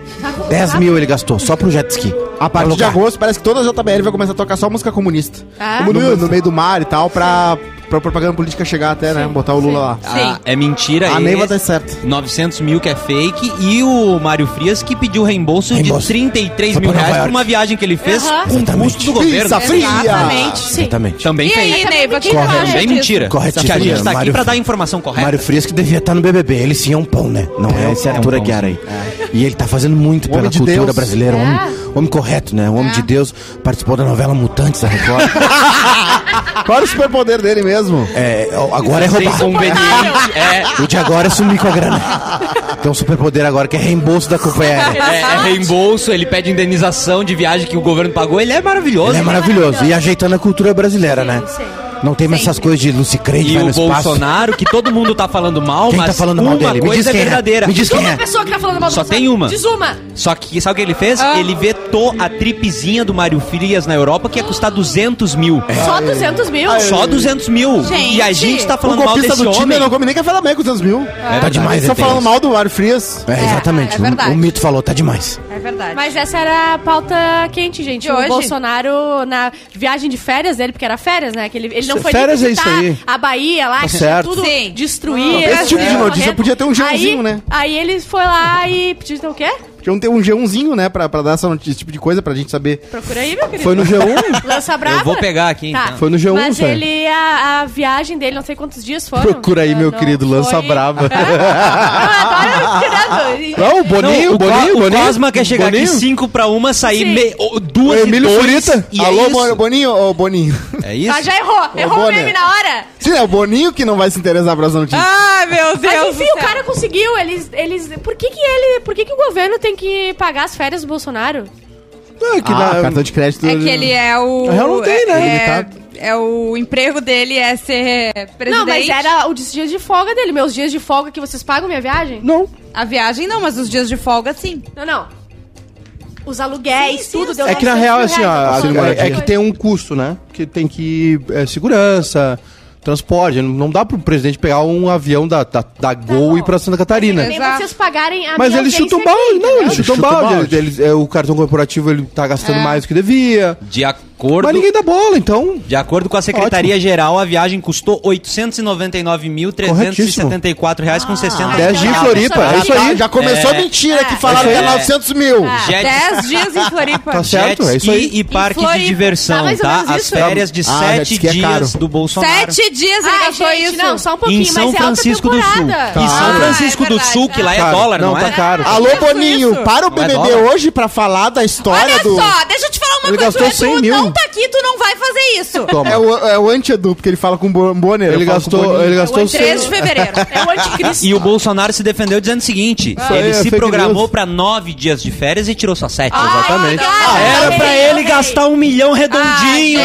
[SPEAKER 5] 10 mil ele gastou, só pro jet ski.
[SPEAKER 2] A partir de
[SPEAKER 5] Alugar.
[SPEAKER 2] agosto, parece que toda a JBL vai começar a tocar só música comunista.
[SPEAKER 3] Ah.
[SPEAKER 2] No, no meio do mar e tal, pra, pra propaganda política chegar até, né? Botar o Lula lá.
[SPEAKER 6] Ah, é mentira.
[SPEAKER 2] A Neiva
[SPEAKER 6] esse.
[SPEAKER 2] tá certo.
[SPEAKER 6] 900 mil que é fake e o Mário Frias que pediu reembolso,
[SPEAKER 5] Reembolso.
[SPEAKER 6] de 33
[SPEAKER 5] Foi
[SPEAKER 6] mil
[SPEAKER 5] pra Nova
[SPEAKER 6] reais por
[SPEAKER 5] York.
[SPEAKER 6] uma viagem que ele fez
[SPEAKER 3] Aham.
[SPEAKER 6] com o custo
[SPEAKER 5] Exatamente.
[SPEAKER 6] do governo.
[SPEAKER 2] Pizza fria!
[SPEAKER 1] Exatamente.
[SPEAKER 3] Sim.
[SPEAKER 5] Exatamente.
[SPEAKER 6] Também
[SPEAKER 1] E
[SPEAKER 6] fez.
[SPEAKER 1] aí,
[SPEAKER 3] Mas
[SPEAKER 1] Neiva, o que tu
[SPEAKER 5] corre,
[SPEAKER 1] acha
[SPEAKER 6] Bem
[SPEAKER 1] disso?
[SPEAKER 6] mentira.
[SPEAKER 5] Corretíssimo.
[SPEAKER 6] Que a gente tá aqui
[SPEAKER 5] Mário
[SPEAKER 6] pra dar a
[SPEAKER 5] Frias.
[SPEAKER 6] informação correta.
[SPEAKER 5] Mário Frias que devia estar no BBB, ele sim é um pão, né? Não é, esse
[SPEAKER 6] é um
[SPEAKER 5] Arthur
[SPEAKER 6] pão,
[SPEAKER 5] Aguiar aí. E ele tá fazendo muito
[SPEAKER 2] Homem
[SPEAKER 5] pela
[SPEAKER 2] de
[SPEAKER 5] cultura
[SPEAKER 2] Deus.
[SPEAKER 5] brasileira, um homem,
[SPEAKER 3] É.
[SPEAKER 5] homem correto, né? Um homem
[SPEAKER 6] É.
[SPEAKER 5] de Deus, participou da novela Mutantes da Record.
[SPEAKER 2] Qual o superpoder dele mesmo?
[SPEAKER 5] É, agora é
[SPEAKER 6] Sem
[SPEAKER 5] roubar.
[SPEAKER 6] conveniente. É,
[SPEAKER 5] O de agora é sumir com a grana. Tem um superpoder agora que é reembolso da companhia aérea.
[SPEAKER 6] é, é reembolso, ele pede indenização de viagem que o governo pagou. Ele é maravilhoso.
[SPEAKER 5] Ele é maravilhoso. E ajeitando a cultura brasileira, né?
[SPEAKER 3] sim.
[SPEAKER 5] Não tem mais essas coisas de Lucy Crente
[SPEAKER 6] E
[SPEAKER 5] vai no
[SPEAKER 6] o
[SPEAKER 5] espaço.
[SPEAKER 6] Bolsonaro, que todo mundo tá falando mal,
[SPEAKER 5] Quem
[SPEAKER 6] mas
[SPEAKER 5] tá falando
[SPEAKER 6] uma
[SPEAKER 5] mal dele? Me
[SPEAKER 6] coisa
[SPEAKER 5] diz
[SPEAKER 6] é
[SPEAKER 5] quem
[SPEAKER 6] verdadeira.
[SPEAKER 5] é. Me diz quem
[SPEAKER 3] Uma
[SPEAKER 5] é.
[SPEAKER 3] pessoa que tá falando mal do
[SPEAKER 6] Só
[SPEAKER 3] Bolsonaro.
[SPEAKER 6] tem uma.
[SPEAKER 3] Diz uma.
[SPEAKER 6] Só que sabe o que ele fez?
[SPEAKER 3] Ah.
[SPEAKER 6] Ele vetou a tripezinha do Mário Frias na Europa, que ia custar 200 mil.
[SPEAKER 5] É.
[SPEAKER 3] Só 200 mil.
[SPEAKER 6] Só 200 mil.
[SPEAKER 1] Gente.
[SPEAKER 6] E a gente tá
[SPEAKER 2] O
[SPEAKER 6] falando
[SPEAKER 2] Um
[SPEAKER 6] mal
[SPEAKER 2] golpista
[SPEAKER 6] desse
[SPEAKER 2] do time
[SPEAKER 6] homem.
[SPEAKER 2] não come nem café da manhã com 200 mil. É.
[SPEAKER 5] Tá demais,
[SPEAKER 2] Só
[SPEAKER 5] ele tem
[SPEAKER 2] falando
[SPEAKER 5] isso.
[SPEAKER 2] mal do Mário Frias.
[SPEAKER 5] É, exatamente.
[SPEAKER 1] é verdade.
[SPEAKER 5] o, o mito falou, tá demais.
[SPEAKER 1] É verdade.
[SPEAKER 3] Mas essa era a pauta quente, gente.
[SPEAKER 1] De
[SPEAKER 3] o
[SPEAKER 1] hoje?
[SPEAKER 3] Bolsonaro, na viagem de férias dele, porque era férias, né? Que ele, ele não foi
[SPEAKER 5] Férias é
[SPEAKER 3] nem visitar
[SPEAKER 5] isso aí. Tá
[SPEAKER 3] a Bahia lá, que
[SPEAKER 5] certo.
[SPEAKER 3] tudo
[SPEAKER 1] Sim.
[SPEAKER 3] destruir.
[SPEAKER 2] Esse tipo de notícia podia ter um
[SPEAKER 3] aí,
[SPEAKER 2] G1zinho, né?
[SPEAKER 3] Aí ele foi lá e pediu então o quê?
[SPEAKER 2] Tinha que ter um G1zinho, né? Pra, pra dar essa notícia, esse tipo de coisa, pra gente saber.
[SPEAKER 3] Procura aí, meu querido.
[SPEAKER 5] Foi no G1?
[SPEAKER 3] Lança brava.
[SPEAKER 6] Eu vou pegar aqui,
[SPEAKER 3] Tá.
[SPEAKER 6] então.
[SPEAKER 5] Foi no G1,
[SPEAKER 3] Mas
[SPEAKER 5] sério.
[SPEAKER 3] ele, a, a viagem dele, não sei quantos dias foram.
[SPEAKER 5] Procura aí,
[SPEAKER 3] Ah,
[SPEAKER 5] meu
[SPEAKER 3] não,
[SPEAKER 5] querido, lança
[SPEAKER 3] foi-
[SPEAKER 5] brava.
[SPEAKER 3] É? Não, eu adoro,
[SPEAKER 5] Não, o Boninho,
[SPEAKER 6] Não,
[SPEAKER 5] o Boninho,
[SPEAKER 6] Co-
[SPEAKER 5] o Boninho.
[SPEAKER 6] Cosma quer chegar
[SPEAKER 5] Boninho?
[SPEAKER 6] aqui 5 pra 1, sair
[SPEAKER 3] Sim.
[SPEAKER 6] me, é o- duas
[SPEAKER 5] O Emílio
[SPEAKER 6] e dois,
[SPEAKER 5] Furita.
[SPEAKER 6] E
[SPEAKER 2] Alô,
[SPEAKER 6] é
[SPEAKER 2] Bo-
[SPEAKER 6] isso.
[SPEAKER 2] Boninho, ô Boninho.
[SPEAKER 6] É
[SPEAKER 3] Ah,
[SPEAKER 6] isso?
[SPEAKER 3] já errou. Errou o
[SPEAKER 2] Bonner.
[SPEAKER 3] meme na hora.
[SPEAKER 2] Sim, é o Boninho que não vai se interessar pra essa notícia.
[SPEAKER 1] Ai, meu
[SPEAKER 3] Mas
[SPEAKER 1] Deus. do
[SPEAKER 3] enfim, o
[SPEAKER 1] céu.
[SPEAKER 3] cara conseguiu. Eles, eles, por que que ele, por que que o governo tem que pagar as férias do Bolsonaro?
[SPEAKER 5] Ah, que
[SPEAKER 2] Ah,
[SPEAKER 5] na-
[SPEAKER 2] cartão de crédito.
[SPEAKER 1] É que ele é o.
[SPEAKER 5] Na real não tem, né?
[SPEAKER 1] É,
[SPEAKER 5] Limitado.
[SPEAKER 1] é o emprego dele é ser presidente.
[SPEAKER 3] Não, mas era os dias de folga dele. Meus dias de folga que vocês pagam minha viagem?
[SPEAKER 5] Não.
[SPEAKER 1] A viagem não, mas os dias de folga sim.
[SPEAKER 3] Não, não. Os aluguéis, tudo. Deu
[SPEAKER 5] É que na
[SPEAKER 3] 900
[SPEAKER 5] real,
[SPEAKER 3] mil
[SPEAKER 5] assim,
[SPEAKER 3] reais,
[SPEAKER 5] ó,
[SPEAKER 3] eu tô
[SPEAKER 5] é-
[SPEAKER 3] falando
[SPEAKER 5] é,
[SPEAKER 3] de
[SPEAKER 5] que
[SPEAKER 3] coisa.
[SPEAKER 5] tem um custo, né? Que tem que. é, segurança, transporte. Não não dá pro presidente pegar um avião da, da, da Gol
[SPEAKER 3] bom.
[SPEAKER 5] e ir pra Santa Catarina.
[SPEAKER 3] Nem vocês pagarem a
[SPEAKER 5] né? Mas
[SPEAKER 3] minha
[SPEAKER 5] eles chutam
[SPEAKER 3] audiência
[SPEAKER 5] balde,
[SPEAKER 3] aqui,
[SPEAKER 5] não, eles
[SPEAKER 3] entendeu?
[SPEAKER 5] chutam
[SPEAKER 2] Chuta um
[SPEAKER 5] balde.
[SPEAKER 2] balde.
[SPEAKER 5] Eles- eles- é, o cartão corporativo ele tá gastando mais do que devia.
[SPEAKER 6] De acordo...
[SPEAKER 5] Mas ninguém dá bola, então.
[SPEAKER 6] De acordo com a Secretaria-Geral, a viagem custou R$
[SPEAKER 3] Ah,
[SPEAKER 6] 899.374,60.
[SPEAKER 3] então
[SPEAKER 6] tá
[SPEAKER 5] dez 10 dias em
[SPEAKER 3] não,
[SPEAKER 5] Floripa,
[SPEAKER 3] pessoal,
[SPEAKER 5] é isso aí.
[SPEAKER 2] Já começou
[SPEAKER 6] É. Ah.
[SPEAKER 2] a mentira que
[SPEAKER 3] É.
[SPEAKER 2] falaram que é
[SPEAKER 5] É.
[SPEAKER 2] 900 mil.
[SPEAKER 6] Jet,
[SPEAKER 1] Dez dias em Floripa.
[SPEAKER 5] Tá
[SPEAKER 6] jet
[SPEAKER 5] certo, é isso
[SPEAKER 6] ski
[SPEAKER 5] aí.
[SPEAKER 6] e parque
[SPEAKER 1] Floripa.
[SPEAKER 6] de
[SPEAKER 3] Tá
[SPEAKER 6] diversão,
[SPEAKER 3] mais ou
[SPEAKER 6] tá?
[SPEAKER 3] menos
[SPEAKER 6] As
[SPEAKER 3] isso?
[SPEAKER 6] férias de
[SPEAKER 2] Ah, jet
[SPEAKER 6] sete
[SPEAKER 2] ski é
[SPEAKER 6] dias
[SPEAKER 2] caro.
[SPEAKER 6] do Bolsonaro.
[SPEAKER 1] Sete dias ele
[SPEAKER 5] é
[SPEAKER 3] Ah,
[SPEAKER 1] gastou
[SPEAKER 3] gente,
[SPEAKER 1] isso.
[SPEAKER 3] não, só um pouquinho,
[SPEAKER 6] Em São
[SPEAKER 3] mas
[SPEAKER 6] Francisco
[SPEAKER 3] é
[SPEAKER 6] do
[SPEAKER 3] alta
[SPEAKER 6] Sul.
[SPEAKER 3] temporada.
[SPEAKER 5] Tá.
[SPEAKER 6] E São
[SPEAKER 1] Claro.
[SPEAKER 6] Francisco
[SPEAKER 1] Ah, é
[SPEAKER 6] do
[SPEAKER 1] verdade.
[SPEAKER 6] Sul, que lá é
[SPEAKER 5] Caro.
[SPEAKER 6] dólar, não,
[SPEAKER 5] não
[SPEAKER 6] é?
[SPEAKER 5] tá caro.
[SPEAKER 2] Alô,
[SPEAKER 1] Isso,
[SPEAKER 2] Boninho,
[SPEAKER 1] isso.
[SPEAKER 2] para o
[SPEAKER 6] Não é
[SPEAKER 2] BBB
[SPEAKER 6] dólar.
[SPEAKER 2] hoje pra falar da história
[SPEAKER 1] Olha
[SPEAKER 2] do...
[SPEAKER 1] só, deixa eu te falar uma
[SPEAKER 5] Ele
[SPEAKER 1] coisa.
[SPEAKER 5] gastou
[SPEAKER 1] o Edu
[SPEAKER 5] 100 mil.
[SPEAKER 1] não tá aqui, tu não vai fazer isso.
[SPEAKER 5] Toma.
[SPEAKER 2] É o, é o anti-Edu, porque ele fala com o Bo- Bonner. eu
[SPEAKER 5] ele,
[SPEAKER 2] falo com o
[SPEAKER 5] gastou,
[SPEAKER 2] Boninho.
[SPEAKER 5] ele
[SPEAKER 3] É
[SPEAKER 5] gastou.
[SPEAKER 3] o
[SPEAKER 1] 3 de
[SPEAKER 5] cem-
[SPEAKER 1] fevereiro.
[SPEAKER 3] É o anticristo.
[SPEAKER 6] E o Bolsonaro se defendeu dizendo o seguinte:
[SPEAKER 3] Ah.
[SPEAKER 5] aí
[SPEAKER 6] ele
[SPEAKER 5] é
[SPEAKER 6] se
[SPEAKER 5] fake
[SPEAKER 6] programou
[SPEAKER 5] news.
[SPEAKER 6] pra nove dias de férias e tirou só sete.
[SPEAKER 5] Exatamente.
[SPEAKER 1] Ah,
[SPEAKER 3] é,
[SPEAKER 6] Era pra ele gastar um milhão redondinho,
[SPEAKER 1] Ah,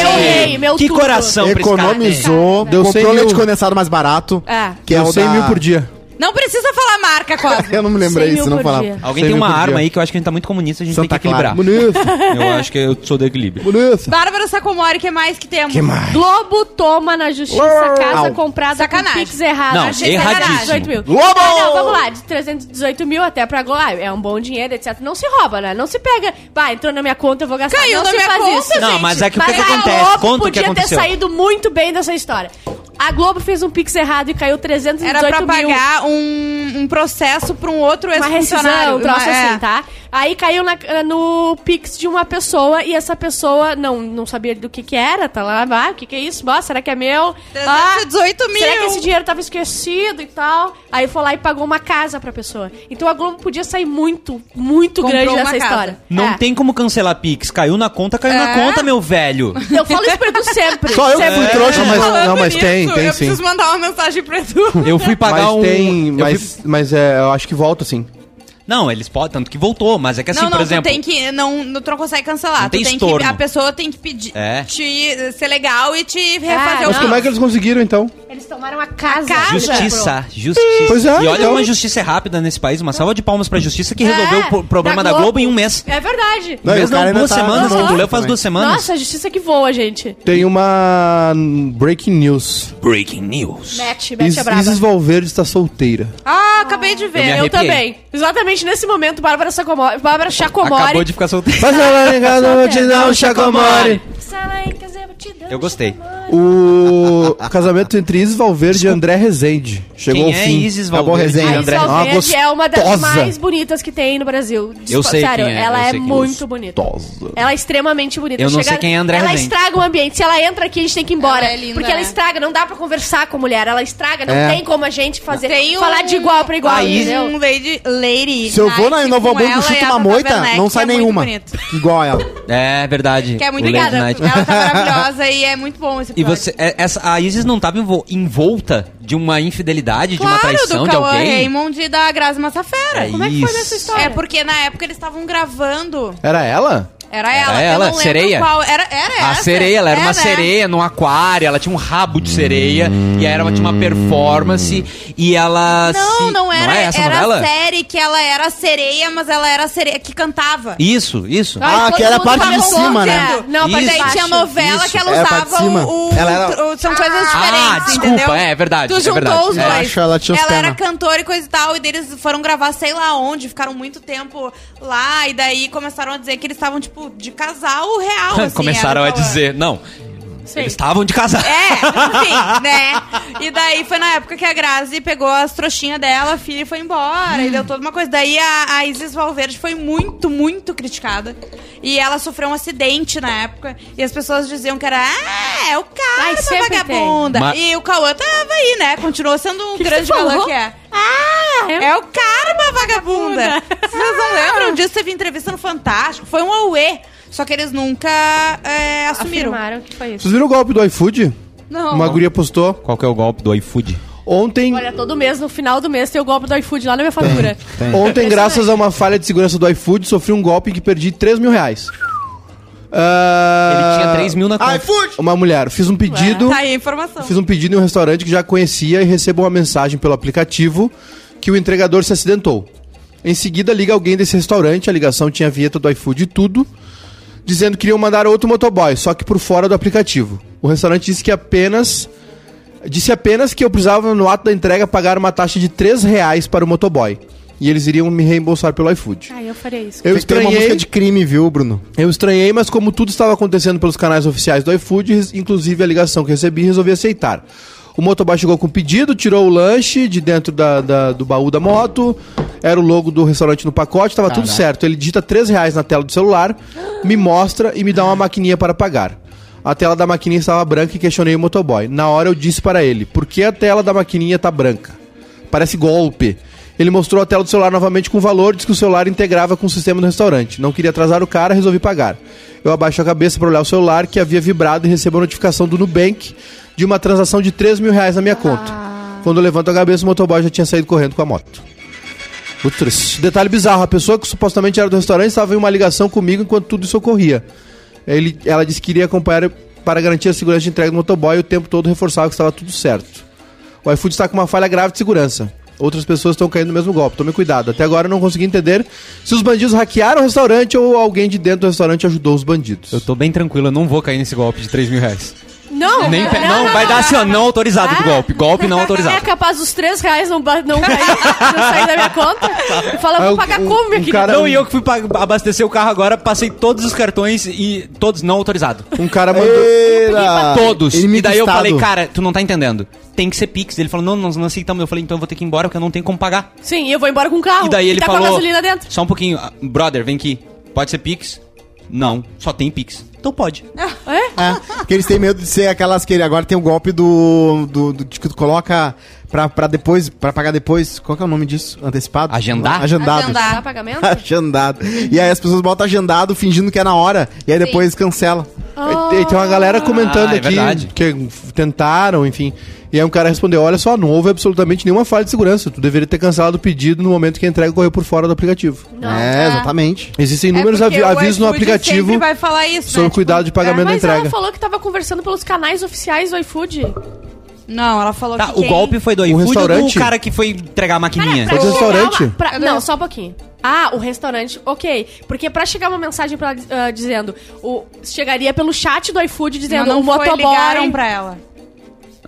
[SPEAKER 3] é, meu rei, meu
[SPEAKER 6] que
[SPEAKER 3] tudo.
[SPEAKER 6] coração pra esse cara.
[SPEAKER 2] Economizou,
[SPEAKER 5] Deu cem
[SPEAKER 2] comprou
[SPEAKER 5] mil.
[SPEAKER 2] leite condensado mais barato.
[SPEAKER 3] É.
[SPEAKER 2] Que é
[SPEAKER 5] Deu
[SPEAKER 2] o
[SPEAKER 5] 100
[SPEAKER 2] da-
[SPEAKER 5] mil por dia.
[SPEAKER 1] Não precisa falar marca, Cosmo.
[SPEAKER 2] Eu não me lembrei
[SPEAKER 3] 100 mil
[SPEAKER 2] isso, não
[SPEAKER 3] por
[SPEAKER 2] falava.
[SPEAKER 3] dia.
[SPEAKER 6] Alguém
[SPEAKER 5] Cem
[SPEAKER 6] tem
[SPEAKER 5] mil
[SPEAKER 6] uma
[SPEAKER 5] por
[SPEAKER 6] arma
[SPEAKER 5] dia.
[SPEAKER 6] aí que eu acho que a gente tá muito comunista, a gente
[SPEAKER 2] Santa
[SPEAKER 6] tem que
[SPEAKER 2] Clara.
[SPEAKER 6] equilibrar.
[SPEAKER 2] Bonito,
[SPEAKER 6] Eu acho que eu sou do equilíbrio.
[SPEAKER 2] bonito.
[SPEAKER 1] Bárbara Sacomori, que mais que temos?
[SPEAKER 5] Que mais?
[SPEAKER 3] Globo toma na justiça casa
[SPEAKER 2] Au.
[SPEAKER 3] comprada
[SPEAKER 1] Sacanagem.
[SPEAKER 3] com Pix errado.
[SPEAKER 6] Não,
[SPEAKER 3] Achei
[SPEAKER 6] erradíssimo.
[SPEAKER 3] sacanagem. 18 mil.
[SPEAKER 2] Globo!
[SPEAKER 3] Ah, não, vamos lá, de 318 mil até pra Globo. Ah, é um bom dinheiro, etc. Não se rouba, né? Não se pega. Vai, entrou na minha conta, eu vou gastar.
[SPEAKER 1] Caiu
[SPEAKER 3] não
[SPEAKER 1] na
[SPEAKER 3] se
[SPEAKER 1] minha
[SPEAKER 3] faz
[SPEAKER 1] conta,
[SPEAKER 3] isso.
[SPEAKER 6] Não, mas é que o que,
[SPEAKER 3] Mas
[SPEAKER 6] que
[SPEAKER 3] a
[SPEAKER 6] acontece?
[SPEAKER 3] Globo
[SPEAKER 6] Conta o que
[SPEAKER 3] podia ter
[SPEAKER 6] aconteceu.
[SPEAKER 3] saído muito bem dessa história. A Globo fez um Pix errado e caiu 318
[SPEAKER 1] Era pra
[SPEAKER 3] mil.
[SPEAKER 1] pagar um, um processo pra um outro
[SPEAKER 3] Uma
[SPEAKER 1] ex-funcionário.
[SPEAKER 3] rescisão, um troço
[SPEAKER 1] Uma- é.
[SPEAKER 3] assim, tá? Aí caiu na- eh, no Pix de uma pessoa e essa pessoa não, não sabia do que que era, tá lá, ah, o que que é isso? Nossa, será que é meu? Ah,
[SPEAKER 1] 318 mil.
[SPEAKER 3] Será que esse dinheiro tava esquecido e tal? Aí foi lá e pagou uma casa pra pessoa. Então a Globo podia sair muito, muito
[SPEAKER 1] Comprou
[SPEAKER 3] grande
[SPEAKER 1] uma
[SPEAKER 3] nessa
[SPEAKER 1] casa.
[SPEAKER 3] história.
[SPEAKER 6] Não
[SPEAKER 3] É.
[SPEAKER 6] tem como cancelar Pix. Caiu na conta, caiu na
[SPEAKER 1] É.
[SPEAKER 6] conta, meu velho.
[SPEAKER 3] Eu falo isso pra Edu sempre.
[SPEAKER 5] Só eu que
[SPEAKER 3] sempre.
[SPEAKER 5] fui trouxa, mas.
[SPEAKER 1] Falando
[SPEAKER 5] Não, mas tem,
[SPEAKER 1] nisso,
[SPEAKER 5] tem
[SPEAKER 1] Eu
[SPEAKER 5] sim.
[SPEAKER 1] preciso mandar uma mensagem pra Edu.
[SPEAKER 6] Eu fui pagar
[SPEAKER 5] Mas
[SPEAKER 6] um.
[SPEAKER 5] tem.
[SPEAKER 6] eu fui-
[SPEAKER 5] Mas, mas é, eu acho que volta, sim.
[SPEAKER 6] Não, eles podem, tanto que voltou, mas é que assim,
[SPEAKER 1] não, não,
[SPEAKER 6] por
[SPEAKER 1] tu
[SPEAKER 6] exemplo.
[SPEAKER 1] tem que. Não, não, tu não consegue cancelar.
[SPEAKER 6] Não
[SPEAKER 1] tu
[SPEAKER 6] tem
[SPEAKER 1] tem que,
[SPEAKER 6] estorno.
[SPEAKER 1] a pessoa tem que pedir
[SPEAKER 6] É.
[SPEAKER 1] te, ser legal e te refazer o
[SPEAKER 3] Ah,
[SPEAKER 5] Mas
[SPEAKER 3] não. é
[SPEAKER 1] Pix.
[SPEAKER 5] como é que eles conseguiram, então?
[SPEAKER 3] Eles Eles tomaram a casa.
[SPEAKER 6] Justiça, Justiça,
[SPEAKER 1] tipo-
[SPEAKER 6] justiça.
[SPEAKER 5] Pois é,
[SPEAKER 6] e olha
[SPEAKER 5] então.
[SPEAKER 6] uma justiça rápida nesse país, uma salva de palmas pra justiça que resolveu
[SPEAKER 3] É,
[SPEAKER 6] o pro- problema da Globo. em um mês.
[SPEAKER 3] É verdade.
[SPEAKER 2] Não, e o
[SPEAKER 6] Mesmo
[SPEAKER 2] cara ainda
[SPEAKER 6] duas
[SPEAKER 2] tá
[SPEAKER 6] semanas,
[SPEAKER 2] na
[SPEAKER 6] que tu
[SPEAKER 2] mão
[SPEAKER 6] leu faz
[SPEAKER 2] também.
[SPEAKER 6] duas semanas.
[SPEAKER 3] Nossa, a justiça que voa, gente.
[SPEAKER 5] Tem uma hum, breaking news.
[SPEAKER 6] Breaking news.
[SPEAKER 3] Mete, mete a
[SPEAKER 5] Is-
[SPEAKER 3] brava.
[SPEAKER 5] Isis Valverde está solteira.
[SPEAKER 8] Ah, acabei de ver.
[SPEAKER 6] me
[SPEAKER 3] Eu
[SPEAKER 6] arrepiei.
[SPEAKER 3] também. Exatamente nesse momento, Bárbara, Sacomori, Bárbara
[SPEAKER 6] Acabou
[SPEAKER 3] Chacomori.
[SPEAKER 6] de ficar solteiro.
[SPEAKER 5] Mas ela em casa, eu vou te dar um chacomore.
[SPEAKER 3] Sai lá em casa, eu te um dou
[SPEAKER 6] Eu gostei.
[SPEAKER 3] chacomore.
[SPEAKER 5] O casamento entre Isis Valverde e André Rezende chegou
[SPEAKER 6] Quem
[SPEAKER 5] ao
[SPEAKER 6] é
[SPEAKER 5] fim.
[SPEAKER 6] Isis
[SPEAKER 2] Acabou a
[SPEAKER 6] Valverde?
[SPEAKER 2] resenha.
[SPEAKER 3] A
[SPEAKER 2] André,
[SPEAKER 3] Isla
[SPEAKER 5] uma
[SPEAKER 3] Verde é uma das
[SPEAKER 5] gostosa.
[SPEAKER 3] mais bonitas que tem no Brasil.
[SPEAKER 6] Ah, Eu sei
[SPEAKER 3] Sério,
[SPEAKER 6] quem é, eu
[SPEAKER 3] ela é
[SPEAKER 6] sei quem é.
[SPEAKER 3] muito bonita. Ela é extremamente bonita.
[SPEAKER 6] Eu não sei quem é André
[SPEAKER 3] Ela
[SPEAKER 6] Rezende.
[SPEAKER 3] estraga o ambiente. Se ela entra aqui, a gente tem que ir embora.
[SPEAKER 1] Ela é linda,
[SPEAKER 3] porque ela
[SPEAKER 1] né?
[SPEAKER 3] estraga, não dá pra conversar com mulher. Ela estraga, não
[SPEAKER 2] É.
[SPEAKER 3] tem como a gente fazer.
[SPEAKER 1] Tem um-
[SPEAKER 3] Falar de igual pra igual, entendeu?
[SPEAKER 1] Um lady, lady
[SPEAKER 2] Se eu vou na
[SPEAKER 1] night
[SPEAKER 2] Novo
[SPEAKER 1] com
[SPEAKER 2] Hamburgo e
[SPEAKER 1] tipo, ela
[SPEAKER 2] chuto
[SPEAKER 1] a
[SPEAKER 2] uma
[SPEAKER 1] Tata
[SPEAKER 2] moita,
[SPEAKER 1] Werneck,
[SPEAKER 2] não
[SPEAKER 1] que
[SPEAKER 2] sai
[SPEAKER 1] é muito
[SPEAKER 2] nenhuma.
[SPEAKER 1] bonito.
[SPEAKER 2] Igual a ela.
[SPEAKER 6] É verdade.
[SPEAKER 1] Que é muito
[SPEAKER 6] O Lady
[SPEAKER 1] obrigada. Ela
[SPEAKER 6] Night.
[SPEAKER 1] tá maravilhosa e é muito bom esse
[SPEAKER 6] E
[SPEAKER 1] episódio.
[SPEAKER 6] você, é- essa, a Isis não tava envol- envolta de uma infidelidade, de uma traição
[SPEAKER 1] do
[SPEAKER 6] de
[SPEAKER 1] Cauã
[SPEAKER 6] alguém?
[SPEAKER 1] Raymond e da Grazi Massafera.
[SPEAKER 6] É
[SPEAKER 1] Como é que
[SPEAKER 6] isso.
[SPEAKER 1] foi essa história? É porque na época eles estavam gravando.
[SPEAKER 5] Era ela?
[SPEAKER 1] Era ela.
[SPEAKER 6] Era
[SPEAKER 1] eu
[SPEAKER 6] ela,
[SPEAKER 1] não lembro
[SPEAKER 6] sereia?
[SPEAKER 1] Qual. Era, era
[SPEAKER 6] A
[SPEAKER 1] essa.
[SPEAKER 6] sereia, ela era
[SPEAKER 1] É,
[SPEAKER 6] uma
[SPEAKER 1] né?
[SPEAKER 6] sereia num aquário, ela tinha um rabo de sereia, e aí ela tinha uma performance, e ela
[SPEAKER 1] Não,
[SPEAKER 6] se-
[SPEAKER 1] não era.
[SPEAKER 6] é essa a
[SPEAKER 1] era
[SPEAKER 6] novela?
[SPEAKER 1] a série que ela era sereia, mas ela era a sereia que cantava.
[SPEAKER 6] Isso, isso.
[SPEAKER 2] Ah, que era a parte de
[SPEAKER 1] Tava
[SPEAKER 2] cima, né?
[SPEAKER 1] acontecendo. Não, mas
[SPEAKER 6] Isso.
[SPEAKER 1] aí tinha novela
[SPEAKER 6] Isso.
[SPEAKER 1] que ela
[SPEAKER 2] Era a parte de
[SPEAKER 1] usava
[SPEAKER 2] cima.
[SPEAKER 1] o. o-
[SPEAKER 2] Ela era-
[SPEAKER 1] o- são coisas
[SPEAKER 6] Ah,
[SPEAKER 1] diferentes.
[SPEAKER 6] desculpa,
[SPEAKER 1] entendeu?
[SPEAKER 6] é verdade,
[SPEAKER 1] Tu
[SPEAKER 6] é
[SPEAKER 1] juntou
[SPEAKER 6] verdade.
[SPEAKER 1] os
[SPEAKER 6] É.
[SPEAKER 1] dois.
[SPEAKER 2] Eu acho ela tinha os
[SPEAKER 1] era
[SPEAKER 2] pena.
[SPEAKER 1] cantora e coisa e tal, e daí eles foram gravar sei lá onde, ficaram muito tempo lá, e daí começaram a dizer que eles estavam, tipo, de casal real. assim,
[SPEAKER 6] Começaram
[SPEAKER 1] era
[SPEAKER 6] a
[SPEAKER 1] o Cauã.
[SPEAKER 6] dizer, não, eles estavam de casal.
[SPEAKER 1] É, enfim, né? E daí foi na época que a Grazi pegou as trouxinhas dela, a filha e foi embora, e deu toda uma coisa. Daí a, a Isis Valverde foi muito, muito criticada. E ela sofreu um acidente na época, e as pessoas diziam que era, ah, é o
[SPEAKER 3] Ai,
[SPEAKER 1] cara
[SPEAKER 3] sempre tem.
[SPEAKER 1] vagabunda.
[SPEAKER 6] Ma-
[SPEAKER 1] E o Cauã tava aí, né? Continuou sendo um
[SPEAKER 3] Que que
[SPEAKER 1] grande
[SPEAKER 3] você falou?
[SPEAKER 1] galã que é. Ah,
[SPEAKER 3] eu-
[SPEAKER 1] é o karma, vagabunda. Vocês não lembram disso? Teve entrevista no Fantástico, foi um auê. Só que eles nunca é, assumiram.
[SPEAKER 3] Afirmaram que foi isso.
[SPEAKER 5] Vocês viram o golpe do iFood?
[SPEAKER 1] Não.
[SPEAKER 5] Uma guria postou.
[SPEAKER 6] Qual que é o golpe do iFood?
[SPEAKER 5] Ontem,
[SPEAKER 3] Olha, todo mês, no final do mês, tem o golpe do iFood lá na minha fatura.
[SPEAKER 5] ontem graças a uma falha de segurança do iFood, sofri um golpe que perdi 3 mil reais. Ah,
[SPEAKER 6] Ele tinha 3 mil na conta.
[SPEAKER 2] iFood!
[SPEAKER 5] Uma mulher. Fiz um pedido.
[SPEAKER 1] Tá aí a informação.
[SPEAKER 5] Fiz um pedido em um restaurante que já conhecia e recebo uma mensagem pelo aplicativo que o entregador se acidentou. Em seguida, liga alguém desse restaurante, a ligação tinha a vinheta do iFood e tudo, dizendo que iriam mandar outro motoboy, só que por fora do aplicativo. O restaurante disse que apenas disse apenas que eu precisava no ato da entrega pagar uma taxa de 3 reais para o motoboy e eles iriam me reembolsar pelo iFood.
[SPEAKER 3] Ai, eu faria isso.
[SPEAKER 5] Eu
[SPEAKER 2] Tem que ter uma música
[SPEAKER 5] estranhei,
[SPEAKER 2] de crime, viu, Bruno?
[SPEAKER 5] eu estranhei, mas como tudo estava acontecendo pelos canais oficiais do iFood, res- inclusive a ligação que recebi, resolvi aceitar. O motoboy chegou com o pedido, tirou o lanche de dentro da- da- do baú da moto, era o logo do restaurante no pacote, estava tudo certo. Ele digita R$ 3 reais na tela do celular, me mostra e me dá uma maquininha para pagar. A tela da maquininha estava branca e questionei o motoboy. Na hora eu disse para ele, por que a tela da maquininha está branca? Parece golpe. Ele mostrou a tela do celular novamente com o valor, disse que o celular integrava com o sistema do restaurante. Não queria atrasar o cara, resolvi pagar. Eu abaixo a cabeça para olhar o celular, que havia vibrado e recebo a notificação do Nubank de uma transação de 3 mil reais na minha conta. Quando eu levanto a cabeça, o motoboy já tinha saído correndo com a moto. Muito triste. Detalhe bizarro, a pessoa que supostamente era do restaurante estava em uma ligação comigo enquanto tudo isso ocorria. Ele, ela disse que iria acompanhar para garantir a segurança de entrega do motoboy e o tempo todo reforçava que estava tudo certo. O iFood está com uma falha grave de segurança. Outras pessoas estão caindo no mesmo golpe. Tome cuidado. Até agora eu não consegui entender se os bandidos hackearam o restaurante ou alguém de dentro do restaurante ajudou os bandidos.
[SPEAKER 6] Eu tô bem tranquilo, eu não vou cair nesse golpe de 3 mil reais.
[SPEAKER 3] Não,
[SPEAKER 6] Nem pe- não, vai dar assim, ó, não autorizado
[SPEAKER 1] Ah.
[SPEAKER 6] pro golpe. Golpe não
[SPEAKER 3] É
[SPEAKER 6] autorizado.
[SPEAKER 3] capaz dos três reais não, ba- não, cair, não sair da minha conta? Fala,
[SPEAKER 5] Ah,
[SPEAKER 3] vou
[SPEAKER 5] o-
[SPEAKER 3] pagar
[SPEAKER 5] o-
[SPEAKER 3] como, minha
[SPEAKER 5] um
[SPEAKER 3] querida?
[SPEAKER 5] cara-
[SPEAKER 6] Não, e eu que fui pa- abastecer o carro agora, passei todos os cartões e todos não autorizado.
[SPEAKER 5] Um cara mandou.
[SPEAKER 2] Eira!
[SPEAKER 6] Todos.
[SPEAKER 2] Inimigo
[SPEAKER 6] e daí
[SPEAKER 2] do
[SPEAKER 6] eu
[SPEAKER 2] Estado.
[SPEAKER 6] falei, cara, tu não tá entendendo. Tem que ser Pix. Ele falou, não, nós não aceitamos. Eu falei, então eu vou ter que ir embora porque eu não tenho como pagar.
[SPEAKER 3] Sim, e eu vou embora com o carro.
[SPEAKER 6] E daí ele
[SPEAKER 3] tá
[SPEAKER 6] falou.
[SPEAKER 3] com a gasolina dentro.
[SPEAKER 6] Só um pouquinho, ah, brother, vem aqui. Pode ser Pix? Não, só tem Pix. Então pode.
[SPEAKER 3] É?
[SPEAKER 2] É, porque eles têm medo de ser aquelas que ele agora tem o golpe do, do, do- de que tu coloca pra, pra depois, pra pagar depois. Qual que é o nome disso? Antecipado?
[SPEAKER 6] Agendar?
[SPEAKER 2] Agendado.
[SPEAKER 1] Agendar.
[SPEAKER 3] Dá pagamento?
[SPEAKER 2] Agendado. E aí as pessoas botam agendado fingindo que é na hora. E aí depois cancela.
[SPEAKER 5] E tem uma galera comentando
[SPEAKER 6] Ah, é
[SPEAKER 5] aqui
[SPEAKER 6] verdade.
[SPEAKER 5] que tentaram, enfim. E aí um cara respondeu: Olha só, não houve absolutamente nenhuma falha de segurança. Tu deveria ter cancelado o pedido no momento que a entrega correu por fora do aplicativo.
[SPEAKER 2] É, exatamente.
[SPEAKER 5] Existem inúmeros
[SPEAKER 1] É porque
[SPEAKER 5] avi-
[SPEAKER 1] o
[SPEAKER 5] avisos no
[SPEAKER 1] iFood
[SPEAKER 5] aplicativo
[SPEAKER 1] sempre vai falar isso,
[SPEAKER 5] sobre
[SPEAKER 1] né?
[SPEAKER 5] o cuidado de pagamento da
[SPEAKER 3] É, Mas ela
[SPEAKER 5] entrega.
[SPEAKER 6] É.
[SPEAKER 3] falou que tava conversando pelos canais oficiais do iFood.
[SPEAKER 9] Não, ela falou
[SPEAKER 6] Tá,
[SPEAKER 9] que
[SPEAKER 6] o
[SPEAKER 9] quem-
[SPEAKER 6] golpe foi do
[SPEAKER 5] Um
[SPEAKER 6] iFood ou do
[SPEAKER 5] restaurante?
[SPEAKER 6] cara que foi entregar a maquininha?
[SPEAKER 5] Foi do
[SPEAKER 3] chegar
[SPEAKER 5] restaurante?
[SPEAKER 3] uma- pra-
[SPEAKER 9] É do
[SPEAKER 3] não,
[SPEAKER 9] res-
[SPEAKER 3] só um pouquinho. Ah, o restaurante, ok. Porque pra chegar uma mensagem pra ela ah, dizendo. O, chegaria pelo chat do iFood
[SPEAKER 9] Não,
[SPEAKER 3] dizendo
[SPEAKER 9] não
[SPEAKER 3] o
[SPEAKER 9] foi,
[SPEAKER 3] motoboy. um
[SPEAKER 9] ligaram pra ela.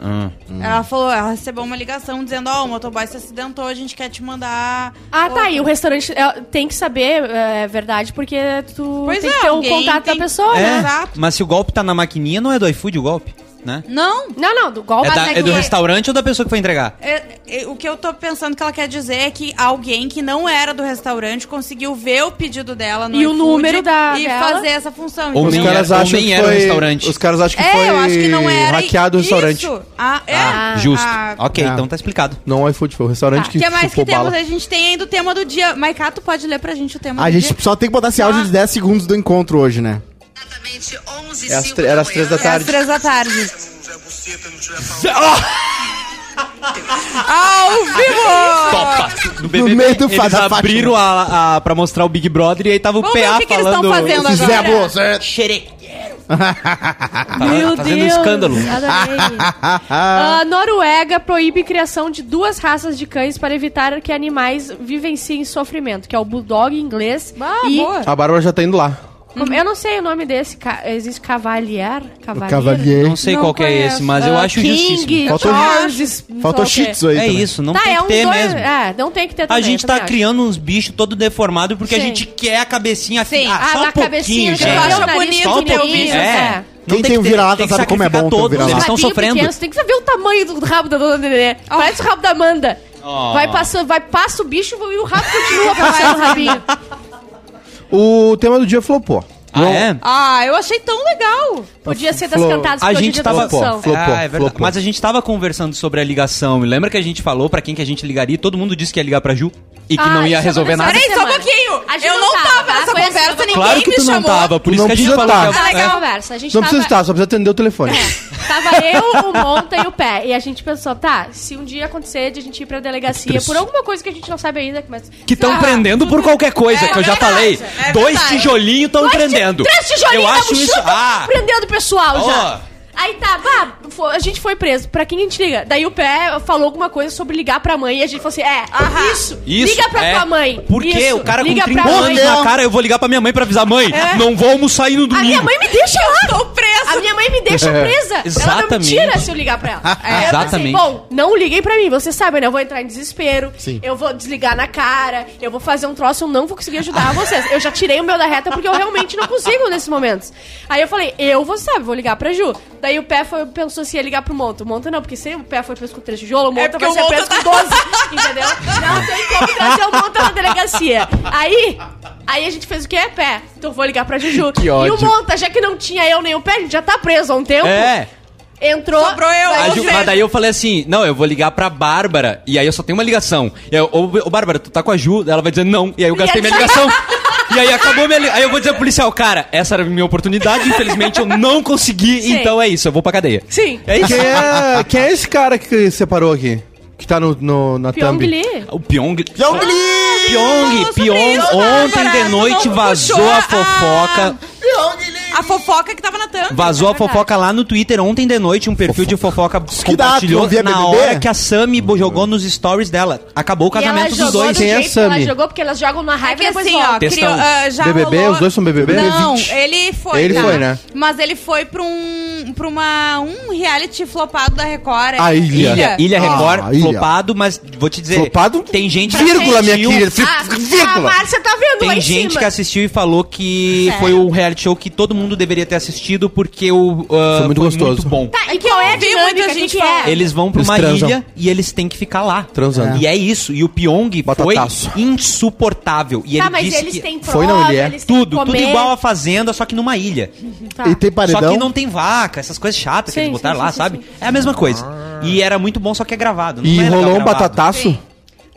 [SPEAKER 6] Ah.
[SPEAKER 9] Ela falou, ela recebeu uma ligação dizendo, ó, o motoboy se acidentou, a gente quer te mandar...
[SPEAKER 3] Ah, tá.
[SPEAKER 9] outro."
[SPEAKER 3] E o restaurante é, tem que saber, é verdade, porque tu
[SPEAKER 9] Pois
[SPEAKER 3] tem
[SPEAKER 9] é,
[SPEAKER 3] que ter o
[SPEAKER 9] alguém
[SPEAKER 3] contato
[SPEAKER 9] tem-
[SPEAKER 3] da pessoa,
[SPEAKER 9] É.
[SPEAKER 3] né?
[SPEAKER 9] Exato.
[SPEAKER 6] Mas se o golpe tá na maquininha, não é do iFood o golpe, né?
[SPEAKER 9] Não,
[SPEAKER 3] Não, não, do golpe.
[SPEAKER 6] É, da-
[SPEAKER 9] é
[SPEAKER 6] é do
[SPEAKER 9] que-
[SPEAKER 6] restaurante ou da pessoa que foi entregar?
[SPEAKER 9] É, é, o que eu tô pensando que ela quer dizer é que alguém que não era do restaurante conseguiu ver o pedido dela no
[SPEAKER 3] E o
[SPEAKER 9] iFood
[SPEAKER 3] número da-
[SPEAKER 9] e
[SPEAKER 3] dela.
[SPEAKER 9] fazer essa função.
[SPEAKER 6] Ou
[SPEAKER 5] Os
[SPEAKER 6] nem
[SPEAKER 9] entendeu?
[SPEAKER 5] caras
[SPEAKER 6] era- ou
[SPEAKER 5] acham
[SPEAKER 6] nem
[SPEAKER 5] que
[SPEAKER 6] era o
[SPEAKER 5] foi...
[SPEAKER 6] restaurante.
[SPEAKER 5] Os caras acham que
[SPEAKER 9] É,
[SPEAKER 5] foi
[SPEAKER 9] eu acho que não era. e-
[SPEAKER 5] hackeado o restaurante.
[SPEAKER 9] Isso. Ah, é.
[SPEAKER 3] Ah,
[SPEAKER 6] Justo.
[SPEAKER 9] Ah,
[SPEAKER 6] ok,
[SPEAKER 5] Ah.
[SPEAKER 6] então tá explicado.
[SPEAKER 5] Não o iFood, foi o restaurante
[SPEAKER 1] Tá,
[SPEAKER 9] O
[SPEAKER 5] que,
[SPEAKER 9] que mais que
[SPEAKER 5] chupou
[SPEAKER 9] temos?
[SPEAKER 5] bala.
[SPEAKER 9] A gente tem ainda o tema do dia. Maicato, pode ler pra gente o tema
[SPEAKER 1] Uhum.
[SPEAKER 2] A
[SPEAKER 9] do
[SPEAKER 2] gente
[SPEAKER 9] dia?
[SPEAKER 2] só tem que botar esse áudio de 10 segundos do encontro hoje, né?
[SPEAKER 10] Exatamente 11
[SPEAKER 5] É às tre-
[SPEAKER 10] da
[SPEAKER 5] era às três da
[SPEAKER 10] manhã.
[SPEAKER 9] É às
[SPEAKER 5] tarde.
[SPEAKER 9] três da tarde.
[SPEAKER 10] Se eu não tiver buceta, eu não tiver pau.
[SPEAKER 9] Ao vivo!
[SPEAKER 4] Topa! No,
[SPEAKER 2] meio do
[SPEAKER 4] eles
[SPEAKER 2] fada-
[SPEAKER 4] abriram a, a, pra mostrar o Big Brother e aí tava o
[SPEAKER 9] Vamos ver
[SPEAKER 4] PA
[SPEAKER 9] o que, que eles
[SPEAKER 4] falando...
[SPEAKER 9] estão fazendo
[SPEAKER 2] Se
[SPEAKER 9] agora.
[SPEAKER 2] Zé Bolsa.
[SPEAKER 6] Tá,
[SPEAKER 3] Meu
[SPEAKER 4] fazendo
[SPEAKER 3] Deus.
[SPEAKER 4] escândalo.
[SPEAKER 3] Adorei. Ah, Noruega proíbe criação de duas raças de cães para evitar que animais vivenciem sofrimento, que é o bulldog inglês
[SPEAKER 9] Ah,
[SPEAKER 3] e
[SPEAKER 9] boa.
[SPEAKER 5] A Bárbara já tá indo lá.
[SPEAKER 3] Como- Eu não sei o nome desse. ca- Existe Cavalier? Cavalier?
[SPEAKER 2] Cavalier.
[SPEAKER 6] Não sei
[SPEAKER 9] Não
[SPEAKER 6] qual que é
[SPEAKER 9] conheço.
[SPEAKER 6] esse, mas eu
[SPEAKER 3] Ah,
[SPEAKER 6] acho justíssimo.
[SPEAKER 3] King,
[SPEAKER 2] Faltou-
[SPEAKER 3] Charles...
[SPEAKER 2] Faltou
[SPEAKER 3] sei
[SPEAKER 2] shih
[SPEAKER 3] o quê.
[SPEAKER 2] tzu aí
[SPEAKER 6] É
[SPEAKER 2] também.
[SPEAKER 6] isso, não
[SPEAKER 3] tá,
[SPEAKER 6] tem
[SPEAKER 3] é
[SPEAKER 6] que
[SPEAKER 3] uns
[SPEAKER 6] ter
[SPEAKER 3] dois...
[SPEAKER 6] mesmo.
[SPEAKER 3] É, não tem que ter
[SPEAKER 6] A
[SPEAKER 3] também,
[SPEAKER 6] gente
[SPEAKER 3] eu
[SPEAKER 6] tá
[SPEAKER 3] também acho.
[SPEAKER 6] criando uns bichos todo deformado porque a
[SPEAKER 3] Sim.
[SPEAKER 6] gente quer a cabecinha assim.
[SPEAKER 9] Sim.
[SPEAKER 6] Ah,
[SPEAKER 3] Ah,
[SPEAKER 6] só um
[SPEAKER 3] na cabecinha,
[SPEAKER 6] pouquinho,
[SPEAKER 3] que
[SPEAKER 6] gente.
[SPEAKER 9] eu acho
[SPEAKER 6] Só um
[SPEAKER 9] bonito
[SPEAKER 6] pouquinho.
[SPEAKER 9] ter o bicho,
[SPEAKER 6] É.
[SPEAKER 3] é.
[SPEAKER 6] Não
[SPEAKER 2] Quem
[SPEAKER 6] tem
[SPEAKER 2] tem
[SPEAKER 6] que
[SPEAKER 2] um
[SPEAKER 6] ter-
[SPEAKER 2] vira-lata
[SPEAKER 6] tem que
[SPEAKER 2] sabe como é bom
[SPEAKER 6] sacrificar
[SPEAKER 2] ter um
[SPEAKER 6] todos,
[SPEAKER 2] vira-lata.
[SPEAKER 6] Eles
[SPEAKER 3] Rabinho
[SPEAKER 6] estão sofrendo.
[SPEAKER 3] pequeno, você tem que ver o tamanho do rabo da dona Nenê. Parece o rabo da Amanda.
[SPEAKER 6] Oh.
[SPEAKER 3] Vai passando, vai, passa o bicho e o rabo continua passando o rabinho.
[SPEAKER 5] O tema do dia flopou.
[SPEAKER 6] Ah, é?
[SPEAKER 9] Ah, eu achei tão legal.
[SPEAKER 3] Podia ser das
[SPEAKER 5] Flor,
[SPEAKER 3] cantadas
[SPEAKER 6] Tá a
[SPEAKER 3] porque
[SPEAKER 6] gente
[SPEAKER 3] hoje é
[SPEAKER 6] tava-
[SPEAKER 3] discussão.
[SPEAKER 5] Flor, Flopou,
[SPEAKER 6] Ah, é verdade.
[SPEAKER 5] flopou.
[SPEAKER 6] Mas a gente tava conversando sobre a ligação. E lembra que a gente falou pra quem que a gente ligaria? e Todo mundo disse que ia ligar pra Ju e que
[SPEAKER 3] Ah,
[SPEAKER 6] não ia
[SPEAKER 3] isso
[SPEAKER 6] resolver
[SPEAKER 3] aconteceu.
[SPEAKER 6] nada.
[SPEAKER 9] Peraí, só um
[SPEAKER 3] semana.
[SPEAKER 9] pouquinho.
[SPEAKER 3] A gente
[SPEAKER 9] Eu não
[SPEAKER 3] não tava,
[SPEAKER 9] tava
[SPEAKER 3] tá?
[SPEAKER 9] nessa
[SPEAKER 3] Foi assim,
[SPEAKER 9] conversa,
[SPEAKER 3] eu
[SPEAKER 9] ninguém
[SPEAKER 6] Claro que
[SPEAKER 9] me
[SPEAKER 6] tu não
[SPEAKER 9] chamou.
[SPEAKER 6] tava, por
[SPEAKER 5] Tu
[SPEAKER 6] isso
[SPEAKER 5] não
[SPEAKER 6] que a gente
[SPEAKER 5] precisa
[SPEAKER 6] falou
[SPEAKER 5] tá.
[SPEAKER 6] que
[SPEAKER 9] Ah,
[SPEAKER 6] é-
[SPEAKER 9] legal.
[SPEAKER 3] Conversa, a gente
[SPEAKER 5] Não
[SPEAKER 3] tava...
[SPEAKER 5] precisa estar, só precisa atender o telefone.
[SPEAKER 3] Tava eu, o Monta e o Pé. E a gente pensou, tá, se um dia acontecer de a gente ir pra delegacia por alguma coisa que a gente não sabe ainda, mas...
[SPEAKER 4] Que estão
[SPEAKER 3] Ah,
[SPEAKER 4] prendendo por qualquer coisa,
[SPEAKER 9] É
[SPEAKER 4] que eu já
[SPEAKER 9] verdade,
[SPEAKER 4] falei.
[SPEAKER 9] é
[SPEAKER 4] Dois
[SPEAKER 9] verdade.
[SPEAKER 4] tijolinhos estão
[SPEAKER 3] dois ti-
[SPEAKER 4] prendendo.
[SPEAKER 3] Três tijolinhos um
[SPEAKER 4] Eu
[SPEAKER 3] na
[SPEAKER 4] acho
[SPEAKER 3] mochila,
[SPEAKER 4] isso... Ah,
[SPEAKER 3] tá prendendo o pessoal já.
[SPEAKER 4] Ó.
[SPEAKER 3] Aí tá, bah, fo- a gente foi preso. Pra quem a gente liga? Daí o Pé falou alguma coisa sobre ligar pra mãe e a gente falou assim: é, isso,
[SPEAKER 4] Isso,
[SPEAKER 3] liga pra
[SPEAKER 4] é.
[SPEAKER 3] tua mãe.
[SPEAKER 6] Por quê?
[SPEAKER 3] isso,
[SPEAKER 6] O cara com
[SPEAKER 3] liga
[SPEAKER 6] 30
[SPEAKER 3] pra
[SPEAKER 2] Bom,
[SPEAKER 6] anos
[SPEAKER 3] mãe. É.
[SPEAKER 2] né?
[SPEAKER 6] na cara, eu vou ligar pra minha mãe pra avisar. Mãe, não vou almoçar aí no domingo.
[SPEAKER 3] A minha mãe me deixa lá.
[SPEAKER 9] Tô presa.
[SPEAKER 3] A minha mãe me deixa presa. Ela não me
[SPEAKER 6] Exatamente.
[SPEAKER 3] tira se eu ligar pra ela. Aí eu pensei,
[SPEAKER 6] Exatamente.
[SPEAKER 3] Bom, não liguem pra mim, vocês sabem, né? Eu vou entrar em desespero.
[SPEAKER 2] Sim.
[SPEAKER 3] Eu vou desligar na cara. Eu vou fazer um troço, eu não vou conseguir ajudar vocês. Eu já tirei o meu da reta porque eu realmente não consigo nesses momentos. Aí eu falei, eu vou, sabe, vou ligar pra Ju. Daí o pé foi, pensou se ia ligar pro Monta. O Monta não, porque se o pé foi preso com três tijolos, o Monta
[SPEAKER 9] É porque
[SPEAKER 3] vai
[SPEAKER 9] o tá-
[SPEAKER 3] ser
[SPEAKER 9] Monta
[SPEAKER 3] preso com 12. Entendeu? Não tem como trazer o Monta na delegacia. Aí. Aí a gente fez o quê? Pé. Então eu vou ligar pra Juju.
[SPEAKER 5] Que
[SPEAKER 3] E
[SPEAKER 5] ódio.
[SPEAKER 3] o Monta, já que não tinha eu nem o pé, a gente já tá preso há um tempo.
[SPEAKER 4] É.
[SPEAKER 3] Entrou.
[SPEAKER 9] Sobrou eu,
[SPEAKER 3] vai
[SPEAKER 9] a
[SPEAKER 6] Aí
[SPEAKER 9] Ju-
[SPEAKER 6] eu-
[SPEAKER 3] você.
[SPEAKER 6] mas daí eu falei assim, não, eu vou ligar pra Bárbara, e aí eu só tenho uma ligação. E aí eu, ô, ô, Bárbara, tu tá com a Ju? Ela vai dizer não, e aí eu gastei
[SPEAKER 3] aí
[SPEAKER 6] minha
[SPEAKER 3] só-
[SPEAKER 6] ligação. E aí acabou minha li... Aí eu vou dizer pro policial, cara, essa era a minha oportunidade, infelizmente eu não consegui,
[SPEAKER 3] Sim.
[SPEAKER 6] então é isso, eu vou pra cadeia.
[SPEAKER 3] Sim.
[SPEAKER 6] É isso.
[SPEAKER 5] Quem é, quem é esse cara que separou aqui? Que tá no, no- na
[SPEAKER 3] Pyong
[SPEAKER 5] thumb?
[SPEAKER 3] Lee.
[SPEAKER 6] O Pyong...
[SPEAKER 2] Pyong Lee!
[SPEAKER 6] Pyong, Pyong,
[SPEAKER 9] isso,
[SPEAKER 6] ontem
[SPEAKER 9] Bárbara,
[SPEAKER 6] de
[SPEAKER 9] tu
[SPEAKER 6] noite
[SPEAKER 9] não
[SPEAKER 6] vazou
[SPEAKER 9] puxou
[SPEAKER 1] Ah,
[SPEAKER 6] a
[SPEAKER 9] a-
[SPEAKER 6] fofoca,
[SPEAKER 1] é
[SPEAKER 9] A fofoca que tava na tampa.
[SPEAKER 6] vazou a
[SPEAKER 3] verdade.
[SPEAKER 6] fofoca lá no Twitter ontem de noite, um perfil de fofoca
[SPEAKER 2] dá, tu
[SPEAKER 6] compartilhou
[SPEAKER 2] não via
[SPEAKER 6] na
[SPEAKER 2] BBB?
[SPEAKER 6] hora que a Sami bo- jogou nos stories dela. Acabou o
[SPEAKER 3] E ela
[SPEAKER 6] casamento dos
[SPEAKER 3] jogou
[SPEAKER 6] dois.
[SPEAKER 3] do
[SPEAKER 5] Quem é
[SPEAKER 3] jeito que ela
[SPEAKER 5] Sammy?
[SPEAKER 3] jogou, porque elas jogam na
[SPEAKER 9] É
[SPEAKER 3] raiva
[SPEAKER 9] que
[SPEAKER 3] e depois
[SPEAKER 9] assim, ó,
[SPEAKER 3] volta.
[SPEAKER 9] criou,
[SPEAKER 6] Testão.
[SPEAKER 9] ah, já
[SPEAKER 5] BBB?
[SPEAKER 9] rolou...
[SPEAKER 5] Os dois são BBB?
[SPEAKER 9] Não,
[SPEAKER 5] 20.
[SPEAKER 9] ele foi,
[SPEAKER 5] Ele
[SPEAKER 9] tá?
[SPEAKER 5] foi, né?
[SPEAKER 9] Mas ele foi pra um, pra uma, um reality flopado da Record. é?
[SPEAKER 5] A Ilha.
[SPEAKER 6] Ilha, Ilha Record,
[SPEAKER 5] Ah, Ilha.
[SPEAKER 6] flopado, mas vou te dizer,
[SPEAKER 5] Flopado?
[SPEAKER 6] tem gente que
[SPEAKER 5] Vírgula, minha
[SPEAKER 6] assistiu-
[SPEAKER 5] querida.
[SPEAKER 3] Ah, a
[SPEAKER 5] Vírgula.
[SPEAKER 3] Márcia tá vendo lá
[SPEAKER 6] Tem
[SPEAKER 3] em
[SPEAKER 6] gente
[SPEAKER 3] cima. É.
[SPEAKER 6] que assistiu e falou que foi um reality show que todo mundo deveria ter assistido porque o ah,
[SPEAKER 5] Foi muito gostoso.
[SPEAKER 6] bom.
[SPEAKER 3] Tá, e qual é a
[SPEAKER 9] vi
[SPEAKER 3] dinâmica?
[SPEAKER 9] muita
[SPEAKER 3] O que
[SPEAKER 9] gente
[SPEAKER 3] que é?
[SPEAKER 6] Eles vão pra
[SPEAKER 5] Eles
[SPEAKER 6] uma
[SPEAKER 5] transam.
[SPEAKER 6] ilha e eles têm que ficar lá.
[SPEAKER 5] Transando.
[SPEAKER 6] E é isso. E o Pyong
[SPEAKER 5] Batataço.
[SPEAKER 6] foi insuportável. E
[SPEAKER 3] Tá,
[SPEAKER 6] ele
[SPEAKER 3] mas
[SPEAKER 6] disse
[SPEAKER 3] eles
[SPEAKER 6] que
[SPEAKER 3] têm prova,
[SPEAKER 5] Foi, não, ele é.
[SPEAKER 3] eles têm
[SPEAKER 6] tudo,
[SPEAKER 3] que
[SPEAKER 6] tudo
[SPEAKER 3] comer.
[SPEAKER 6] igual a Fazenda, só que numa ilha.
[SPEAKER 3] Tá.
[SPEAKER 2] E tem paredão.
[SPEAKER 6] Só que não tem vaca, essas coisas chatas que
[SPEAKER 3] Sim,
[SPEAKER 6] eles botaram
[SPEAKER 3] sim,
[SPEAKER 6] lá,
[SPEAKER 3] sim,
[SPEAKER 6] sabe?
[SPEAKER 3] sim,
[SPEAKER 6] É a mesma coisa. E era muito bom, só que é gravado. não
[SPEAKER 5] E
[SPEAKER 6] é legal
[SPEAKER 5] rolou um
[SPEAKER 6] gravado.
[SPEAKER 5] batataço?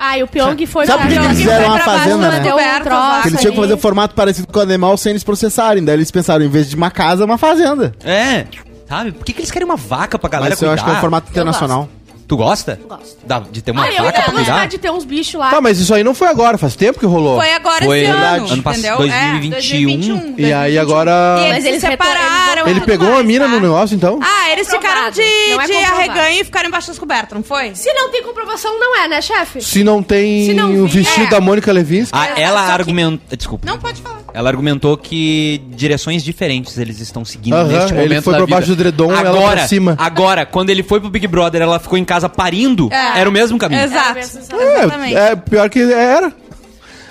[SPEAKER 3] Ah, e o Pyong foi
[SPEAKER 2] Sabe por que
[SPEAKER 3] pra...
[SPEAKER 2] que eles
[SPEAKER 3] Pyong
[SPEAKER 2] fizeram
[SPEAKER 3] foi
[SPEAKER 2] uma
[SPEAKER 3] pra
[SPEAKER 2] fazenda,
[SPEAKER 3] Barcelona,
[SPEAKER 2] né?
[SPEAKER 3] deu um
[SPEAKER 9] Coberto,
[SPEAKER 3] troço
[SPEAKER 2] Que eles tinham que
[SPEAKER 3] ali.
[SPEAKER 2] fazer um formato parecido com o animal sem eles processarem. Daí eles pensaram, em vez de uma casa, uma fazenda.
[SPEAKER 6] É. Sabe? Por que, que eles querem uma vaca pra galera
[SPEAKER 2] Mas eu acho que é um
[SPEAKER 6] cuidar?
[SPEAKER 2] formato internacional.
[SPEAKER 6] Tu gosta?
[SPEAKER 3] Gosto.
[SPEAKER 6] Dá- de ter uma
[SPEAKER 3] Ah, eu
[SPEAKER 6] vaca
[SPEAKER 3] ia gostar
[SPEAKER 6] pra cuidar?
[SPEAKER 3] de ter uns bichos lá.
[SPEAKER 5] Tá, mas isso aí não foi agora, faz tempo que rolou.
[SPEAKER 9] Foi agora
[SPEAKER 6] Foi
[SPEAKER 9] esse ano.
[SPEAKER 6] ano passado,
[SPEAKER 9] entendeu? É,
[SPEAKER 6] 2021.
[SPEAKER 5] E aí agora.
[SPEAKER 9] E eles
[SPEAKER 3] Mas
[SPEAKER 9] se
[SPEAKER 3] eles retor-
[SPEAKER 9] separaram.
[SPEAKER 5] Ah. Ele
[SPEAKER 9] e tudo
[SPEAKER 5] pegou uma
[SPEAKER 9] mais,
[SPEAKER 5] mina
[SPEAKER 9] tá?
[SPEAKER 5] no negócio, então?
[SPEAKER 9] Ah, eles ficaram
[SPEAKER 3] Comprovado.
[SPEAKER 9] de,
[SPEAKER 3] Não é
[SPEAKER 9] de
[SPEAKER 3] comprovado.
[SPEAKER 9] arreganho e ficaram embaixo das cobertas, não foi?
[SPEAKER 3] Se não tem comprovação, não é, né, chefe?
[SPEAKER 5] Se não tem
[SPEAKER 3] Se não
[SPEAKER 5] o
[SPEAKER 3] vi-
[SPEAKER 5] vestido
[SPEAKER 9] é.
[SPEAKER 5] da Mônica Levinsky.
[SPEAKER 6] Ah, ela
[SPEAKER 9] Só que-
[SPEAKER 6] argumenta. Desculpa.
[SPEAKER 9] Não pode falar.
[SPEAKER 6] Ela argumentou que direções diferentes eles estão seguindo
[SPEAKER 5] Aham,
[SPEAKER 6] Ah, neste
[SPEAKER 5] ele
[SPEAKER 6] momento
[SPEAKER 5] foi
[SPEAKER 6] da
[SPEAKER 5] pra
[SPEAKER 6] vida.
[SPEAKER 5] baixo do edredom, ela
[SPEAKER 6] agora,
[SPEAKER 5] pra cima.
[SPEAKER 6] Agora, quando ele foi pro Big Brother, ela ficou em casa parindo,
[SPEAKER 9] É.
[SPEAKER 6] era o mesmo caminho.
[SPEAKER 9] Exato.
[SPEAKER 3] mesmo,
[SPEAKER 1] Ah,
[SPEAKER 3] exato.
[SPEAKER 9] Exatamente.
[SPEAKER 5] É, é, pior que era.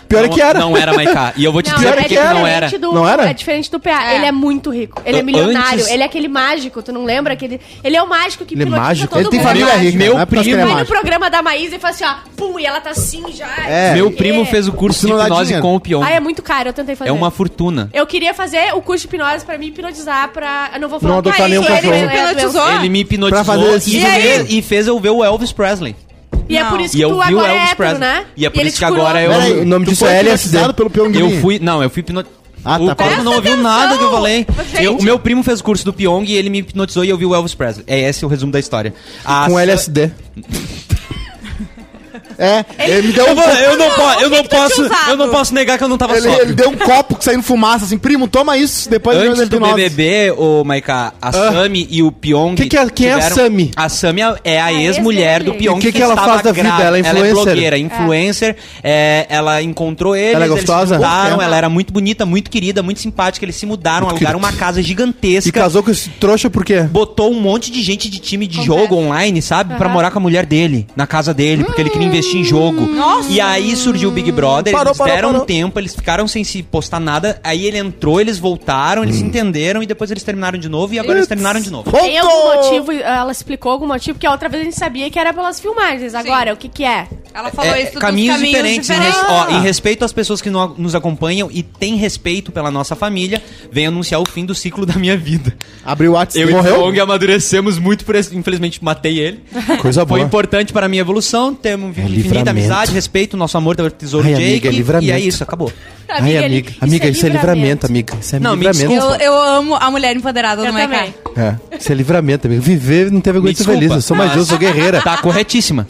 [SPEAKER 5] Pior
[SPEAKER 6] não,
[SPEAKER 5] que era.
[SPEAKER 6] Não era, Maiká. E eu vou te dizer
[SPEAKER 5] é
[SPEAKER 6] por que que
[SPEAKER 5] diferente
[SPEAKER 6] não era.
[SPEAKER 3] Do,
[SPEAKER 5] Não era?
[SPEAKER 3] É diferente do PA.
[SPEAKER 9] É.
[SPEAKER 3] Ele é muito rico. Ele é
[SPEAKER 6] An-
[SPEAKER 3] milionário.
[SPEAKER 6] antes-
[SPEAKER 3] Ele é aquele mágico, tu não lembra? Aquele... Ele é o mágico que
[SPEAKER 5] Ele é
[SPEAKER 3] pilotiza
[SPEAKER 5] mágico?
[SPEAKER 3] todo
[SPEAKER 2] Ele tem
[SPEAKER 3] mundo.
[SPEAKER 2] família rica,
[SPEAKER 6] Meu
[SPEAKER 2] não é porque acho que ele é
[SPEAKER 6] primo-
[SPEAKER 3] Vai no
[SPEAKER 2] mágico.
[SPEAKER 3] programa da Maísa e fala assim, ó, pum, e ela tá assim já.
[SPEAKER 2] É.
[SPEAKER 6] Meu primo fez o curso
[SPEAKER 2] Isso
[SPEAKER 6] de
[SPEAKER 2] não dá
[SPEAKER 6] hipnose
[SPEAKER 2] dinheiro.
[SPEAKER 6] com o peão.
[SPEAKER 3] Ah, é muito caro, eu tentei fazer.
[SPEAKER 6] É uma fortuna.
[SPEAKER 3] Eu queria fazer o curso de hipnose pra me hipnotizar pra. Eu não vou falar
[SPEAKER 5] Não
[SPEAKER 3] o que
[SPEAKER 5] adotar
[SPEAKER 3] é,
[SPEAKER 5] nenhum
[SPEAKER 3] ele
[SPEAKER 5] cachorro.
[SPEAKER 3] me hipnotizou.
[SPEAKER 9] Ah.
[SPEAKER 6] Ele me
[SPEAKER 2] Pra
[SPEAKER 6] hipnotizou
[SPEAKER 2] fazer esse
[SPEAKER 6] e,
[SPEAKER 2] dinheiro.
[SPEAKER 6] fez, e fez eu ver o Elvis Presley.
[SPEAKER 3] E é
[SPEAKER 9] Não.
[SPEAKER 3] por isso
[SPEAKER 6] E
[SPEAKER 3] que
[SPEAKER 6] eu
[SPEAKER 3] tu
[SPEAKER 6] vi o
[SPEAKER 3] agora é
[SPEAKER 6] Elvis
[SPEAKER 3] hétero,
[SPEAKER 6] Presley.
[SPEAKER 3] né?
[SPEAKER 6] E é por
[SPEAKER 3] ele
[SPEAKER 6] isso
[SPEAKER 3] te
[SPEAKER 6] que
[SPEAKER 3] curou.
[SPEAKER 6] agora eu-
[SPEAKER 2] Peraí,
[SPEAKER 5] o nome
[SPEAKER 2] tu
[SPEAKER 5] disso
[SPEAKER 2] foi
[SPEAKER 5] é LSD.
[SPEAKER 2] hipnotizado pelo Pyong
[SPEAKER 6] Eu fui. Não, eu fui hipnotizado.
[SPEAKER 2] Ah, tá,
[SPEAKER 6] o Corvo
[SPEAKER 2] presta
[SPEAKER 6] não ouviu nada que eu falei.
[SPEAKER 9] Gente.
[SPEAKER 6] Eu- o meu primo fez o curso do Pyong e ele me hipnotizou e eu vi o Elvis Presley. É esse é o resumo da história. Ah, A
[SPEAKER 5] Com
[SPEAKER 6] Sa-
[SPEAKER 5] LSD.
[SPEAKER 2] É, ele me deu
[SPEAKER 6] Eu,
[SPEAKER 2] um
[SPEAKER 6] vou- eu não, po- eu
[SPEAKER 9] que
[SPEAKER 6] não
[SPEAKER 5] tá
[SPEAKER 9] que tu tinha
[SPEAKER 6] posso,
[SPEAKER 9] usado?
[SPEAKER 6] eu não posso negar que eu não tava
[SPEAKER 2] Ele,
[SPEAKER 6] sóbrio.
[SPEAKER 2] ele deu um copo que saindo fumaça, assim, primo, toma isso, depois ele
[SPEAKER 6] Antes do
[SPEAKER 2] hipnose.
[SPEAKER 6] BBB, ô Maiká, a Sami e o Pyong.
[SPEAKER 5] Ah. Que que é- quem é a
[SPEAKER 6] tiveram-
[SPEAKER 5] Sami?
[SPEAKER 6] A Sami é a
[SPEAKER 3] A
[SPEAKER 6] ex-mulher
[SPEAKER 3] ex
[SPEAKER 6] do
[SPEAKER 3] dele.
[SPEAKER 6] Pyong.
[SPEAKER 5] E o que que ela
[SPEAKER 6] estava
[SPEAKER 5] faz da vida?
[SPEAKER 6] grávida.
[SPEAKER 5] Ela é
[SPEAKER 6] Ela é
[SPEAKER 5] influencer?
[SPEAKER 6] blogueira, influencer. É, ela encontrou eles,
[SPEAKER 5] Ela é gostosa?
[SPEAKER 6] eles se mudaram.
[SPEAKER 5] É.
[SPEAKER 6] Ela era muito bonita, muito querida, muito simpática. Eles se mudaram,
[SPEAKER 5] Muito
[SPEAKER 6] alugaram
[SPEAKER 5] querida.
[SPEAKER 6] uma casa
[SPEAKER 5] E
[SPEAKER 6] gigantesca.
[SPEAKER 5] casou com esse trouxa por quê?
[SPEAKER 6] botou um monte de gente de time de jogo online, sabe? Pra morar com a mulher dele, na casa dele, porque ele queria
[SPEAKER 9] Hum.
[SPEAKER 6] investir em jogo. E aí surgiu o Big Brother,
[SPEAKER 5] Parou,
[SPEAKER 6] eles
[SPEAKER 5] parou,
[SPEAKER 6] deram
[SPEAKER 5] parou.
[SPEAKER 6] um tempo, eles ficaram sem se postar nada, aí ele entrou, eles voltaram,
[SPEAKER 5] Hum.
[SPEAKER 6] eles se entenderam e depois eles terminaram de novo e agora eles terminaram de novo.
[SPEAKER 3] Tem algum motivo, ela explicou algum motivo, porque a outra vez a gente sabia que era pelas filmagens. Agora, o que que é?
[SPEAKER 9] Ela falou
[SPEAKER 6] É,
[SPEAKER 9] isso dos
[SPEAKER 6] caminhos, diferentes, em res- ó,
[SPEAKER 9] Ah.
[SPEAKER 6] em respeito às pessoas que no- nos acompanham e tem respeito pela nossa família, vem anunciar o fim do ciclo da minha vida.
[SPEAKER 2] Abriu o WhatsApp.
[SPEAKER 6] Eu e o Kong amadurecemos muito, por esse- infelizmente matei ele.
[SPEAKER 5] Coisa
[SPEAKER 6] Foi
[SPEAKER 5] boa.
[SPEAKER 6] importante para a minha evolução, temos
[SPEAKER 5] É
[SPEAKER 6] infinita
[SPEAKER 5] livramento.
[SPEAKER 6] amizade, respeito, nosso amor pelo tesouro
[SPEAKER 5] Ai,
[SPEAKER 6] Jake.
[SPEAKER 5] amiga, é livramento.
[SPEAKER 6] e é isso, acabou.
[SPEAKER 5] Ai,
[SPEAKER 3] ele-
[SPEAKER 5] amiga. Amiga, isso é livramento, amiga. Isso é
[SPEAKER 6] Não, me
[SPEAKER 5] livramento.
[SPEAKER 9] Eu, eu amo a mulher empoderada do
[SPEAKER 3] Eu
[SPEAKER 9] Maiká.
[SPEAKER 3] também.
[SPEAKER 5] É, isso é livramento, amiga. Viver não tem vergonha
[SPEAKER 6] Me
[SPEAKER 5] de ser
[SPEAKER 6] desculpa,
[SPEAKER 5] feliz. Eu sou mais
[SPEAKER 6] mas-
[SPEAKER 5] eu, sou guerreira.
[SPEAKER 6] Tá corretíssima.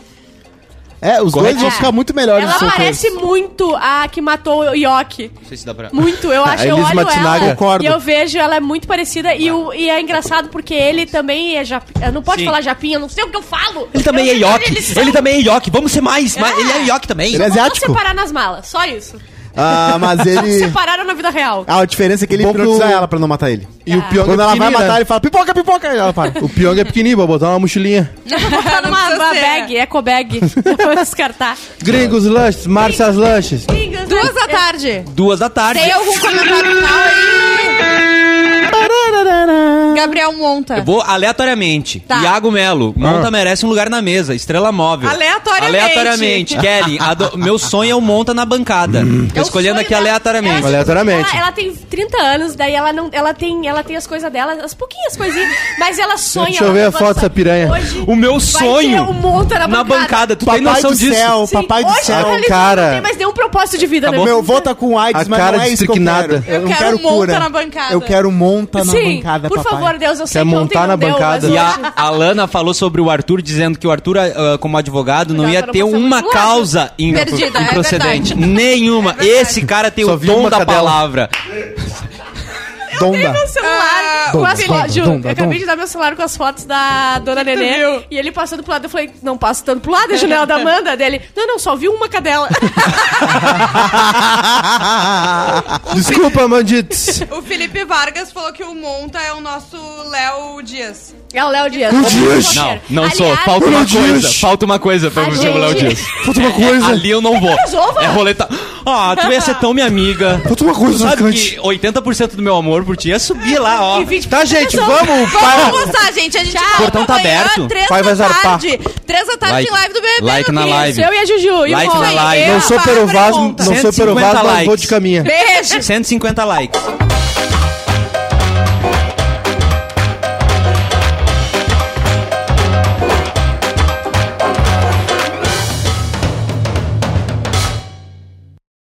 [SPEAKER 2] É, os dois vão
[SPEAKER 3] É.
[SPEAKER 2] ficar muito melhores
[SPEAKER 3] Ela
[SPEAKER 2] solteiros.
[SPEAKER 3] parece muito a que matou o Yoki.
[SPEAKER 6] Não sei se dá pra...
[SPEAKER 3] Muito, eu acho, eu
[SPEAKER 5] Elis
[SPEAKER 3] olho
[SPEAKER 5] Matsunaga.
[SPEAKER 3] ela
[SPEAKER 5] Concordo.
[SPEAKER 3] e eu vejo, ela é muito parecida e, o- e é engraçado porque ele também é japinha, não pode
[SPEAKER 6] Sim.
[SPEAKER 3] falar japinha, eu não sei o que eu falo.
[SPEAKER 6] Ele também é
[SPEAKER 3] eu sei
[SPEAKER 6] Yoki.
[SPEAKER 3] que
[SPEAKER 6] Ele, também é Yoki. Vamos ser mais. mas Ele é Yoki também.
[SPEAKER 2] Ele é
[SPEAKER 3] Vamos
[SPEAKER 2] asiático.
[SPEAKER 3] separar nas malas, só isso.
[SPEAKER 2] Ah, mas ele...
[SPEAKER 3] Separaram na vida real.
[SPEAKER 2] Ah, a diferença é que ele
[SPEAKER 5] Bom que
[SPEAKER 2] hipnotiza
[SPEAKER 5] o-
[SPEAKER 2] ela pra não matar ele.
[SPEAKER 5] E o Pyong
[SPEAKER 2] Quando
[SPEAKER 5] é
[SPEAKER 2] ela vai
[SPEAKER 5] pequenininho,
[SPEAKER 2] matar,
[SPEAKER 5] né?
[SPEAKER 2] ele fala, pipoca, pipoca, e ela para.
[SPEAKER 5] O Pyong é pequenininho, vou botar uma mochilinha.
[SPEAKER 3] Tá numa
[SPEAKER 9] precisa
[SPEAKER 3] uma
[SPEAKER 9] ser.
[SPEAKER 3] bag, eco bag. Vou descartar.
[SPEAKER 5] Gringos lanches, Marcias lanches.
[SPEAKER 9] Duas da tarde.
[SPEAKER 6] Duas da tarde.
[SPEAKER 9] Tem algum comentário final aí? Gabriel Monta.
[SPEAKER 6] Eu vou aleatoriamente.
[SPEAKER 9] Tá.
[SPEAKER 6] Iago Melo, Monta merece um lugar na mesa, estrela móvel.
[SPEAKER 9] Aleatoriamente.
[SPEAKER 6] Aleatoriamente. Kelly, ado- meu sonho é o Monta na bancada. Tô
[SPEAKER 3] É o
[SPEAKER 6] escolhendo
[SPEAKER 3] sonho
[SPEAKER 6] aqui
[SPEAKER 3] dela.
[SPEAKER 6] aleatoriamente.
[SPEAKER 3] Ela-
[SPEAKER 5] Aleatoriamente.
[SPEAKER 3] Ela, ela tem 30 anos, daí ela não, ela tem, ela tem as coisas dela, as pouquinhas coisinhas, mas ela sonha.
[SPEAKER 5] Deixa eu
[SPEAKER 3] ela
[SPEAKER 5] ver a
[SPEAKER 3] gosta-
[SPEAKER 5] foto dessa piranha.
[SPEAKER 3] Hoje
[SPEAKER 6] O meu
[SPEAKER 3] vai
[SPEAKER 6] sonho
[SPEAKER 3] ter um monta na
[SPEAKER 6] na bancada. Tu tem
[SPEAKER 2] Papai
[SPEAKER 6] noção
[SPEAKER 2] do
[SPEAKER 6] disso?
[SPEAKER 2] céu,
[SPEAKER 3] Sim,
[SPEAKER 2] papai do
[SPEAKER 3] hoje
[SPEAKER 2] céu.
[SPEAKER 3] ela
[SPEAKER 6] É
[SPEAKER 3] realizou,
[SPEAKER 5] cara.
[SPEAKER 3] não tem mais nenhum propósito de vida,
[SPEAKER 6] Acabou.
[SPEAKER 3] né?
[SPEAKER 2] Meu avô tá com AIDS,
[SPEAKER 5] A
[SPEAKER 2] mas
[SPEAKER 5] cara
[SPEAKER 2] não é isso que eu
[SPEAKER 5] destriquinada.
[SPEAKER 2] quero.
[SPEAKER 9] Eu quero monta na bancada.
[SPEAKER 2] Eu quero monta na
[SPEAKER 3] Sim,
[SPEAKER 2] bancada,
[SPEAKER 3] por
[SPEAKER 2] papai.
[SPEAKER 3] favor, Deus, eu sei
[SPEAKER 5] Quer
[SPEAKER 3] que ontem
[SPEAKER 5] montar
[SPEAKER 3] não
[SPEAKER 5] na
[SPEAKER 3] deu, mas
[SPEAKER 5] bancada?
[SPEAKER 3] hoje-
[SPEAKER 6] E a Alana falou sobre o Arthur, dizendo que o Arthur, ah, como advogado, não
[SPEAKER 3] Cuidado
[SPEAKER 6] ia
[SPEAKER 3] pra
[SPEAKER 6] ter
[SPEAKER 3] não passar
[SPEAKER 6] uma
[SPEAKER 3] muito lado.
[SPEAKER 6] causa in-
[SPEAKER 9] Perdida, é
[SPEAKER 6] improcedente. Nenhuma. Esse cara tem
[SPEAKER 5] Só
[SPEAKER 6] o
[SPEAKER 5] vi
[SPEAKER 6] dom
[SPEAKER 5] uma
[SPEAKER 6] da
[SPEAKER 5] cadela.
[SPEAKER 6] palavra.
[SPEAKER 2] Donda.
[SPEAKER 3] celular
[SPEAKER 9] Ah,
[SPEAKER 3] com as
[SPEAKER 2] Donda,
[SPEAKER 3] fotos. assim, Ju,
[SPEAKER 2] Donda, Donda.
[SPEAKER 3] Eu acabei de dar meu celular com as fotos da dona Nenê. E ele passando pro lado, eu falei, não passa tanto pro lado, é a janela da Amanda. dele. Não, não, só vi uma cadela.
[SPEAKER 5] Desculpa, mandites.
[SPEAKER 9] Ah, O Felipe Vargas falou que o Monta é o nosso Léo Dias.
[SPEAKER 3] É o Léo Dias.
[SPEAKER 6] Não, não sou. Falta uma
[SPEAKER 5] Léo
[SPEAKER 6] coisa.
[SPEAKER 5] Dias.
[SPEAKER 6] Falta uma coisa pra
[SPEAKER 3] A
[SPEAKER 6] você, Léo
[SPEAKER 3] gente-
[SPEAKER 6] Dias.
[SPEAKER 5] Falta uma coisa.
[SPEAKER 6] Ali eu não vou.
[SPEAKER 3] Casou,
[SPEAKER 6] É
[SPEAKER 3] vai.
[SPEAKER 6] roleta. Ah, tu ia ser tão minha amiga.
[SPEAKER 5] Falta uma coisa,
[SPEAKER 6] Sabe
[SPEAKER 5] Sacante.
[SPEAKER 6] que 80% do meu amor por ti é subir lá, ó.
[SPEAKER 3] E 20
[SPEAKER 5] Tá, gente, vamos.
[SPEAKER 9] Vamos
[SPEAKER 5] Para.
[SPEAKER 9] almoçar, gente. A gente
[SPEAKER 3] Tchau.
[SPEAKER 9] volta
[SPEAKER 6] Portão tá
[SPEAKER 9] amanhã,
[SPEAKER 6] aberto.
[SPEAKER 9] Três
[SPEAKER 5] Pai vai
[SPEAKER 9] da
[SPEAKER 5] zarpar.
[SPEAKER 9] tarde. Três da tarde em live do bebê.
[SPEAKER 6] like na live.
[SPEAKER 3] Eu e a Juju. E
[SPEAKER 6] Like
[SPEAKER 3] o
[SPEAKER 6] na
[SPEAKER 3] Rony.
[SPEAKER 6] live.
[SPEAKER 5] Não sou
[SPEAKER 9] Bárbara
[SPEAKER 5] perovaz,
[SPEAKER 9] Monta.
[SPEAKER 5] não sou
[SPEAKER 6] 150
[SPEAKER 5] perovaz, mas
[SPEAKER 6] likes.
[SPEAKER 5] vou de caminha.
[SPEAKER 9] Beijo.
[SPEAKER 6] 150 likes.